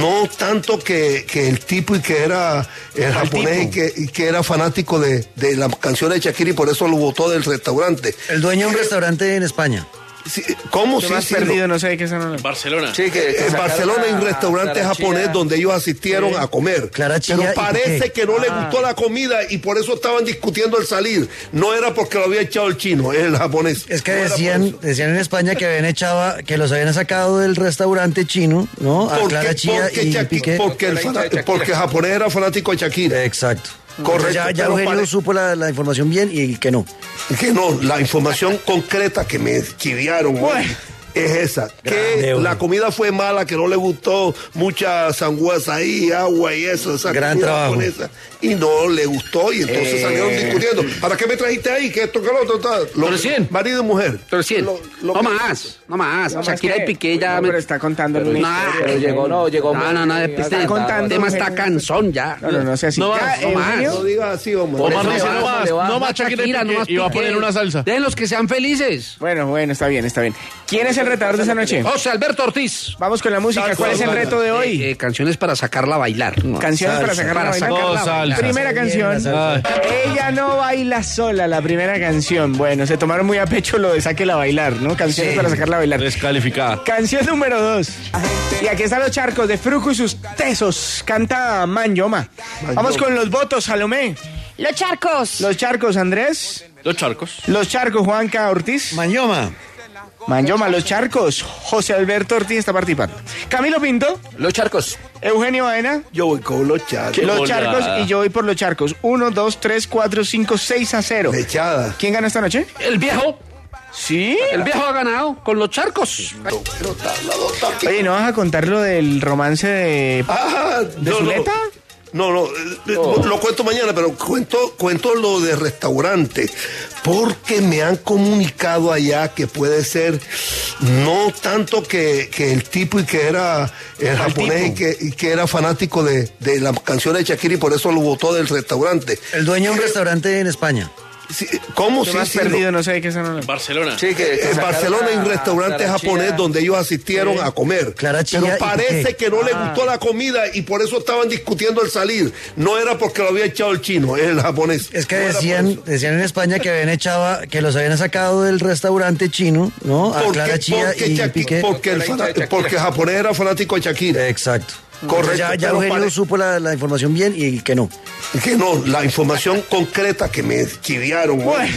Speaker 1: no tanto que, que el tipo y que era el japonés y que, y que era fanático de, de las canciones de Shakira y por eso lo votó del restaurante.
Speaker 2: El dueño de un restaurante en España.
Speaker 1: Sí, ¿Cómo?
Speaker 4: Yo
Speaker 1: Sí,
Speaker 4: más
Speaker 1: sí,
Speaker 4: perdido,
Speaker 1: lo-
Speaker 4: no sé de qué son. los-
Speaker 5: Barcelona.
Speaker 1: Sí, que en
Speaker 2: sacaron
Speaker 1: Barcelona hay un
Speaker 2: a-
Speaker 1: restaurante
Speaker 2: a Clara
Speaker 1: japonés
Speaker 2: Chía.
Speaker 1: donde ellos asistieron
Speaker 2: Sí. Ah.
Speaker 1: a comer.
Speaker 2: Clara Chía,
Speaker 1: pero
Speaker 2: ¿y
Speaker 1: parece
Speaker 2: qué?
Speaker 1: que no le gustó la comida y por eso estaban discutiendo el salir. No era porque lo había echado el chino, el japonés.
Speaker 2: Es que decían, decían en España que habían echado, que los habían sacado del restaurante chino, ¿no? A
Speaker 1: Porque-
Speaker 2: Clara Chía
Speaker 1: porque
Speaker 2: y
Speaker 1: Shaki-
Speaker 2: Piqué.
Speaker 1: porque el fana- porque el japonés era fanático de Shakira.
Speaker 2: Exacto.
Speaker 1: Correcto.
Speaker 2: Ya, ya
Speaker 1: pero
Speaker 2: Eugenio
Speaker 1: pare-
Speaker 2: supo la, la información bien y que no.
Speaker 1: que no, la información concreta que me chiviaron hoy es esa. Que
Speaker 2: Grande,
Speaker 1: la
Speaker 2: Eugenio.
Speaker 1: comida fue mala, que no le gustó mucha sanguaza ahí, agua y eso. Esa
Speaker 2: Gran
Speaker 1: comida
Speaker 2: trabajo.
Speaker 1: japonesa, y no le gustó y entonces
Speaker 4: Eh.
Speaker 1: salieron discutiendo. ¿Para qué me trajiste ahí? Que esto, que lo otro, tal? Lo-
Speaker 3: 300.
Speaker 1: Marido y mujer.
Speaker 3: 300. No más, no más.
Speaker 4: No más
Speaker 3: Shakira
Speaker 4: que-
Speaker 3: y Piqué ya...
Speaker 4: No,
Speaker 3: me-
Speaker 4: pero está contando
Speaker 3: No,
Speaker 4: el
Speaker 7: Pero llegó, no, llegó.
Speaker 3: no, no, no, este
Speaker 4: Está contando,
Speaker 3: tema está
Speaker 4: Eugenio.
Speaker 3: cansón ya.
Speaker 4: No, no, no sea así.
Speaker 3: No
Speaker 4: Ya,
Speaker 3: más, no más.
Speaker 4: Eugenio.
Speaker 1: No digas así, Omar.
Speaker 3: Omar
Speaker 7: Por eso
Speaker 3: dice,
Speaker 7: le
Speaker 3: no
Speaker 7: baja,
Speaker 3: más,
Speaker 7: le baja.
Speaker 3: no más Shakira y
Speaker 7: Shakira, no
Speaker 3: Piqué,
Speaker 7: más
Speaker 3: y va a
Speaker 7: Piqué.
Speaker 3: poner una salsa. De los que sean felices.
Speaker 4: Bueno, bueno, está bien, está bien. ¿Quién es el retador de esta noche?
Speaker 3: José Alberto Ortiz.
Speaker 4: Vamos con la música. ¿Cuál es el reto de hoy?
Speaker 3: Eh, eh, canciones para sacarla a bailar.
Speaker 4: Canciones para
Speaker 3: Oh, Salsa.
Speaker 4: sacarla a
Speaker 3: Para
Speaker 4: bailar.
Speaker 3: sacarla a
Speaker 4: Carla.
Speaker 3: bailar.
Speaker 4: Primera canción. Ella no baila sola, la primera canción. Bueno, se tomaron muy a pecho lo de sáquela a bailar, ¿no? Canciones para sacarla a bailar.
Speaker 5: Descalificada.
Speaker 4: Canción número dos. Y aquí están los charcos de Fruco y sus tesos. Canta Manyoma. Vamos con los votos, Salomé.
Speaker 6: Los charcos.
Speaker 4: Los charcos, Andrés.
Speaker 5: Los charcos.
Speaker 4: Los charcos, Juanca Ortiz.
Speaker 2: Mañoma.
Speaker 4: Manyoma, los charcos. José Alberto Ortiz está participando. Camilo Pinto.
Speaker 7: Los charcos.
Speaker 4: Eugenio Baena.
Speaker 1: Yo voy con los charcos.
Speaker 4: Los
Speaker 5: bola.
Speaker 4: charcos y yo voy por los charcos. 1, 2, 3, 4, 5, 6 a 0.
Speaker 1: Echada.
Speaker 4: ¿Quién ganó esta noche?
Speaker 3: El viejo.
Speaker 4: Sí.
Speaker 3: El viejo ha ganado con los charcos.
Speaker 4: Oye, ¿no vas a contar lo del romance de,
Speaker 1: Ah,
Speaker 4: de
Speaker 1: no, no.
Speaker 4: Zuleta?
Speaker 1: No, no, eh, eh,
Speaker 2: Oh.
Speaker 1: lo cuento mañana, pero cuento, cuento lo de restaurante, porque me han comunicado allá que puede ser no tanto que, que el tipo y que era el japonés y que, y que era fanático de, de las canciones de Shakira y por eso lo votó del restaurante.
Speaker 2: El dueño de un restaurante en España.
Speaker 1: Sí, ¿Cómo
Speaker 4: Yo
Speaker 1: sí,
Speaker 4: más
Speaker 1: sí,
Speaker 4: perdido,
Speaker 1: lo-
Speaker 4: no sé de qué son los-
Speaker 5: Barcelona.
Speaker 7: Sí, que, que
Speaker 1: en
Speaker 7: sacaron
Speaker 1: Eh, Barcelona hay un
Speaker 7: a
Speaker 1: restaurante
Speaker 7: Clara Chía.
Speaker 1: japonés donde ellos asistieron a comer.
Speaker 2: Clara Chía
Speaker 1: pero
Speaker 2: y Ah.
Speaker 1: parece
Speaker 2: Piqué.
Speaker 1: que no le gustó la comida y por eso estaban discutiendo el salir. No era porque lo había echado el chino, el japonés.
Speaker 2: Es que
Speaker 1: No era por
Speaker 2: decían,
Speaker 1: eso.
Speaker 2: decían en España que habían echado, que los habían sacado del restaurante chino, ¿no? A
Speaker 1: Porque-
Speaker 2: Clara Chía
Speaker 1: porque
Speaker 2: y
Speaker 1: Shaki-
Speaker 2: Piqué.
Speaker 1: Porque, el fana- porque el japonés era fanático de Shakira.
Speaker 2: Exacto.
Speaker 1: Correcto,
Speaker 2: Ya, ya
Speaker 1: pero
Speaker 2: Eugenio
Speaker 1: pare-
Speaker 2: supo la, la información bien y que no.
Speaker 1: Que no, la información concreta que me chiviaron hoy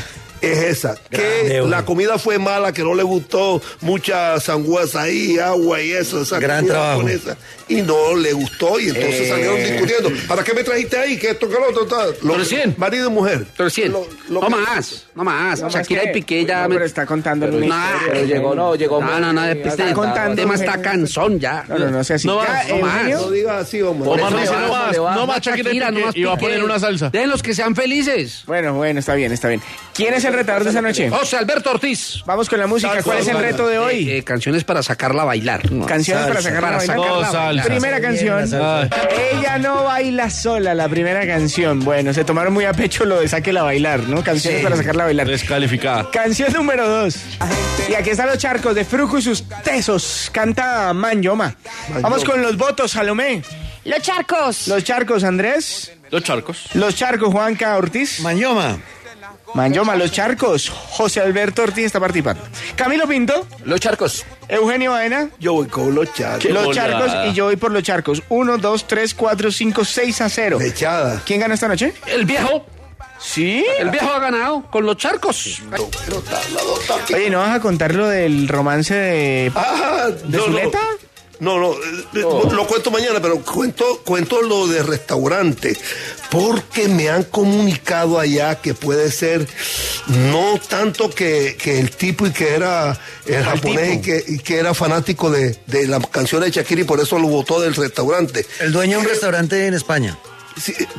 Speaker 1: es esa. Que
Speaker 2: Grande,
Speaker 1: la
Speaker 2: hombre.
Speaker 1: comida fue mala, que no le gustó mucha sanguaza ahí, agua y eso. Esa
Speaker 2: Gran
Speaker 1: comida
Speaker 2: trabajo.
Speaker 1: japonesa. y no le gustó y entonces
Speaker 4: Eh.
Speaker 1: salieron discutiendo. ¿Para qué me trajiste ahí? Que esto, que lo otro, tal? Lo-
Speaker 3: 300.
Speaker 1: Marido y mujer.
Speaker 3: 300.
Speaker 1: Lo- lo
Speaker 3: No
Speaker 1: que-
Speaker 3: más, no más.
Speaker 4: No más
Speaker 3: Shakira y
Speaker 4: que-
Speaker 3: Piqué ya...
Speaker 4: No,
Speaker 3: me-
Speaker 4: pero está contando el
Speaker 3: No,
Speaker 7: Pero llegó, no, llegó.
Speaker 3: No, no, no, este
Speaker 4: Está contando,
Speaker 3: el tema está
Speaker 4: Eugenio.
Speaker 3: cansón ya.
Speaker 4: No, no, no sea así.
Speaker 3: No
Speaker 4: Ya,
Speaker 3: más, no
Speaker 4: Eugenio.
Speaker 3: más.
Speaker 1: No digas así, Omar.
Speaker 3: Omar
Speaker 7: Por
Speaker 3: dice,
Speaker 7: eso le
Speaker 3: no
Speaker 7: baja,
Speaker 3: más,
Speaker 7: le baja.
Speaker 3: no más Shakira y Piqué, y va a poner una salsa. De los que sean felices.
Speaker 4: Bueno, bueno, está bien, está bien. ¿Quién es el retador de esta noche?
Speaker 3: José Alberto Ortiz.
Speaker 4: Vamos con la música. ¿Cuál es el reto de
Speaker 3: Eh,
Speaker 4: hoy?
Speaker 3: eh, canciones para sacarla a bailar.
Speaker 4: Canciones para
Speaker 2: salsa.
Speaker 4: sacarla a
Speaker 3: Para sacarla a
Speaker 4: bailar.
Speaker 3: bailar.
Speaker 4: Primera
Speaker 2: Bien,
Speaker 4: canción.
Speaker 2: la salsa.
Speaker 4: Ella no baila sola, la primera canción. Bueno, se tomaron muy a pecho lo de sáquela a bailar, ¿no? Canciones para sacarla a bailar.
Speaker 5: Descalificada.
Speaker 4: Canción número dos. Y aquí están los charcos de Fruco y sus tesos. Canta Manyoma. Vamos con los votos, Salomé.
Speaker 6: Los charcos.
Speaker 4: Los charcos, Andrés.
Speaker 5: Los charcos.
Speaker 4: Los charcos, Juanca Ortiz.
Speaker 2: Mañoma.
Speaker 4: Manyoma, Los Charcos. José Alberto Ortiz está participando. Camilo Pinto. Los Charcos. Eugenio Baena.
Speaker 1: Yo voy con los charcos.
Speaker 4: Los Charcos y yo voy por Los Charcos. 1, 2, 3, 4, 5, 6 a 0.
Speaker 1: Echada.
Speaker 4: ¿Quién ganó esta noche?
Speaker 3: El viejo.
Speaker 4: ¿Sí?
Speaker 3: El viejo ha ganado con los charcos.
Speaker 4: Oye, ¿no vas a contar lo del romance de,
Speaker 1: Ah,
Speaker 4: de
Speaker 1: no,
Speaker 4: Zuleta?
Speaker 1: No, no, eh, eh,
Speaker 2: Oh.
Speaker 1: lo cuento mañana, pero cuento, cuento lo de restaurante, porque me han comunicado allá que puede ser no tanto que, que el tipo y que era el japonés y que, y que era fanático de, de la canción de Shakira y por eso lo votó del restaurante.
Speaker 2: El dueño de un restaurante en España.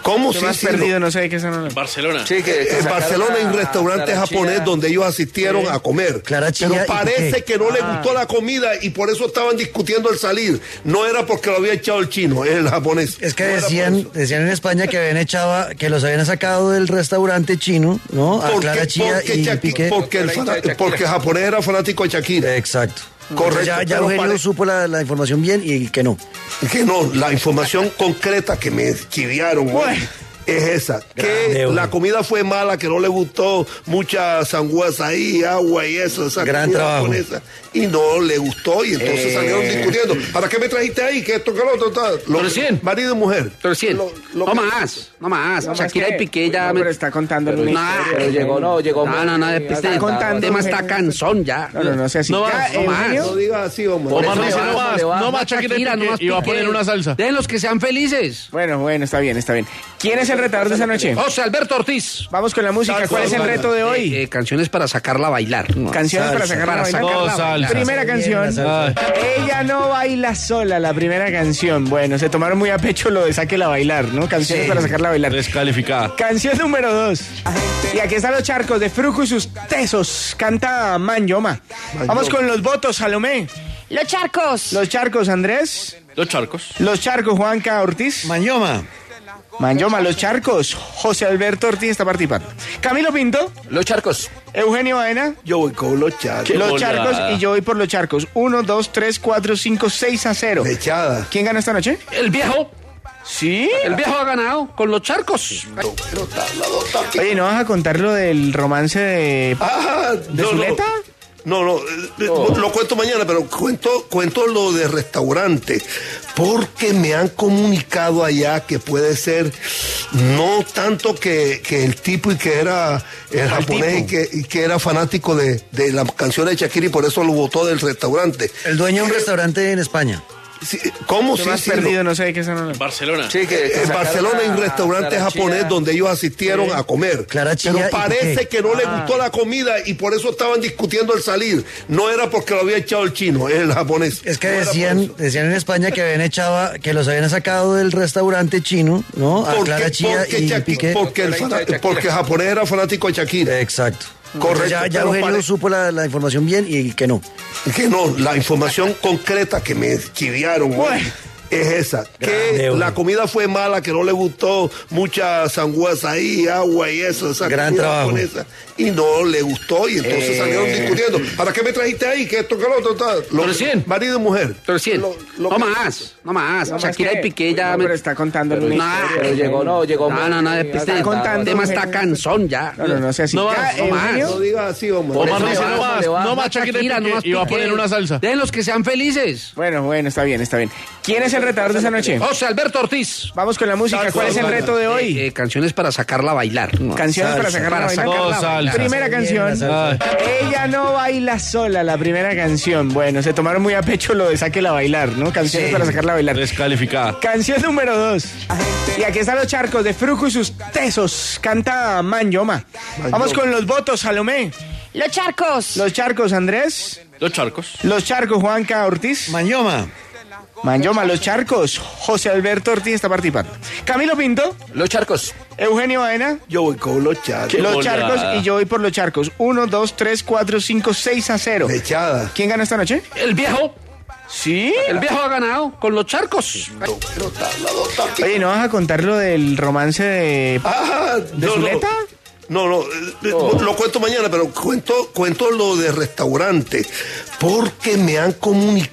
Speaker 1: ¿Cómo?
Speaker 4: Te
Speaker 1: Sí,
Speaker 4: me has
Speaker 1: sí,
Speaker 4: perdido, no sé de qué se
Speaker 5: Barcelona.
Speaker 1: Sí, que en Barcelona hay un restaurante japonés donde ellos asistieron
Speaker 2: Sí.
Speaker 1: a comer.
Speaker 2: Clara Chía,
Speaker 1: pero
Speaker 2: ¿y por qué?
Speaker 1: parece que no le
Speaker 2: Ah.
Speaker 1: gustó la comida y por eso estaban discutiendo el salir. No era porque lo había echado el chino, el japonés.
Speaker 2: Es que decían, decían en España que habían echado, que los habían sacado del restaurante chino, ¿no? A
Speaker 1: Porque,
Speaker 2: Clara Chía
Speaker 1: porque
Speaker 2: y
Speaker 1: Shaki-
Speaker 2: Piqué.
Speaker 1: porque el fana- porque el japonés era fanático de Shakira.
Speaker 2: Exacto.
Speaker 1: Correcto.
Speaker 2: Ya, ya
Speaker 1: pero
Speaker 2: Eugenio
Speaker 1: pare-
Speaker 2: supo la, la información bien y que no.
Speaker 1: que no, la información concreta que me chiviaron hoy es esa. Que
Speaker 2: Grande,
Speaker 1: la comida fue mala, que no le gustó mucha sangüesa ahí, agua y eso, esa
Speaker 2: Gran
Speaker 1: comida
Speaker 2: trabajo.
Speaker 1: japonesa, Y no le gustó y entonces
Speaker 4: Eh.
Speaker 1: salieron discutiendo. ¿Para qué me trajiste ahí? Que esto, que lo otro, tal? Lo-
Speaker 3: 300.
Speaker 1: Marido y mujer. Lo- lo
Speaker 3: No
Speaker 1: que-
Speaker 3: más, no más.
Speaker 4: No más
Speaker 3: Shakira
Speaker 4: que-
Speaker 3: y Piqué ya.
Speaker 4: No,
Speaker 3: me-
Speaker 4: pero está contando
Speaker 3: Nah.
Speaker 4: una historia.
Speaker 7: Pero llegó, no, llegó.
Speaker 3: No, no, no. Este
Speaker 4: Está contando.
Speaker 3: tema está cansón ya.
Speaker 4: No, no, no sea así.
Speaker 3: No
Speaker 4: Ya,
Speaker 3: más, no más.
Speaker 4: Eugenio.
Speaker 1: No digas así, hombre.
Speaker 3: Omar
Speaker 4: Por
Speaker 3: dice,
Speaker 4: eso
Speaker 3: no
Speaker 4: va,
Speaker 3: más,
Speaker 4: le va.
Speaker 3: no más Shakira,
Speaker 4: Shakira,
Speaker 3: no más
Speaker 4: y va a
Speaker 3: Piqué.
Speaker 4: poner una salsa.
Speaker 3: Den los que sean felices.
Speaker 4: Bueno, bueno, está bien, está bien. ¿Quién es el retador de esta noche?
Speaker 3: José Alberto Ortiz.
Speaker 4: Vamos con la música. ¿Cuál es el reto de hoy?
Speaker 3: Eh, eh, canciones para sacarla a bailar.
Speaker 4: Canciones para sacar la vaina. Primera canción. Ella no baila sola, la primera canción. Bueno, se tomaron muy a pecho lo de saque la bailar, ¿no? Canciones para sacarla a bailar.
Speaker 5: Descalificada.
Speaker 4: Canción número dos. Y aquí están los charcos de Fruco y sus tesos. Canta Manyoma. Vamos con los votos, Salomé.
Speaker 6: Los charcos.
Speaker 4: Los charcos, Andrés.
Speaker 5: Los charcos.
Speaker 4: Los charcos, Juanca Ortiz.
Speaker 2: Mañoma.
Speaker 4: Manyoma, los charcos. José Alberto Ortiz está participando. Camilo Pinto.
Speaker 7: Los charcos.
Speaker 4: Eugenio Baena.
Speaker 1: Yo voy con los charcos.
Speaker 4: Los
Speaker 5: bola.
Speaker 4: charcos y yo voy por los charcos. 1, 2, 3, 4, 5, 6 a 0.
Speaker 1: Echada.
Speaker 4: ¿Quién ganó esta noche?
Speaker 3: El viejo.
Speaker 4: Sí.
Speaker 3: El viejo ha ganado con los charcos.
Speaker 4: Oye, ¿no vas a contar lo del romance de,
Speaker 1: Ah,
Speaker 4: de
Speaker 1: no,
Speaker 4: Zuleta? Oh.
Speaker 1: No, no, eh, lo cuento mañana, pero cuento, cuento lo de restaurante, porque me han comunicado allá que puede ser no tanto que, que el tipo y que era el japonés y que, y que era fanático de, de la canción de Shakira y por eso lo votó del restaurante.
Speaker 2: El dueño de un restaurante en España.
Speaker 1: Sí, ¿Cómo
Speaker 4: Te
Speaker 1: sí,
Speaker 4: me has
Speaker 1: sí,
Speaker 4: perdido,
Speaker 1: lo-
Speaker 4: no sé de qué son.
Speaker 5: Barcelona.
Speaker 7: Sí, que
Speaker 1: Eh, en
Speaker 7: sacaron
Speaker 1: Barcelona hay un
Speaker 7: a-
Speaker 1: restaurante
Speaker 7: a la
Speaker 1: japonés
Speaker 7: Chía.
Speaker 1: donde ellos asistieron a comer.
Speaker 2: Clara Chía, ¿y
Speaker 1: pero
Speaker 2: por
Speaker 1: parece
Speaker 2: qué?
Speaker 1: que no le
Speaker 7: Ah.
Speaker 1: gustó la comida y por eso estaban discutiendo el salir. No era porque lo había echado el chino, el japonés.
Speaker 2: Es que
Speaker 1: No era por
Speaker 2: decían, decían en España que habían echado, que los habían sacado del restaurante chino, ¿no? A
Speaker 1: Porque-
Speaker 2: Clara Chía
Speaker 1: porque
Speaker 2: y
Speaker 1: Shaki-
Speaker 2: Piqué.
Speaker 1: Porque, el fana- porque el japonés era fanático de Shakira.
Speaker 2: Exacto.
Speaker 1: Correcto,
Speaker 2: Ya, ya
Speaker 1: pero
Speaker 2: Eugenio
Speaker 1: pare-
Speaker 2: supo la, la información bien y que no.
Speaker 1: Que no, la información concreta que me chiviaron hoy es esa. Que
Speaker 2: Grande,
Speaker 1: la
Speaker 2: hombre.
Speaker 1: comida fue mala, que no le gustó mucha sangüesa ahí, agua y eso, esa
Speaker 2: Gran
Speaker 1: comida
Speaker 2: trabajo.
Speaker 1: japonesa, Y no le gustó y entonces
Speaker 3: Eh.
Speaker 1: salieron discutiendo. ¿Para qué me trajiste ahí? Que esto, que lo otro, tal? Lo-
Speaker 3: 300.
Speaker 1: Marido y mujer.
Speaker 3: Lo,
Speaker 1: Lo- lo
Speaker 3: no
Speaker 1: que-
Speaker 3: más, no más.
Speaker 4: No más
Speaker 3: Shakira
Speaker 4: que-
Speaker 3: y Piqué ya.
Speaker 4: No,
Speaker 3: me-
Speaker 4: pero está contando una
Speaker 3: Nah.
Speaker 4: historia.
Speaker 7: Pero llegó, no, llegó.
Speaker 3: No, no, no. Este
Speaker 4: Está contando,
Speaker 3: tema está
Speaker 4: Eugenio.
Speaker 3: cansón ya.
Speaker 4: No, no, no sea así.
Speaker 3: No
Speaker 4: Ya,
Speaker 3: más, no más.
Speaker 4: Eugenio.
Speaker 1: No digas así, hombre.
Speaker 3: Por
Speaker 5: Omar
Speaker 3: eso
Speaker 5: dice,
Speaker 3: le
Speaker 5: no
Speaker 3: va,
Speaker 5: más,
Speaker 3: le va.
Speaker 5: no más Shakira y Piqué,
Speaker 3: más
Speaker 5: y va a poner
Speaker 3: Piqué.
Speaker 5: una salsa.
Speaker 3: Den los que sean felices.
Speaker 4: Bueno, bueno, está bien, está bien. ¿Quién es el retador de esta noche?
Speaker 3: José Alberto Ortiz.
Speaker 4: Vamos con la música.
Speaker 1: Salsa,
Speaker 4: ¿Cuál es el
Speaker 1: salsa.
Speaker 4: reto de
Speaker 3: Eh,
Speaker 4: hoy?
Speaker 3: eh, canciones para sacarla a bailar.
Speaker 4: Canciones para
Speaker 2: salsa.
Speaker 4: sacar la
Speaker 3: Para
Speaker 4: vaina.
Speaker 3: sacar la
Speaker 4: Carla.
Speaker 3: vaina.
Speaker 4: Primera
Speaker 2: Bien, la
Speaker 4: canción.
Speaker 2: salsa.
Speaker 4: Ella no baila sola, la primera canción. Bueno, se tomaron muy a pecho lo de saque la bailar, ¿no? Canciones para sacarla a bailar.
Speaker 5: Descalificada.
Speaker 4: Canción número 2. Y aquí están los charcos de Fruco y sus tesos. Canta Manyoma. Vamos con los votos, Salomé.
Speaker 6: Los charcos.
Speaker 4: Los charcos, Andrés.
Speaker 5: Los charcos.
Speaker 4: Los charcos, Juanca Ortiz.
Speaker 2: Mañoma.
Speaker 4: Manyoma, los charcos. José Alberto Ortiz está participando. Camilo Pinto.
Speaker 7: Los charcos.
Speaker 4: Eugenio Baena.
Speaker 1: Yo voy con los charcos.
Speaker 4: Los
Speaker 5: bola.
Speaker 4: charcos y yo voy por los charcos. 1, 2, 3, 4, 5, 6 a 0.
Speaker 1: Echada.
Speaker 4: ¿Quién ganó esta noche?
Speaker 3: El viejo.
Speaker 4: Sí.
Speaker 3: El viejo ha ganado con los charcos.
Speaker 4: Oye, ¿no vas a contar lo del romance de,
Speaker 1: Ah,
Speaker 4: de
Speaker 1: no, no.
Speaker 4: Zuleta?
Speaker 1: No, no, eh, eh,
Speaker 2: Oh.
Speaker 1: lo cuento mañana, pero cuento, cuento lo de restaurante, porque me han comunicado.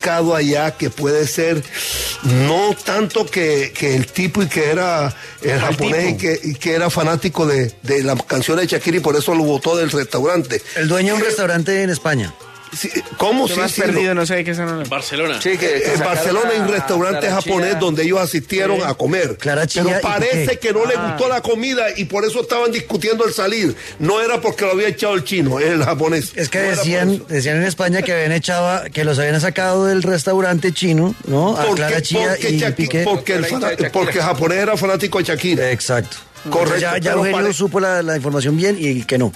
Speaker 1: mercado allá que puede ser no tanto que, que el tipo y que era el japonés y que, y que era fanático de, de las canciones de Shakira y por eso lo votó del restaurante.
Speaker 2: El dueño de un restaurante en España.
Speaker 1: ¿Cómo?
Speaker 4: Yo
Speaker 1: Sí,
Speaker 4: más
Speaker 1: sí,
Speaker 4: perdido,
Speaker 1: lo-
Speaker 4: no sé de qué son.
Speaker 5: Barcelona.
Speaker 1: Sí, que en Eh, Barcelona hay un restaurante japonés donde ellos asistieron
Speaker 4: Sí.
Speaker 1: a comer.
Speaker 4: Clara Chía, ¿y
Speaker 1: pero
Speaker 4: por qué?
Speaker 1: parece que no le
Speaker 4: Ah.
Speaker 1: gustó la comida y por eso estaban discutiendo el salir. No era porque lo había echado el chino, el japonés.
Speaker 2: Es que decían, decían en España que habían echado, que los habían sacado del restaurante chino, ¿no? A
Speaker 1: Porque-
Speaker 2: Clara Chía
Speaker 1: porque
Speaker 2: y
Speaker 1: Shaki-
Speaker 2: Piqué.
Speaker 1: porque el fana- porque el japonés era fanático de Shakira.
Speaker 2: Exacto.
Speaker 1: Correcto.
Speaker 2: Ya, ya
Speaker 1: pero
Speaker 2: Eugenio
Speaker 1: pare-
Speaker 2: supo la, la información bien y, que no.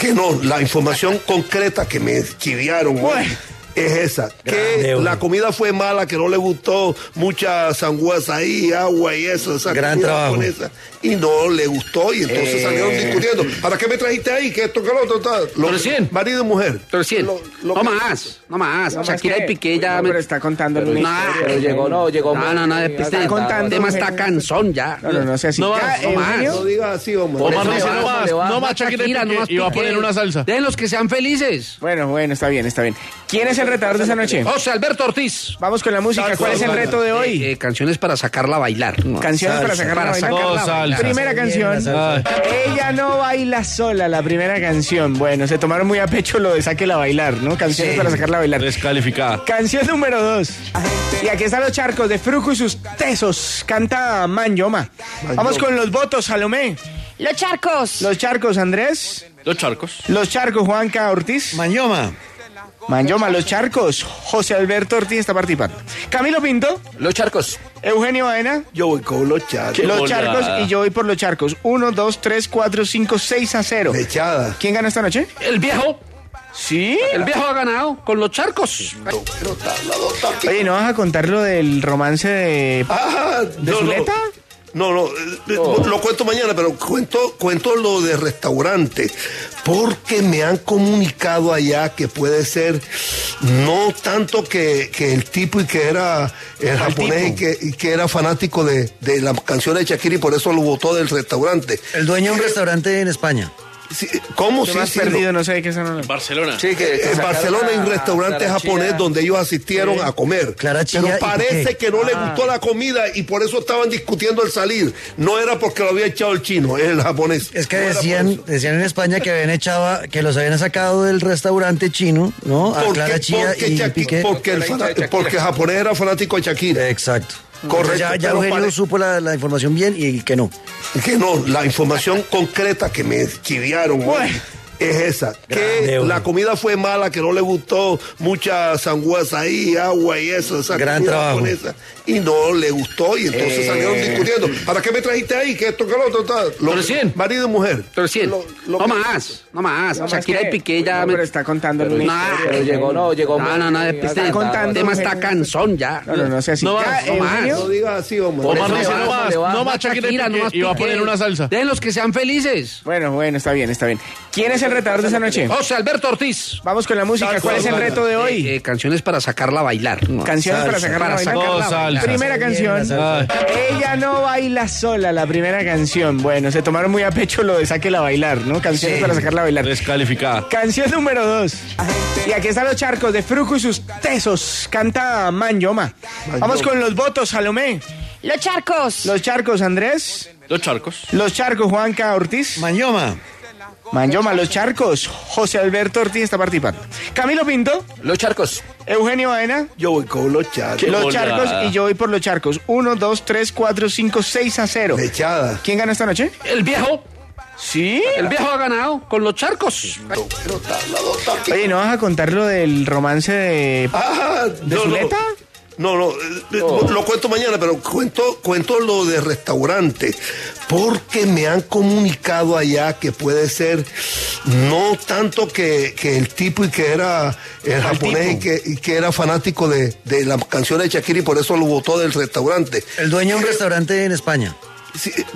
Speaker 1: Que no, la información concreta que me chiviaron güey, es esa. Que
Speaker 2: Grande, güey.
Speaker 1: la comida fue mala, que no le gustó mucha sangüesa ahí, agua y eso, esa
Speaker 2: Gran
Speaker 1: comida
Speaker 2: trabajo.
Speaker 1: japonesa, Y no le gustó y entonces
Speaker 2: Eh.
Speaker 1: salieron discutiendo. ¿Para qué me trajiste ahí? Que esto, que lo otro, tal. Lo- Marido y mujer. Lo- lo
Speaker 4: No
Speaker 1: que-
Speaker 4: más,
Speaker 3: no más.
Speaker 4: No más
Speaker 3: Shakira
Speaker 4: que-
Speaker 3: y Piqué ya.
Speaker 4: No,
Speaker 3: me-
Speaker 4: pero está contando
Speaker 3: Pero
Speaker 4: una
Speaker 3: no,
Speaker 4: historia.
Speaker 3: pero llegó, no, llegó. No, no, no, este
Speaker 4: Está contando.
Speaker 3: tema está
Speaker 4: mujeres.
Speaker 3: cansón ya.
Speaker 4: No, no, no sea así.
Speaker 3: No
Speaker 4: Ya,
Speaker 3: más,
Speaker 7: eh,
Speaker 3: no más.
Speaker 4: Eugenio.
Speaker 1: No digas así, hombre.
Speaker 3: Omar
Speaker 4: Por eso
Speaker 3: dice,
Speaker 4: le
Speaker 3: no
Speaker 4: va,
Speaker 3: más,
Speaker 4: le va.
Speaker 3: no más Shakira, no más
Speaker 4: y va a
Speaker 3: Piqué.
Speaker 4: poner una salsa.
Speaker 3: Den los que sean felices.
Speaker 4: Bueno, bueno, está bien, está bien. ¿Quién es el retador de esta noche?
Speaker 3: José Alberto Ortiz.
Speaker 4: Vamos con la música. ¿Cuál es el reto de hoy?
Speaker 3: Eh, eh, canciones para sacarla a bailar.
Speaker 4: Canciones para sacarla a bailar.
Speaker 3: sacarla a bailar.
Speaker 4: Primera canción. Ella no baila sola, la primera canción. Bueno, se tomaron muy a pecho lo de sáquela a bailar, ¿no? Canciones para sacarla a bailar.
Speaker 5: Descalificada.
Speaker 4: Canción número dos. Y aquí están los charcos de Fruco y sus tesos. Canta Manyoma. Vamos con los votos, Salomé.
Speaker 6: Los charcos.
Speaker 4: Los charcos, Andrés.
Speaker 5: Los charcos.
Speaker 4: Los charcos, Juanca Ortiz.
Speaker 2: Manyoma.
Speaker 4: Manyoma, los charcos. José Alberto Ortiz está participando. Camilo Pinto.
Speaker 7: Los charcos.
Speaker 4: Eugenio Baena.
Speaker 1: Yo voy con los charcos.
Speaker 4: los charcos y yo voy por los charcos. 1, 2, 3, 4, 5, 6 a 0.
Speaker 1: Echada.
Speaker 4: ¿Quién ganó esta noche?
Speaker 3: El viejo.
Speaker 4: Sí.
Speaker 3: El viejo ha ganado con los charcos.
Speaker 4: Oye, ¿no vas a contar lo del romance de,
Speaker 1: Ah,
Speaker 4: de
Speaker 1: no, no.
Speaker 4: Zuleta?
Speaker 1: No, no, eh, eh, lo cuento mañana, pero cuento, cuento lo de restaurante, porque me han comunicado allá que puede ser no tanto que, que el tipo y que era el japonés y que, y que era fanático de, de las canciones de Shakira y por eso lo votó del restaurante.
Speaker 2: El dueño de un restaurante en España.
Speaker 1: Sí, ¿Cómo?
Speaker 4: Yo
Speaker 1: Sí,
Speaker 4: más
Speaker 1: sí,
Speaker 4: perdido,
Speaker 1: lo-
Speaker 4: no sé de qué son.
Speaker 5: Barcelona.
Speaker 1: Sí, que en Barcelona hay un restaurante japonés donde ellos asistieron
Speaker 4: Sí.
Speaker 1: a comer.
Speaker 2: Clara Chía, ¿y
Speaker 1: pero
Speaker 2: por qué?
Speaker 1: parece que no le
Speaker 2: Ah.
Speaker 1: gustó la comida y por eso estaban discutiendo el salir. No era porque lo había echado el chino, el japonés.
Speaker 2: Es que decían, decían en España que habían echado, que los habían sacado del restaurante chino, ¿no? A
Speaker 1: Porque,
Speaker 2: Clara Chía
Speaker 1: porque
Speaker 2: y
Speaker 1: Shaki-
Speaker 2: Piqué.
Speaker 1: porque el fana- porque el japonés era fanático de Shakira.
Speaker 2: Exacto.
Speaker 1: Correcto.
Speaker 2: Ya, ya
Speaker 1: pero
Speaker 2: Eugenio
Speaker 1: pare-
Speaker 2: supo la, la información bien y que no.
Speaker 1: que no, la información concreta que me chiviaron güey, es esa. Que
Speaker 2: Grande, güey.
Speaker 1: la comida fue mala, que no le gustó mucha sangüesa ahí, agua y eso, esa
Speaker 2: Gran
Speaker 1: comida
Speaker 2: trabajo.
Speaker 1: japonesa. Y no le gustó y entonces
Speaker 4: Eh.
Speaker 1: salieron discutiendo. ¿Para qué me trajiste ahí? Que esto, que lo otro, tal. Lo-
Speaker 3: Recién.
Speaker 1: Marido y mujer.
Speaker 3: Recién.
Speaker 1: Lo- lo
Speaker 3: No
Speaker 1: que-
Speaker 3: más, no más.
Speaker 4: No más
Speaker 3: Shakira
Speaker 4: que-
Speaker 3: y Piqué ya.
Speaker 4: No,
Speaker 3: me-
Speaker 4: pero está contando
Speaker 3: Pero
Speaker 4: una
Speaker 3: no,
Speaker 4: historia.
Speaker 3: pero llegó, no, llegó. No, no, no, este
Speaker 4: Está contando,
Speaker 3: tema está
Speaker 4: Eugenio.
Speaker 3: cansón ya.
Speaker 4: No, no, no sea así.
Speaker 3: No
Speaker 4: Ya,
Speaker 3: más, no
Speaker 4: Eugenio.
Speaker 3: más.
Speaker 1: No digas así, hombre.
Speaker 3: Omar
Speaker 1: Eso
Speaker 3: dice,
Speaker 1: va.
Speaker 3: no más, no más Shakira, no más
Speaker 4: y va a
Speaker 3: Piqué.
Speaker 4: poner una salsa.
Speaker 3: Den los que sean felices.
Speaker 4: Bueno, bueno, está bien, está bien. ¿Quién es el retador de esta noche?
Speaker 3: José Alberto Ortiz.
Speaker 4: Vamos con la música. ¿Cuál es el reto de hoy?
Speaker 3: Eh, eh, canciones para sacarla a bailar.
Speaker 4: Canciones para sacarla a bailar.
Speaker 3: sacarla a
Speaker 4: Carla,
Speaker 3: bailar.
Speaker 4: Primera canción. Ella no baila sola, la primera canción. Bueno, se tomaron muy a pecho lo de sáquela a bailar, ¿no? Canciones para sacarla a bailar.
Speaker 5: Descalificada.
Speaker 4: Canción número dos. Y aquí están los charcos de Fruco y sus tesos. Canta Manyoma. Vamos con los votos, Salomé.
Speaker 6: Los charcos.
Speaker 4: Los charcos, Andrés.
Speaker 5: Los charcos.
Speaker 4: Los charcos, Juanca Ortiz.
Speaker 2: Manyoma.
Speaker 4: Manyoma, los charcos. José Alberto Ortiz está participando. Camilo Pinto.
Speaker 7: Los charcos.
Speaker 4: Eugenio Baena.
Speaker 1: Yo voy con los charcos.
Speaker 4: Los charcos y yo voy por los charcos. 1, 2, 3, 4, 5, 6 a 0.
Speaker 1: Echada.
Speaker 4: ¿Quién ganó esta noche?
Speaker 3: El viejo.
Speaker 4: Sí.
Speaker 3: El viejo ha ganado con los charcos.
Speaker 4: Oye, ¿no vas a contar lo del romance de,
Speaker 1: Ah,
Speaker 4: de
Speaker 1: no, no.
Speaker 4: Zuleta?
Speaker 1: No, no, eh, lo cuento mañana, pero cuento, cuento lo de restaurante, porque me han comunicado allá que puede ser no tanto que, que el tipo y que era el japonés y que, y que era fanático de, de las canciones de Shakira y por eso lo votó del restaurante.
Speaker 2: El dueño de un restaurante en España.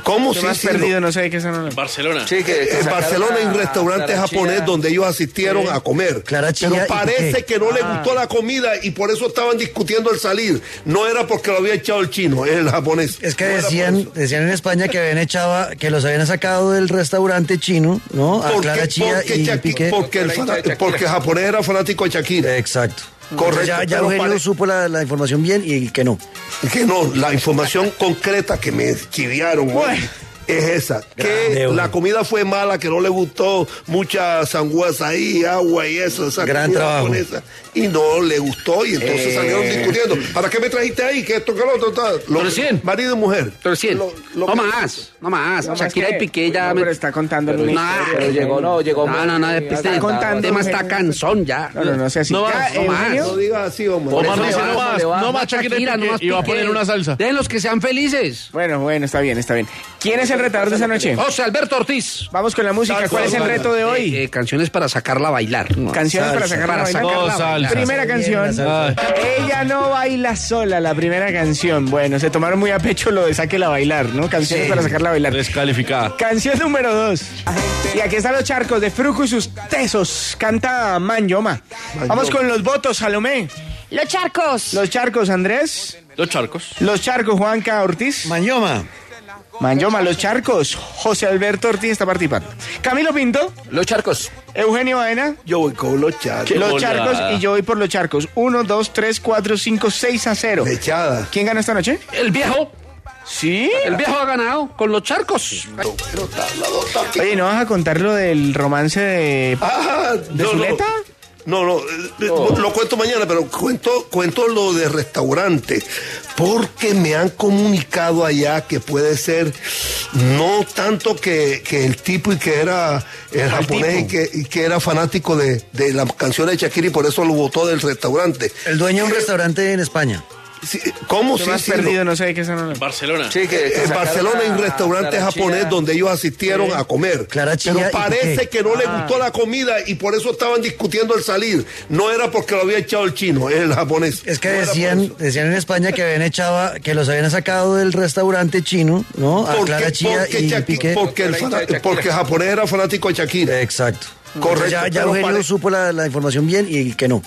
Speaker 1: ¿Cómo?
Speaker 4: Yo
Speaker 1: Sí,
Speaker 4: más
Speaker 1: sí,
Speaker 4: perdido,
Speaker 1: lo-
Speaker 4: no sé de qué son.
Speaker 5: Barcelona.
Speaker 1: Sí, en Barcelona hay un restaurante japonés donde ellos asistieron
Speaker 2: Sí.
Speaker 1: a comer.
Speaker 2: Clara Chía,
Speaker 1: pero
Speaker 2: ¿y por
Speaker 1: parece
Speaker 2: qué?
Speaker 1: que no le
Speaker 2: Ah.
Speaker 1: gustó la comida y por eso estaban discutiendo el salir. No era porque lo había echado el chino, el japonés.
Speaker 2: Es que decían, decían en España que habían echado, que los habían sacado del restaurante chino, ¿no? A
Speaker 1: Porque-
Speaker 2: Clara Chía
Speaker 1: porque
Speaker 2: y
Speaker 1: Shaki-
Speaker 2: Piqué.
Speaker 1: porque el fana- porque japonés era fanático de Shakira.
Speaker 2: Exacto.
Speaker 1: Correcto.
Speaker 2: Ya, ya
Speaker 1: pero
Speaker 2: Eugenio
Speaker 1: pare-
Speaker 2: supo la, la información bien y que no.
Speaker 1: que no, la información concreta que me chiviaron hoy es esa, que la comida fue mala, que no le gustó mucha sangüesa ahí, agua y eso, esa
Speaker 2: Gran
Speaker 1: comida
Speaker 2: trabajo.
Speaker 1: japonesa, y no le gustó y entonces
Speaker 2: Eh.
Speaker 1: salieron discutiendo, ¿para qué me trajiste ahí? Que esto que lo otro tal. Lo- marido y mujer. Lo- lo
Speaker 3: No
Speaker 1: que-
Speaker 3: más, no más.
Speaker 1: No más
Speaker 3: Shakira
Speaker 1: qué.
Speaker 3: y Piqué ya
Speaker 4: No,
Speaker 3: me...
Speaker 4: pero está contando
Speaker 3: No,
Speaker 4: una historia. Pero llegó, no, llegó
Speaker 3: No,
Speaker 4: muy-
Speaker 3: no, no,
Speaker 4: está
Speaker 3: este este
Speaker 4: contando,
Speaker 3: tema está
Speaker 4: Eugenio.
Speaker 3: cansón ya.
Speaker 4: No, no, no sea así.
Speaker 3: No
Speaker 4: Ya,
Speaker 3: más, no más.
Speaker 4: Eugenio.
Speaker 1: No digas así, hombre.
Speaker 3: Por
Speaker 4: Omar
Speaker 3: eso
Speaker 4: dice,
Speaker 3: le
Speaker 4: no
Speaker 3: va,
Speaker 4: más,
Speaker 3: le va.
Speaker 4: no más
Speaker 3: Shakira,
Speaker 4: Shakira y
Speaker 3: no más
Speaker 4: Piqué, y va a
Speaker 3: Piqué.
Speaker 4: poner una salsa.
Speaker 3: Den los que sean felices.
Speaker 4: Bueno, bueno, está bien, está bien. ¿Quién es el retador de esa noche?
Speaker 3: José Alberto Ortiz.
Speaker 4: Vamos con la música. ¿Cuál es el reto de hoy?
Speaker 3: Eh, eh, canciones para sacarla a bailar. No.
Speaker 4: Canciones para sacar la
Speaker 3: Para
Speaker 4: vaina.
Speaker 3: sacarla a bailar.
Speaker 4: Primera canción. Ella no baila sola, la primera canción. Bueno, se tomaron muy a pecho lo de Sáquela a bailar, ¿no? Canciones para sacarla a bailar.
Speaker 5: Descalificada.
Speaker 4: Canción número dos. Y aquí están los charcos de Fruco y sus tesos. Canta Man Yoma. Vamos con los votos, Salomé.
Speaker 6: Los charcos.
Speaker 4: Los charcos, Andrés.
Speaker 5: Los charcos.
Speaker 4: Los charcos, Juanca Ortiz.
Speaker 2: Mañoma.
Speaker 4: Mañoma, los charcos. José Alberto Ortiz está participando. Camilo Pinto.
Speaker 7: Los charcos.
Speaker 4: Eugenio Baena.
Speaker 1: Yo voy con los charcos.
Speaker 4: Los charcos y yo voy por los charcos. 1, 2, 3, 4, 5, 6 a 0.
Speaker 1: Echada.
Speaker 4: ¿Quién ganó esta noche?
Speaker 3: El viejo.
Speaker 4: Sí.
Speaker 3: El viejo ha ganado con los charcos.
Speaker 4: Oye, ¿no vas a contar lo del romance de,
Speaker 1: Ah,
Speaker 4: de
Speaker 1: no, no.
Speaker 4: Zuleta?
Speaker 1: No, no, eh, eh, lo cuento mañana, pero cuento, cuento lo de restaurante, porque me han comunicado allá que puede ser no tanto que, que el tipo y que era el japonés y que, y que era fanático de, de las canciones de Shakira y por eso lo votó del restaurante. Eh,
Speaker 2: El dueño de un restaurante en España.
Speaker 1: Sí, ¿Cómo
Speaker 4: Yo
Speaker 1: sí,
Speaker 4: más
Speaker 1: sí,
Speaker 4: perdido,
Speaker 1: lo-
Speaker 4: no sé de qué son.
Speaker 5: Barcelona.
Speaker 1: en Eh, Barcelona hay un restaurante japonés donde ellos asistieron
Speaker 4: Sí.
Speaker 1: a comer.
Speaker 2: Clara Chía
Speaker 1: pero
Speaker 2: y
Speaker 1: parece
Speaker 2: Piqué.
Speaker 1: que no le
Speaker 4: Ah.
Speaker 1: gustó la comida y por eso estaban discutiendo el salir. No era porque lo había echado el chino, el japonés.
Speaker 2: Es que decían, decían en España que habían echado, que los habían sacado del restaurante chino, ¿no? A
Speaker 1: Porque,
Speaker 2: Clara Chía
Speaker 1: porque
Speaker 2: y
Speaker 1: Shaki-
Speaker 2: Piqué.
Speaker 1: porque el fana- porque el japonés era fanático de Shakira.
Speaker 2: Exacto.
Speaker 1: Correcto.
Speaker 2: Ya, ya
Speaker 1: pero
Speaker 2: Eugenio
Speaker 1: pare-
Speaker 2: supo la, la información bien y que no.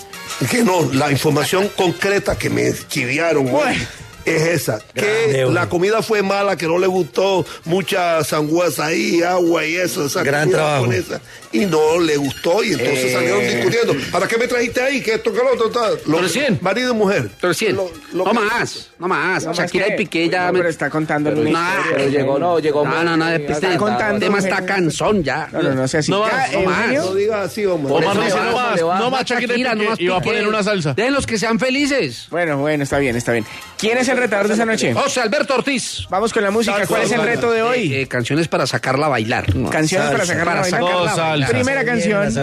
Speaker 1: que no, la información concreta que me chiviaron hoy es esa, que
Speaker 2: Grande,
Speaker 1: la
Speaker 2: hombre.
Speaker 1: comida fue mala, que no le gustó mucha sangüesa ahí, agua y eso, esa
Speaker 2: Gran
Speaker 1: comida
Speaker 2: trabajo.
Speaker 1: japonesa, y no le gustó y entonces
Speaker 4: Eh.
Speaker 1: salieron discutiendo, ¿para qué me trajiste ahí? Que esto que lo otro tal. Lo-
Speaker 3: Recién.
Speaker 1: marido y mujer.
Speaker 3: Recién.
Speaker 1: Lo- lo
Speaker 3: No
Speaker 1: que-
Speaker 3: más, no más.
Speaker 4: No más
Speaker 3: Shakira
Speaker 4: que-
Speaker 3: y Piqué ya
Speaker 4: No,
Speaker 3: me...
Speaker 4: pero está contando una
Speaker 3: No,
Speaker 4: historia.
Speaker 3: pero
Speaker 7: llegó, no, llegó
Speaker 3: No, no, no, este
Speaker 4: Está contando,
Speaker 3: tema está
Speaker 4: Eugenio.
Speaker 3: cansón ya.
Speaker 4: No, no, no sea así.
Speaker 3: No
Speaker 4: Ya,
Speaker 3: más, no más.
Speaker 4: Eugenio.
Speaker 1: No digas así, hombre.
Speaker 5: Omar
Speaker 3: Eso le
Speaker 5: dice
Speaker 3: va,
Speaker 5: no más,
Speaker 3: le va.
Speaker 5: no más Shakira y Piqué,
Speaker 3: más
Speaker 5: y va a
Speaker 3: Piqué.
Speaker 5: poner una salsa.
Speaker 3: Den los que sean felices.
Speaker 4: Bueno, bueno, está bien, está bien. ¿Quién es el retador de esa noche?
Speaker 3: José Alberto Ortiz.
Speaker 4: Vamos con la música. ¿Cuál es el reto de hoy?
Speaker 3: Eh, eh, canciones para sacarla a bailar. No.
Speaker 4: Canciones para
Speaker 3: Salsa.
Speaker 4: sacar la vaina.
Speaker 5: Oh,
Speaker 3: sacarla a bailar.
Speaker 4: Primera canción.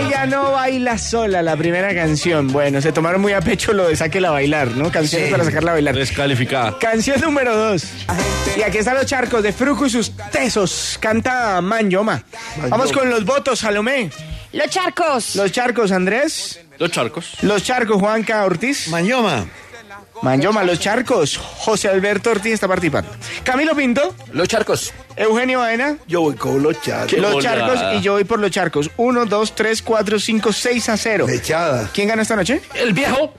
Speaker 4: Ella no baila sola, la primera canción. Bueno, se tomaron muy a pecho lo de Sáquela a bailar, ¿no? Canciones
Speaker 5: Sí.
Speaker 4: para sacarla a bailar.
Speaker 5: Descalificada.
Speaker 4: Canción número dos. Y aquí están los charcos de Fruco y sus tesos. Canta Man Yoma. Vamos con los votos, Salomé.
Speaker 6: Los charcos.
Speaker 4: Los charcos, Andrés.
Speaker 5: Los charcos.
Speaker 4: Los charcos, Juanca Ortiz.
Speaker 2: Mañoma.
Speaker 4: Manjoma, los charcos. José Alberto Ortiz está participando. Camilo Pinto.
Speaker 7: Los charcos.
Speaker 4: Eugenio Baena.
Speaker 1: Yo voy con los charcos.
Speaker 4: Los
Speaker 5: bola.
Speaker 4: charcos y yo voy por los charcos. 1, 2, 3, 4, 5, 6 a 0.
Speaker 1: Echada.
Speaker 4: ¿Quién ganó esta noche?
Speaker 3: El viejo.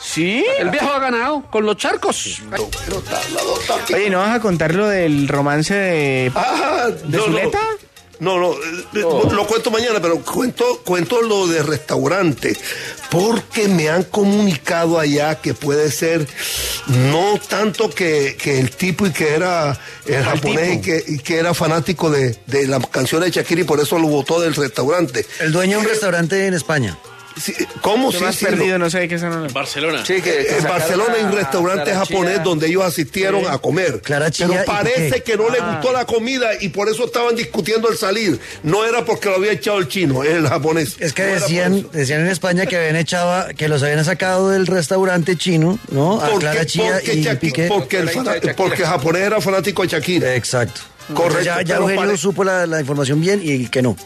Speaker 4: Sí.
Speaker 3: El viejo ha ganado con los charcos.
Speaker 4: Oye, ¿no vas a contar lo del romance de,
Speaker 1: Ah,
Speaker 4: de
Speaker 1: no, no.
Speaker 4: Zuleta?
Speaker 1: No, no, eh, eh, lo cuento mañana, pero cuento, cuento lo de restaurante, porque me han comunicado allá que puede ser no tanto que, que el tipo y que era el japonés y
Speaker 4: tipo?
Speaker 1: que, y que era fanático de, de las canciones de Shakira y por eso lo votó del restaurante.
Speaker 2: El dueño de un restaurante en España.
Speaker 1: sí, ¿Cómo?
Speaker 4: ¿Qué
Speaker 1: Sí,
Speaker 4: más
Speaker 1: sí,
Speaker 4: perdido?
Speaker 1: no.
Speaker 4: No sé de qué se habla.
Speaker 5: Barcelona.
Speaker 1: Sí, que- que En sacaron Barcelona hay un a- restaurante a la japonés china. donde ellos asistieron a comer. Pero parece que no le gustó la comida y por eso estaban discutiendo el salir. No era porque lo había echado el chino, el japonés.
Speaker 2: Es que decían, decían en España que habían echado, a- que los habían sacado del restaurante chino, ¿no? A
Speaker 1: Porque-
Speaker 2: Clara Chía
Speaker 1: porque
Speaker 2: y
Speaker 1: Shaki-
Speaker 2: Piqué.
Speaker 1: porque el fana- porque el japonés era fanático de Shakira.
Speaker 2: Exacto.
Speaker 1: Correcto.
Speaker 2: Ya, ya
Speaker 1: pero
Speaker 2: Eugenio
Speaker 1: pare-
Speaker 2: supo la, la información bien y que no.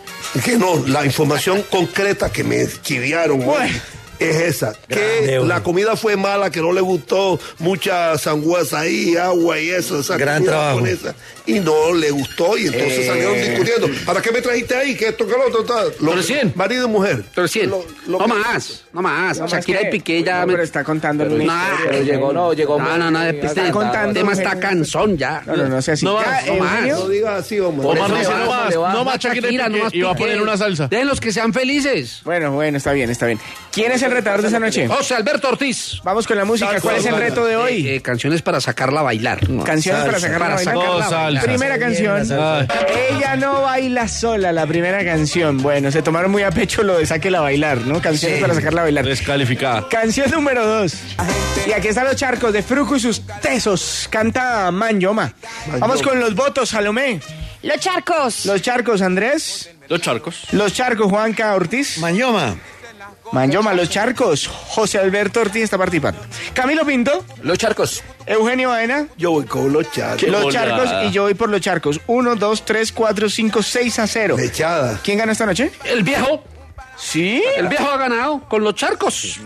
Speaker 1: Que no, la información concreta que me chiviaron hoy es esa. Que la comida fue mala, que no le gustó mucha sangüesa ahí, agua y eso. Esa
Speaker 2: Gran
Speaker 1: comida
Speaker 2: trabajo.
Speaker 1: japonesa, y no le gustó y entonces
Speaker 2: Eh.
Speaker 1: salieron discutiendo. ¿Para qué me trajiste ahí? Que esto, que lo otro, tal. Lo- Marido y mujer.
Speaker 3: 300. No más, no más.
Speaker 4: No,
Speaker 3: Shakira
Speaker 4: ¿qué?
Speaker 3: y Piqué ya.
Speaker 4: No,
Speaker 3: me-
Speaker 4: pero está contando
Speaker 3: No,
Speaker 4: Pero llegó, no, llegó.
Speaker 3: No, no, no. Este
Speaker 4: Está contando,
Speaker 3: tema está
Speaker 4: Eugenio.
Speaker 3: cansón ya.
Speaker 4: No, no, no sea así.
Speaker 3: No
Speaker 4: Ya,
Speaker 3: más, no más.
Speaker 4: Eugenio.
Speaker 1: No digas así, hombre.
Speaker 3: Por
Speaker 4: Omar
Speaker 3: eso
Speaker 4: dice,
Speaker 3: le
Speaker 4: no
Speaker 3: va,
Speaker 4: más, no
Speaker 3: le va.
Speaker 5: Ah,
Speaker 4: más Shakira y Piqué,
Speaker 3: no más
Speaker 4: y va a
Speaker 3: Piqué.
Speaker 4: poner una salsa.
Speaker 3: De los que sean felices.
Speaker 4: Bueno, bueno, está bien, está bien. ¿Quién es el retador de esta noche?
Speaker 3: José Alberto Ortiz.
Speaker 4: Vamos con la música. ¿Cuál es el reto de hoy?
Speaker 3: Eh, eh, canciones para sacarla a bailar.
Speaker 4: Canciones para sacar la vaina. Primera canción. Ella no baila sola, la primera canción. Bueno, se tomaron muy a pecho lo de saque la bailar, ¿no? Canciones para sacarla a bailar.
Speaker 5: Descalificada.
Speaker 4: Canción número dos. Y aquí están los charcos de Fruco y sus tesos. Canta Manyoma. Vamos con los votos, Salomé.
Speaker 6: Los charcos.
Speaker 4: Los charcos, Andrés.
Speaker 5: Los charcos.
Speaker 4: Los charcos, Juanca Ortiz.
Speaker 2: Manyoma.
Speaker 4: Manyoma, los charcos. José Alberto Ortiz está participando. Camilo Pinto.
Speaker 7: Los charcos.
Speaker 4: Eugenio Baena.
Speaker 1: Yo voy con los charcos.
Speaker 4: Los charcos y yo voy por los charcos. 1, 2, 3, 4, 5, 6 a 0.
Speaker 1: Echada.
Speaker 4: ¿Quién ganó esta noche?
Speaker 3: El viejo.
Speaker 4: Sí.
Speaker 3: El viejo ha ganado con los charcos.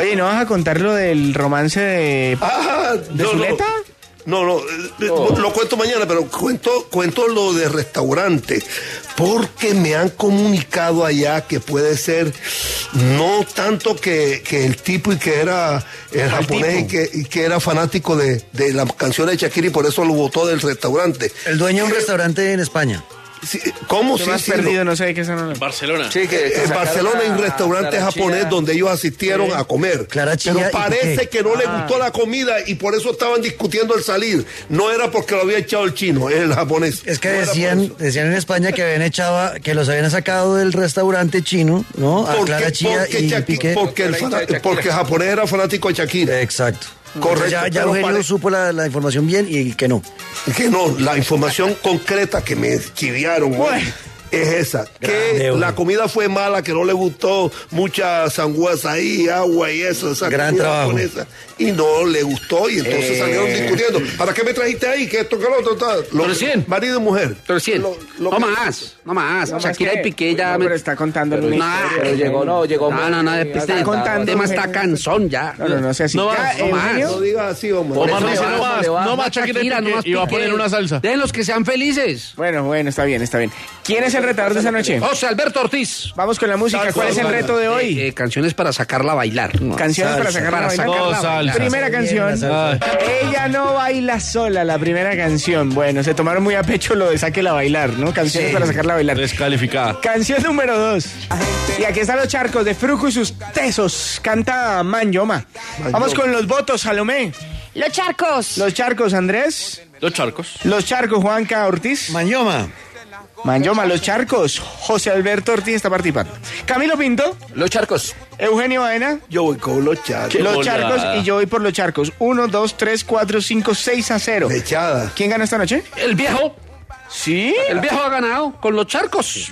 Speaker 4: Oye, ¿no vas a contar lo del romance de.
Speaker 1: Ah, no,
Speaker 4: ¿De
Speaker 1: no.
Speaker 4: Zuleta?
Speaker 1: No, no, eh, eh,
Speaker 2: Oh.
Speaker 1: lo cuento mañana, pero cuento, cuento lo de restaurante, porque me han comunicado allá que puede ser no tanto que, que el tipo y que era el japonés y que, y que era fanático de, de las canciones de Shakira y por eso lo votó del restaurante. Eh,
Speaker 2: El dueño de un restaurante en España.
Speaker 1: Sí, ¿Cómo?
Speaker 4: Te
Speaker 1: Sí,
Speaker 4: has
Speaker 1: sí,
Speaker 4: perdido, no sé de qué se
Speaker 5: Barcelona.
Speaker 1: en Barcelona hay un restaurante japonés donde ellos asistieron a comer.
Speaker 2: Chía
Speaker 1: Pero
Speaker 2: y
Speaker 1: parece
Speaker 2: Piqué.
Speaker 1: que no le
Speaker 2: Ah.
Speaker 1: gustó la comida y por eso estaban discutiendo el salir. No era porque lo había echado el chino, el japonés.
Speaker 2: Es que decían, decían en España que habían echado, a- que los habían sacado del restaurante chino, ¿no? A
Speaker 1: Porque-
Speaker 2: Clara Chía
Speaker 1: porque
Speaker 2: y
Speaker 1: Shaki-
Speaker 2: Piqué.
Speaker 1: porque el fana- porque el japonés era fanático de Shakira.
Speaker 2: Exacto.
Speaker 1: Correcto.
Speaker 2: Ya, ya
Speaker 1: pero
Speaker 2: Eugenio
Speaker 1: pare-
Speaker 2: supo la, la información bien y que no.
Speaker 1: Que no, la información concreta que me chiviaron hoy es esa. Que la comida fue mala, que no le gustó mucha sangüesa ahí, agua y eso. Esa
Speaker 2: Gran
Speaker 1: comida
Speaker 2: trabajo.
Speaker 1: japonesa, y no le gustó y entonces
Speaker 2: Eh.
Speaker 1: salieron discutiendo. ¿Para qué me trajiste ahí? Que esto, que lo otro, tal. Lo- Marido y mujer.
Speaker 3: 300. No más, no más.
Speaker 4: No más,
Speaker 3: Shakira
Speaker 4: ¿qué?
Speaker 3: y Piqué ya.
Speaker 4: No,
Speaker 3: me-
Speaker 4: pero está contando
Speaker 3: No,
Speaker 4: una historia,
Speaker 3: no,
Speaker 4: Eugenio.
Speaker 3: No, no, no. Este
Speaker 4: Está contando.
Speaker 3: tema está
Speaker 4: Eugenio.
Speaker 3: cansón ya.
Speaker 4: No, no, no sea así.
Speaker 3: No
Speaker 4: Ya,
Speaker 3: más, no más.
Speaker 4: Eugenio.
Speaker 1: No digas así, hombre.
Speaker 3: Por eso
Speaker 5: dice,
Speaker 3: le
Speaker 5: no
Speaker 3: va,
Speaker 5: más,
Speaker 3: le va.
Speaker 5: no más Shakira y Piqué,
Speaker 3: más
Speaker 5: y va a poner
Speaker 3: Piqué.
Speaker 5: una salsa.
Speaker 3: De los que sean felices.
Speaker 4: Bueno, bueno, está bien, está bien. ¿Quién es el retador de esta noche?
Speaker 3: José Alberto Ortiz.
Speaker 4: Vamos con la música. ¿Cuál es el reto de hoy?
Speaker 3: Eh, eh, canciones para sacarla a bailar.
Speaker 4: Canciones para sacarla a bailar. Primera canción. Ah. Ella no baila sola, la primera canción. Bueno, se tomaron muy a pecho lo de saque la bailar, ¿no? Canciones para sacarla a bailar.
Speaker 5: Descalificada.
Speaker 4: Canción número dos. Y aquí están los charcos de Fruco y sus tesos. Canta Manyoma. Vamos con los votos, Salomé.
Speaker 6: Los charcos.
Speaker 4: Los charcos, Andrés.
Speaker 5: Los charcos.
Speaker 4: Los charcos, Juanca Ortiz.
Speaker 2: Manyoma.
Speaker 4: Manyoma, los charcos. José Alberto Ortiz está participando. Camilo Pinto.
Speaker 7: Los charcos.
Speaker 4: Eugenio Baena.
Speaker 1: Yo voy con los charcos.
Speaker 4: los charcos y yo voy por los charcos. 1, 2, 3, 4, 5, 6 a 0.
Speaker 1: Echada.
Speaker 4: ¿Quién ganó esta noche?
Speaker 3: El viejo.
Speaker 4: Sí.
Speaker 3: El viejo ha ganado con los charcos.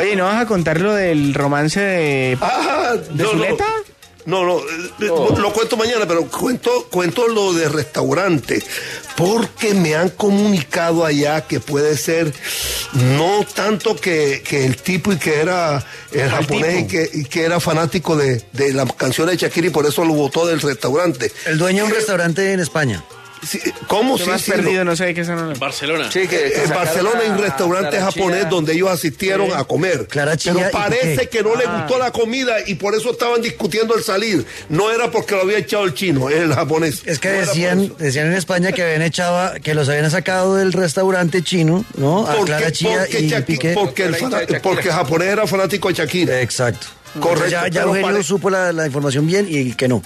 Speaker 4: Oye, ¿no vas a contar lo del romance de.
Speaker 1: Ah,
Speaker 4: ¿De
Speaker 1: no,
Speaker 4: Zuleta?
Speaker 1: No, no, eh, eh, lo cuento mañana, pero cuento, cuento lo de restaurante, porque me han comunicado allá que puede ser no tanto que, que el tipo y que era el japonés y que, y que era fanático de, de las canciones de Shakira y por eso lo votó del restaurante.
Speaker 2: El dueño de un restaurante en España.
Speaker 1: Sí, ¿Cómo?
Speaker 4: Te
Speaker 1: Sí,
Speaker 4: has
Speaker 1: sí,
Speaker 4: perdido, no sé de qué se habla.
Speaker 5: Barcelona.
Speaker 1: en Barcelona hay un restaurante japonés donde ellos asistieron a comer.
Speaker 2: Clara Chía
Speaker 1: pero
Speaker 2: y
Speaker 1: parece
Speaker 2: Piqué.
Speaker 1: que no le gustó la comida y por eso estaban discutiendo el salir. No era porque lo había echado el chino, el japonés.
Speaker 2: Es que decían, decían en España que habían echado, a- que los habían sacado del restaurante chino, ¿no? A
Speaker 1: Porque,
Speaker 2: Clara Chía
Speaker 1: porque
Speaker 2: y
Speaker 1: Shaki-
Speaker 2: Piqué.
Speaker 1: porque el fana- porque el japonés era fanático de Shakira.
Speaker 2: Exacto.
Speaker 1: Correcto.
Speaker 2: Ya, ya
Speaker 1: pero
Speaker 2: Eugenio
Speaker 1: pare-
Speaker 2: supo la, la información bien y que no.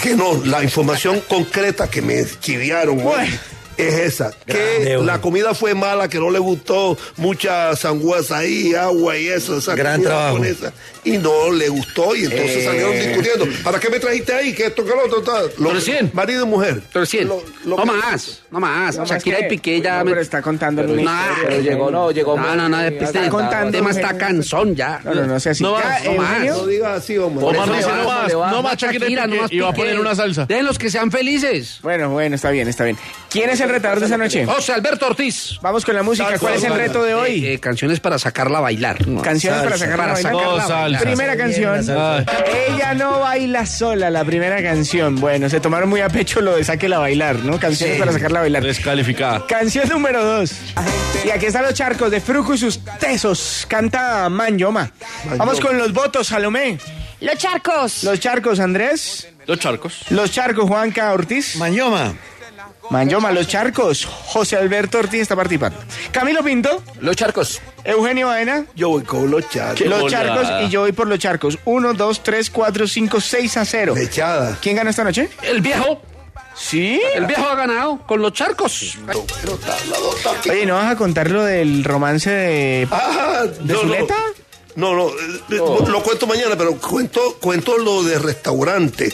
Speaker 1: que no, la información concreta que me chiviaron hoy es esa. Que la comida fue mala, que no le gustó mucha sangüesa ahí, agua y eso, esa
Speaker 2: Gran
Speaker 1: comida
Speaker 2: trabajo.
Speaker 1: japonesa. Y no le gustó y entonces
Speaker 2: Eh.
Speaker 1: salieron discutiendo. ¿Para qué me trajiste ahí? Que esto, que lo otro, tal. Lo- Marido y mujer.
Speaker 3: 300.
Speaker 1: Lo-
Speaker 3: no
Speaker 1: lo-
Speaker 3: más, no más.
Speaker 4: No más
Speaker 3: Shakira
Speaker 4: que-
Speaker 3: y Piqué ya. me...
Speaker 4: pero está contando
Speaker 3: No,
Speaker 4: una
Speaker 1: Ah,
Speaker 4: historia. Pero llegó, no, llegó
Speaker 3: No, no, no.
Speaker 4: muy-
Speaker 3: Este,
Speaker 4: está contando,
Speaker 3: el tema está
Speaker 4: Eugenio.
Speaker 3: cansón ya.
Speaker 4: No, no, no sea así.
Speaker 3: No
Speaker 4: Ya,
Speaker 3: más, no más.
Speaker 4: Eugenio. No
Speaker 1: digas así, hombre.
Speaker 4: Omar dice, no más, no más
Speaker 3: Shakira,
Speaker 4: Shakira,
Speaker 3: no más
Speaker 4: y va a
Speaker 3: Piqué.
Speaker 4: poner una salsa.
Speaker 3: Den los que sean felices.
Speaker 4: Bueno, bueno, está bien, está bien. ¿Quién es el retador de esta noche?
Speaker 3: José Alberto Ortiz.
Speaker 4: Vamos con la música. ¿Cuál es el reto de hoy?
Speaker 3: Eh, eh, canciones para sacarla a bailar.
Speaker 4: Canciones para sacar la vaina. Primera canción. Ella no baila sola, la primera canción. Bueno, se tomaron muy a pecho lo de saque la bailar, ¿no? Canciones para sacarla a bailar.
Speaker 5: Descalificada.
Speaker 4: Canción número dos. Y aquí están los charcos de Fruco y sus tesos. Canta Manyoma. Vamos con los votos, Salomé.
Speaker 6: Los charcos.
Speaker 4: Los charcos, Andrés.
Speaker 5: Los charcos.
Speaker 4: Los charcos, Juanca Ortiz. Manyoma. Manyoma, los charcos. José Alberto Ortiz está participando. Camilo Pinto.
Speaker 7: Los charcos.
Speaker 4: Eugenio Baena.
Speaker 1: Yo voy con los charcos.
Speaker 4: Los charcos y yo voy por los charcos. 1, 2, 3, 4, 5, 6 a 0.
Speaker 1: Echada.
Speaker 4: ¿Quién ganó esta noche?
Speaker 3: El viejo.
Speaker 4: Sí.
Speaker 3: El viejo ha ganado con los charcos.
Speaker 4: Oye, ¿no vas a contar lo del romance de,
Speaker 1: Ah,
Speaker 4: de
Speaker 1: no,
Speaker 4: Zuleta?
Speaker 1: No, no, eh,
Speaker 2: Oh.
Speaker 1: lo cuento mañana, pero cuento, cuento lo de restaurante,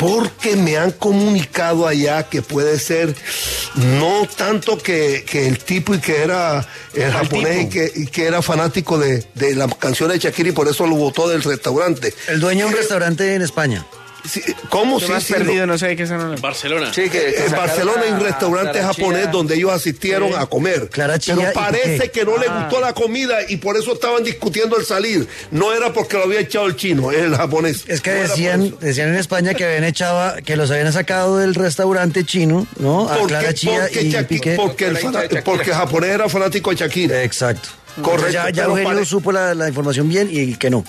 Speaker 1: porque me han comunicado allá que puede ser no tanto que, que el tipo y que era el japonés y que, y que era fanático de, de las canciones de Shakira y por eso lo votó del restaurante. Eh,
Speaker 2: El dueño de un restaurante en España.
Speaker 1: Sí, ¿Cómo?
Speaker 4: Tú
Speaker 1: Sí,
Speaker 4: me has
Speaker 1: sí,
Speaker 4: perdido,
Speaker 1: lo-
Speaker 4: no sé de qué son.
Speaker 5: Barcelona.
Speaker 1: Sí, que en Barcelona hay un restaurante japonés donde ellos asistieron
Speaker 2: Sí.
Speaker 1: a comer.
Speaker 2: Clara Chía
Speaker 1: pero
Speaker 2: y
Speaker 1: parece
Speaker 2: Piqué.
Speaker 1: que no le
Speaker 2: Ah.
Speaker 1: gustó la comida y por eso estaban discutiendo el salir. No era porque lo había echado el chino, el japonés.
Speaker 2: Es que decían, decían en España que habían echado, que los habían sacado del restaurante chino, ¿no? A
Speaker 1: Porque-
Speaker 2: Clara Chía
Speaker 1: porque
Speaker 2: y
Speaker 1: Shaki-
Speaker 2: Piqué.
Speaker 1: porque el fana- porque el japonés era fanático de Shakira.
Speaker 2: Exacto.
Speaker 1: Correcto.
Speaker 2: Ya, ya
Speaker 1: pero
Speaker 2: Eugenio
Speaker 1: pare-
Speaker 2: supo la, la información bien y que no.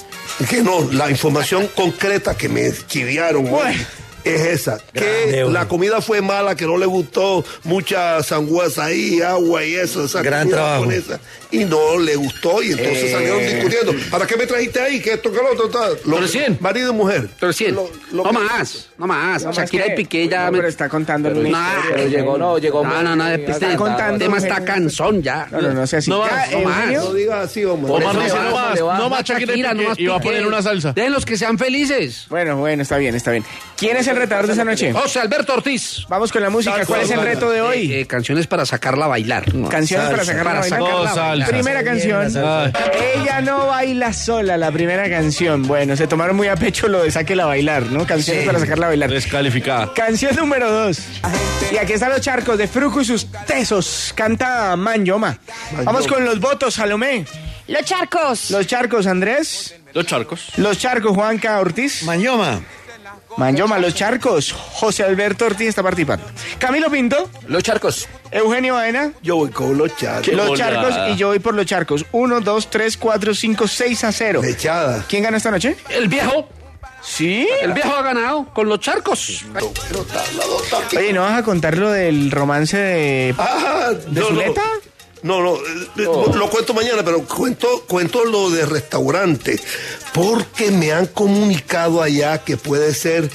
Speaker 1: que no, la información concreta que me chiviaron güey, es esa. Que
Speaker 2: Grande, güey.
Speaker 1: la comida fue mala, que no le gustó mucha sangüesa ahí, agua y eso, esa
Speaker 2: Gran
Speaker 1: comida
Speaker 2: trabajo.
Speaker 1: japonesa. Y no le gustó y entonces
Speaker 2: Eh.
Speaker 1: salieron discutiendo. ¿Para qué me trajiste ahí? Que esto, que lo otro, tal. Lo-
Speaker 3: 300.
Speaker 1: Marido y mujer.
Speaker 3: 300. No más, no más.
Speaker 4: No más
Speaker 3: Shakira
Speaker 4: que-
Speaker 3: y Piqué ya.
Speaker 4: No,
Speaker 3: me-
Speaker 4: pero está contando
Speaker 3: No,
Speaker 4: una historia.
Speaker 3: no, No, no, no. Este
Speaker 4: Está contando,
Speaker 3: el tema está
Speaker 4: Eugenio.
Speaker 3: cansón ya.
Speaker 4: No, no, no sea así.
Speaker 3: No
Speaker 4: Ya,
Speaker 3: más, no más.
Speaker 4: Eugenio.
Speaker 1: No digas así, hombre.
Speaker 3: Por eso
Speaker 1: Eso
Speaker 3: le
Speaker 1: va,
Speaker 3: va,
Speaker 1: le va.
Speaker 3: no más Shakira, no más
Speaker 1: y va a
Speaker 3: Piqué.
Speaker 1: poner una salsa.
Speaker 3: Den los que sean felices.
Speaker 4: Bueno, bueno, está bien, está bien. ¿Quién es el retador de esta noche?
Speaker 3: José Alberto Ortiz.
Speaker 4: Vamos con la música. ¿Cuál es el reto de hoy?
Speaker 3: Eh, eh, canciones para sacarla a bailar.
Speaker 4: Canciones para sacarla a bailar.
Speaker 3: sacarla a
Speaker 4: Carla.
Speaker 3: bailar.
Speaker 4: Primera canción. Ella no baila sola, la primera canción. Bueno, se tomaron muy a pecho lo de saquela a bailar, ¿no? Canciones para sacarla a bailar.
Speaker 5: Descalificada.
Speaker 4: Canción número dos. Y aquí están los charcos de Fruco y sus tesos. Canta Manyoma. Vamos con los votos, Salomé.
Speaker 6: Los charcos.
Speaker 4: Los charcos, Andrés.
Speaker 5: Los charcos.
Speaker 4: Los charcos, Juanca Ortiz. Manyoma. Manyoma, los charcos. José Alberto Ortiz está participando. Camilo Pinto.
Speaker 7: Los charcos.
Speaker 4: Eugenio Baena.
Speaker 1: Yo voy con los charcos.
Speaker 4: Los
Speaker 1: Hola.
Speaker 4: charcos y yo voy por los charcos. 1, 2, 3, 4, 5, 6 a 0.
Speaker 1: Echada.
Speaker 4: ¿Quién ganó esta noche?
Speaker 3: El viejo.
Speaker 4: Sí.
Speaker 3: El viejo ha ganado con los charcos.
Speaker 4: Oye, ¿no vas a contar lo del romance de,
Speaker 1: Ah,
Speaker 4: de
Speaker 1: no, no.
Speaker 4: Zuleta?
Speaker 1: No, no, eh, eh, lo cuento mañana, pero cuento, cuento lo de restaurante, porque me han comunicado allá que puede ser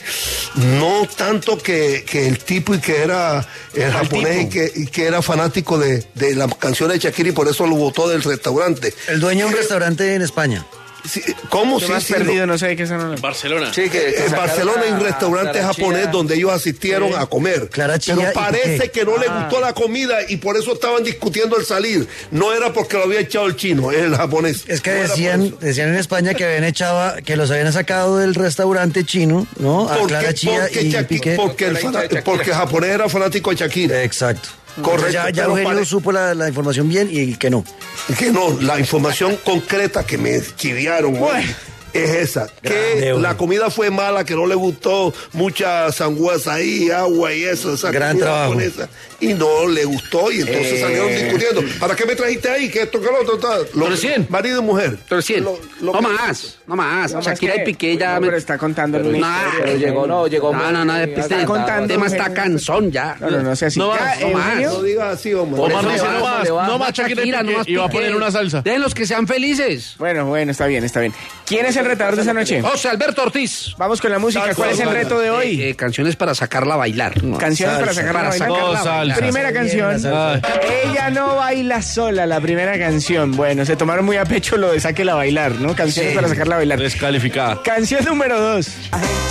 Speaker 1: no tanto que, que el tipo y que era el japonés y que, y que era fanático de, de las canciones de Shakira y por eso lo votó del restaurante. Eh,
Speaker 2: El dueño de un restaurante en España.
Speaker 1: Sí, ¿Cómo
Speaker 4: Tú
Speaker 1: sí,
Speaker 4: me has
Speaker 1: sí,
Speaker 4: perdido, no Eh, sé de qué son. los-
Speaker 5: Barcelona.
Speaker 1: en Barcelona hay un restaurante
Speaker 7: Clara
Speaker 1: japonés
Speaker 7: Chía.
Speaker 1: donde ellos asistieron a comer.
Speaker 2: Clara Chía
Speaker 1: pero
Speaker 2: y
Speaker 1: parece
Speaker 2: Piqué.
Speaker 1: que no le
Speaker 4: Ah.
Speaker 1: gustó la comida y por eso estaban discutiendo el salir. No era porque lo había echado el chino, el japonés.
Speaker 2: Es que decían, decían en España que habían echado, que los habían sacado del restaurante chino, ¿no? A
Speaker 1: Porque,
Speaker 2: Clara Chía
Speaker 1: porque
Speaker 2: y
Speaker 1: Shaki-
Speaker 2: Piqué.
Speaker 1: porque el fana- porque el japonés era fanático de Shakira.
Speaker 2: Exacto.
Speaker 1: Correcto.
Speaker 2: Ya, ya
Speaker 1: pero
Speaker 2: Eugenio
Speaker 1: pare-
Speaker 2: supo la, la información bien y que no.
Speaker 1: que no, la información concreta que me chiviaron güey, es esa. Que
Speaker 2: Grande, güey.
Speaker 1: la comida fue mala, que no le gustó mucha sangüesa ahí, agua y eso, esa
Speaker 2: Gran
Speaker 1: comida
Speaker 2: trabajo.
Speaker 1: japonesa. Y no le gustó y entonces
Speaker 4: Eh.
Speaker 1: salieron discutiendo. ¿Para qué me trajiste ahí? Que esto, que lo otro, tal. Lo-
Speaker 3: 300.
Speaker 1: Marido y mujer.
Speaker 3: 300.
Speaker 1: Lo- lo
Speaker 3: no
Speaker 1: que-
Speaker 3: más, no más.
Speaker 4: No más
Speaker 3: Shakira
Speaker 4: que-
Speaker 3: y Piqué ya.
Speaker 4: No,
Speaker 3: me-
Speaker 4: pero está contando una
Speaker 3: No,
Speaker 4: historia.
Speaker 7: Pero llegó, no, llegó.
Speaker 3: No, no, no. Este
Speaker 4: Está contando,
Speaker 3: el tema está
Speaker 4: Eugenio.
Speaker 3: cansón ya.
Speaker 4: No, no, no sea así.
Speaker 3: No
Speaker 4: Ya,
Speaker 3: más, no más.
Speaker 4: Eugenio.
Speaker 1: ah, No digas así, hombre.
Speaker 5: Omar
Speaker 3: Eso
Speaker 5: dice,
Speaker 3: le
Speaker 5: no
Speaker 3: va,
Speaker 5: más,
Speaker 3: eso le va.
Speaker 5: no más Shakira y
Speaker 3: no más
Speaker 5: Piqué, y va a
Speaker 3: Piqué.
Speaker 5: poner una salsa.
Speaker 3: Den los que sean felices.
Speaker 4: Bueno, bueno, está bien, está bien. ¿Quién es el el retador de esa noche?
Speaker 3: José Alberto Ortiz.
Speaker 4: Vamos con la música. ¿Cuál es el reto de hoy?
Speaker 3: Eh, eh, canciones para sacarla a bailar.
Speaker 4: Canciones para sacarla a bailar. Primera canción. Ella no baila sola, la primera canción. Bueno, se tomaron muy a pecho lo de sáquela a bailar, ¿no? Canciones
Speaker 5: Sí.
Speaker 4: para sacarla a bailar.
Speaker 5: Descalificada.
Speaker 4: Canción número dos.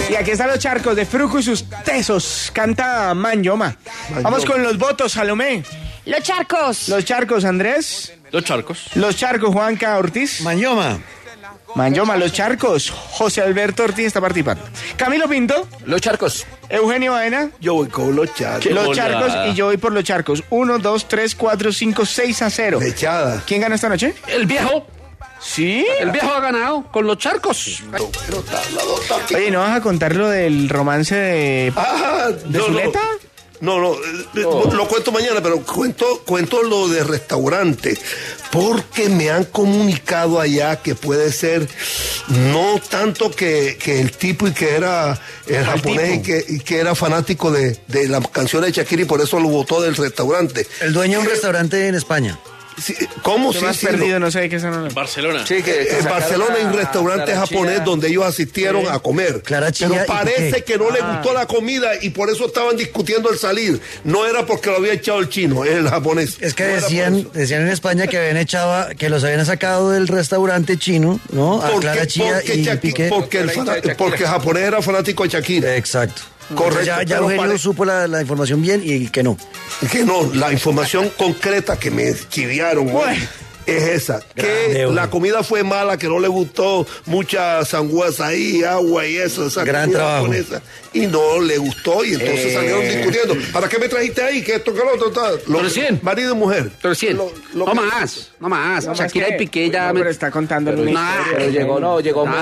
Speaker 4: Y aquí están los charcos de Fruco y sus tesos. Canta Man Yoma. Vamos con los votos, Salomé.
Speaker 6: Los charcos.
Speaker 4: Los charcos, Andrés.
Speaker 5: Los charcos.
Speaker 4: Los charcos, Juanca Ortiz. Mañoma. Mañoma, los charcos. José Alberto Ortiz está participando. Camilo Pinto. Los charcos. Eugenio Baena.
Speaker 1: Yo voy con los charcos.
Speaker 4: los charcos y yo voy por los charcos. 1, 2, 3, 4, 5, 6 a 0.
Speaker 1: Echada.
Speaker 4: ¿Quién ganó esta noche?
Speaker 3: El viejo.
Speaker 4: ¿Sí?
Speaker 3: El viejo ha ganado con los charcos.
Speaker 4: Oye, ¿no vas a contar lo del romance de,
Speaker 1: Ah,
Speaker 4: de
Speaker 1: no, no.
Speaker 4: Zuleta?
Speaker 1: No, no, eh, eh,
Speaker 2: Oh.
Speaker 1: lo cuento mañana, pero cuento, cuento lo de restaurante, porque me han comunicado allá que puede ser no tanto que, que el tipo y que era el japonés y que, y que era fanático de, de la canción de Shakira y por eso lo votó del restaurante.
Speaker 2: El dueño de un restaurante en España.
Speaker 1: ¿Cómo?
Speaker 4: Te
Speaker 1: Sí,
Speaker 4: me has
Speaker 1: sí,
Speaker 4: perdido, no sé de qué son.
Speaker 5: Barcelona.
Speaker 1: Sí, que en Barcelona hay un restaurante japonés donde ellos asistieron
Speaker 2: Sí.
Speaker 1: a comer.
Speaker 2: Clara Chía,
Speaker 1: pero
Speaker 2: ¿y por
Speaker 1: parece
Speaker 2: qué?
Speaker 1: que no le
Speaker 2: Ah.
Speaker 1: gustó la comida y por eso estaban discutiendo el salir. No era porque lo había echado el chino, el japonés.
Speaker 2: Es que decían, decían en España que habían echado, que los habían sacado del restaurante chino, ¿no? A
Speaker 1: Porque-
Speaker 2: Clara Chía
Speaker 1: porque
Speaker 2: y
Speaker 1: Shaki-
Speaker 2: Piqué.
Speaker 1: porque el fana- porque el japonés era fanático de Shakira.
Speaker 2: Exacto.
Speaker 1: Correcto.
Speaker 2: Ya, ya
Speaker 1: pero
Speaker 2: Eugenio
Speaker 1: pare-
Speaker 2: supo la, la información bien y que no.
Speaker 1: que no, la información concreta que me chiviaron hoy es esa. Que
Speaker 2: Grande, güey.
Speaker 1: la comida fue mala, que no le gustó mucha sangüesa ahí, agua y eso, esa
Speaker 2: Gran
Speaker 1: comida
Speaker 2: trabajo.
Speaker 1: japonesa. Y no le gustó y entonces
Speaker 2: Eh.
Speaker 1: salieron discutiendo. ¿Para qué me trajiste ahí? Que esto, que lo otro, tal. Lo-
Speaker 3: 300.
Speaker 1: Marido y mujer.
Speaker 3: Lo- lo que- No más, no más.
Speaker 4: No más
Speaker 3: Shakira
Speaker 4: que-
Speaker 3: y Piqué ya.
Speaker 4: No,
Speaker 3: me-
Speaker 4: pero está contando
Speaker 3: No,
Speaker 4: una historia.
Speaker 3: no, No,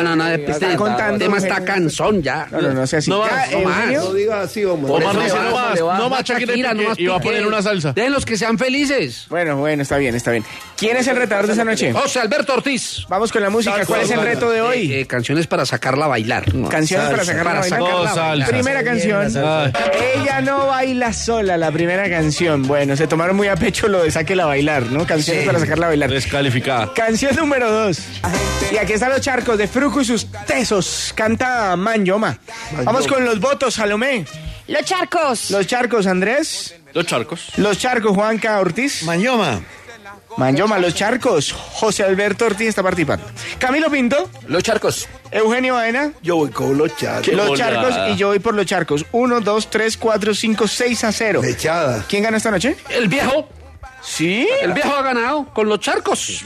Speaker 3: no, no.
Speaker 4: Está
Speaker 3: Este
Speaker 4: contando,
Speaker 3: tema está
Speaker 4: Eugenio.
Speaker 3: cansón ya.
Speaker 4: No, no, no sea así.
Speaker 3: No
Speaker 4: Ya,
Speaker 3: más, no
Speaker 4: Eugenio.
Speaker 3: más.
Speaker 1: No digas así, hombre.
Speaker 3: Por
Speaker 5: Omar
Speaker 3: eso
Speaker 5: dice,
Speaker 3: le
Speaker 5: no
Speaker 3: va,
Speaker 5: más,
Speaker 3: le va.
Speaker 5: no más Shakira y Piqué,
Speaker 3: más
Speaker 5: y va a
Speaker 3: Piqué.
Speaker 5: poner una salsa.
Speaker 3: Den los que sean felices.
Speaker 4: Bueno, bueno, está bien, está bien. ¿Quién es el retador de esa noche?
Speaker 3: José Alberto Ortiz.
Speaker 4: Vamos con la música. ¿Cuál es el reto de hoy?
Speaker 3: Eh, eh, canciones para sacarla a bailar.
Speaker 4: Canciones para sacarla a bailar. Primera canción. Ella no baila sola, la primera canción. Bueno, se tomaron muy a pecho lo de sáquela a bailar, ¿no? Canciones
Speaker 5: Sí.
Speaker 4: para sacarla a bailar.
Speaker 5: Descalificada.
Speaker 4: Canción número dos.
Speaker 1: Ah.
Speaker 4: Y aquí están los charcos de Fruco y sus tesos. Canta Man Yoma. Vamos con los votos, Salomé.
Speaker 6: Los charcos.
Speaker 4: Los charcos, Andrés.
Speaker 5: Los charcos.
Speaker 4: Los charcos, Juanca Ortiz.
Speaker 2: Mañoma.
Speaker 4: Mañoma, los charcos. José Alberto Ortiz está participando. Camilo Pinto. Los charcos. Eugenio Baena.
Speaker 1: Yo voy con los charcos.
Speaker 4: Los charcos y yo voy por los charcos. 1, 2, 3, 4, 5, 6 a 0.
Speaker 1: Echada.
Speaker 4: ¿Quién ganó esta noche?
Speaker 3: El viejo.
Speaker 4: Sí.
Speaker 3: El viejo ha ganado con los charcos.